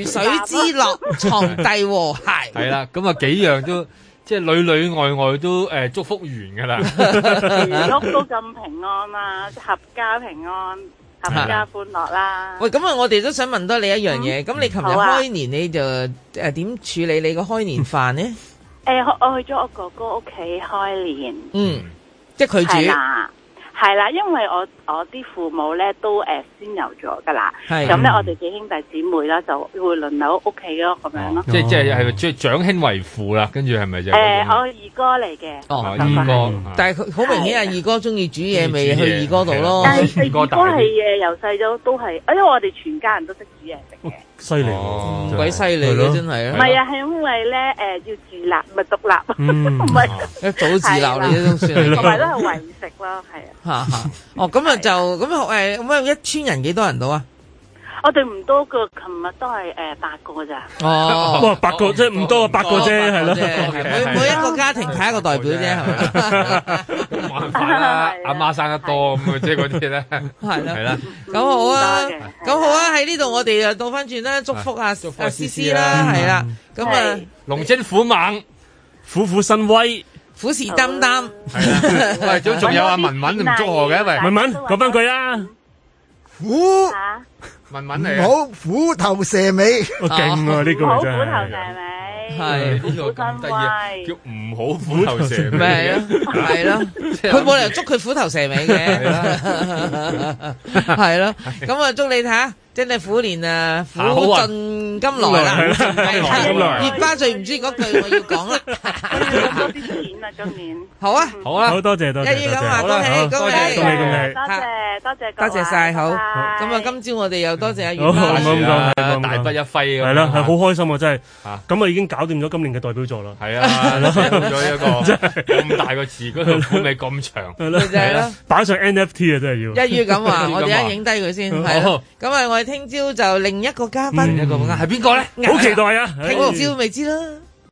[SPEAKER 3] 水之樂，
[SPEAKER 17] 啊
[SPEAKER 3] 床帝和諧。
[SPEAKER 2] 係啦，咁啊幾樣都即係裏裏外外都誒祝福完㗎啦。
[SPEAKER 17] 屋都咁平安啦，合家平安，合家歡樂啦。
[SPEAKER 3] 喂，咁啊，我哋都想問多你一樣嘢。咁你琴日
[SPEAKER 17] 好啊
[SPEAKER 3] 開年你就誒點處理你個開年飯呢？
[SPEAKER 17] 誒，我我去咗我哥哥屋企開年。
[SPEAKER 3] 嗯，即係佢
[SPEAKER 17] 係
[SPEAKER 3] 煮。
[SPEAKER 17] 啦，係啦，因為我我啲父母咧都誒、呃、仙遊咗噶啦，
[SPEAKER 2] 係
[SPEAKER 17] 咁咧
[SPEAKER 2] 嗯
[SPEAKER 17] 我哋幾兄弟姊妹啦就會輪流屋企咯咁樣咯。
[SPEAKER 2] 即係即係係咪即係長兄為父啦？跟住係咪就
[SPEAKER 17] 誒、
[SPEAKER 2] 係咁樣
[SPEAKER 17] 我二哥嚟嘅，
[SPEAKER 2] 哦，二哥，
[SPEAKER 3] 但係佢好明顯，阿二哥中意煮嘢，咪去二哥度咯。
[SPEAKER 17] 但係二哥係誒由細都都係，因為我哋全家人都識煮嘢食。
[SPEAKER 4] 犀利喎，
[SPEAKER 3] 咁鬼犀利嘅真係
[SPEAKER 17] 唔係啊，係因為咧誒、呃要自立，咪獨立，
[SPEAKER 3] 嗯
[SPEAKER 17] 唔係
[SPEAKER 3] 一早自鬧你都算係
[SPEAKER 17] 係啦同埋都 係為食咯，係啊。
[SPEAKER 3] 嚇嚇哦，咁啊就咁誒，咁啊一村人幾多人到啊？
[SPEAKER 17] 我哋哦唔多噶，琴日都係誒八個咋。
[SPEAKER 3] 哦
[SPEAKER 4] 哇，八個啫，唔多啊，八個啫，係咯。
[SPEAKER 3] 每每一個家庭派一個代表啫，係咪？
[SPEAKER 2] 冇辦法啦，阿媽生得多咁啊，即係嗰啲咧，
[SPEAKER 3] 係啦
[SPEAKER 2] 係啦，
[SPEAKER 3] 咁好啊，咁好啊，喺呢度我哋啊倒翻轉啦，祝福啊阿思思啦，係啦，咁啊
[SPEAKER 2] 龍精虎猛，
[SPEAKER 4] 虎虎 生威。
[SPEAKER 3] 虎視眈眈，
[SPEAKER 2] 係啦，喂，仲仲有阿文文唔祝賀嘅，喂，
[SPEAKER 4] 文文講翻句啦，
[SPEAKER 16] 虎
[SPEAKER 2] 文文嚟
[SPEAKER 16] 唔
[SPEAKER 2] 啊，
[SPEAKER 16] 好虎頭蛇尾，
[SPEAKER 4] 我勁
[SPEAKER 3] 啊
[SPEAKER 2] 哦
[SPEAKER 4] 喎呢個
[SPEAKER 17] 好
[SPEAKER 4] 咪
[SPEAKER 17] 虎
[SPEAKER 4] 真係。
[SPEAKER 3] 係
[SPEAKER 17] 頭蛇尾，虎身威，
[SPEAKER 2] 叫唔好虎頭蛇尾，
[SPEAKER 3] 咪係咯，係咯，佢冇理由捉佢虎頭蛇尾
[SPEAKER 2] 係
[SPEAKER 3] 嘅
[SPEAKER 2] 啦，
[SPEAKER 3] 係咯，咁啊祝你睇下，真係虎年啊，虎
[SPEAKER 2] 好運
[SPEAKER 3] 盡甘來啦，
[SPEAKER 2] 係啦
[SPEAKER 3] 係
[SPEAKER 2] 啊金來
[SPEAKER 3] 月巴最唔中意嗰句我要講 啦，
[SPEAKER 17] 錢啊今年。
[SPEAKER 3] 好啊，
[SPEAKER 2] 好啦，
[SPEAKER 4] 好多謝多謝，
[SPEAKER 3] 一於咁話，
[SPEAKER 4] 多謝
[SPEAKER 3] 恭喜恭喜
[SPEAKER 4] 恭喜恭喜。
[SPEAKER 17] 多謝多謝各
[SPEAKER 3] 多
[SPEAKER 17] 位，
[SPEAKER 3] 謝晒，好，
[SPEAKER 17] 拜拜
[SPEAKER 3] 咁啊今朝我哋又多謝阿月
[SPEAKER 4] 好唔嗯好
[SPEAKER 3] 巴
[SPEAKER 4] 咁講，
[SPEAKER 2] 大筆一揮咁
[SPEAKER 4] 係啦，
[SPEAKER 2] 樣
[SPEAKER 4] 係好開心啊！真係
[SPEAKER 2] 啊，
[SPEAKER 4] 咁啊已經搞掂咗今年嘅代表作啦。
[SPEAKER 2] 係啊，
[SPEAKER 4] 係
[SPEAKER 2] 寫好咗一
[SPEAKER 4] 真
[SPEAKER 2] 個
[SPEAKER 4] 係
[SPEAKER 2] 咁大個字，嗰條款尾咁長，
[SPEAKER 4] 係啦，
[SPEAKER 3] 係啦，
[SPEAKER 4] 擺上 NFT 啊，真係要
[SPEAKER 3] 一於咁話，我哋一影低佢先，係咯
[SPEAKER 4] 嗯好
[SPEAKER 3] 咁啊，我哋聽朝就另一個嘉賓，
[SPEAKER 4] 一個
[SPEAKER 3] 係邊個咧
[SPEAKER 4] 好期待啊！
[SPEAKER 3] 聽朝咪知啦。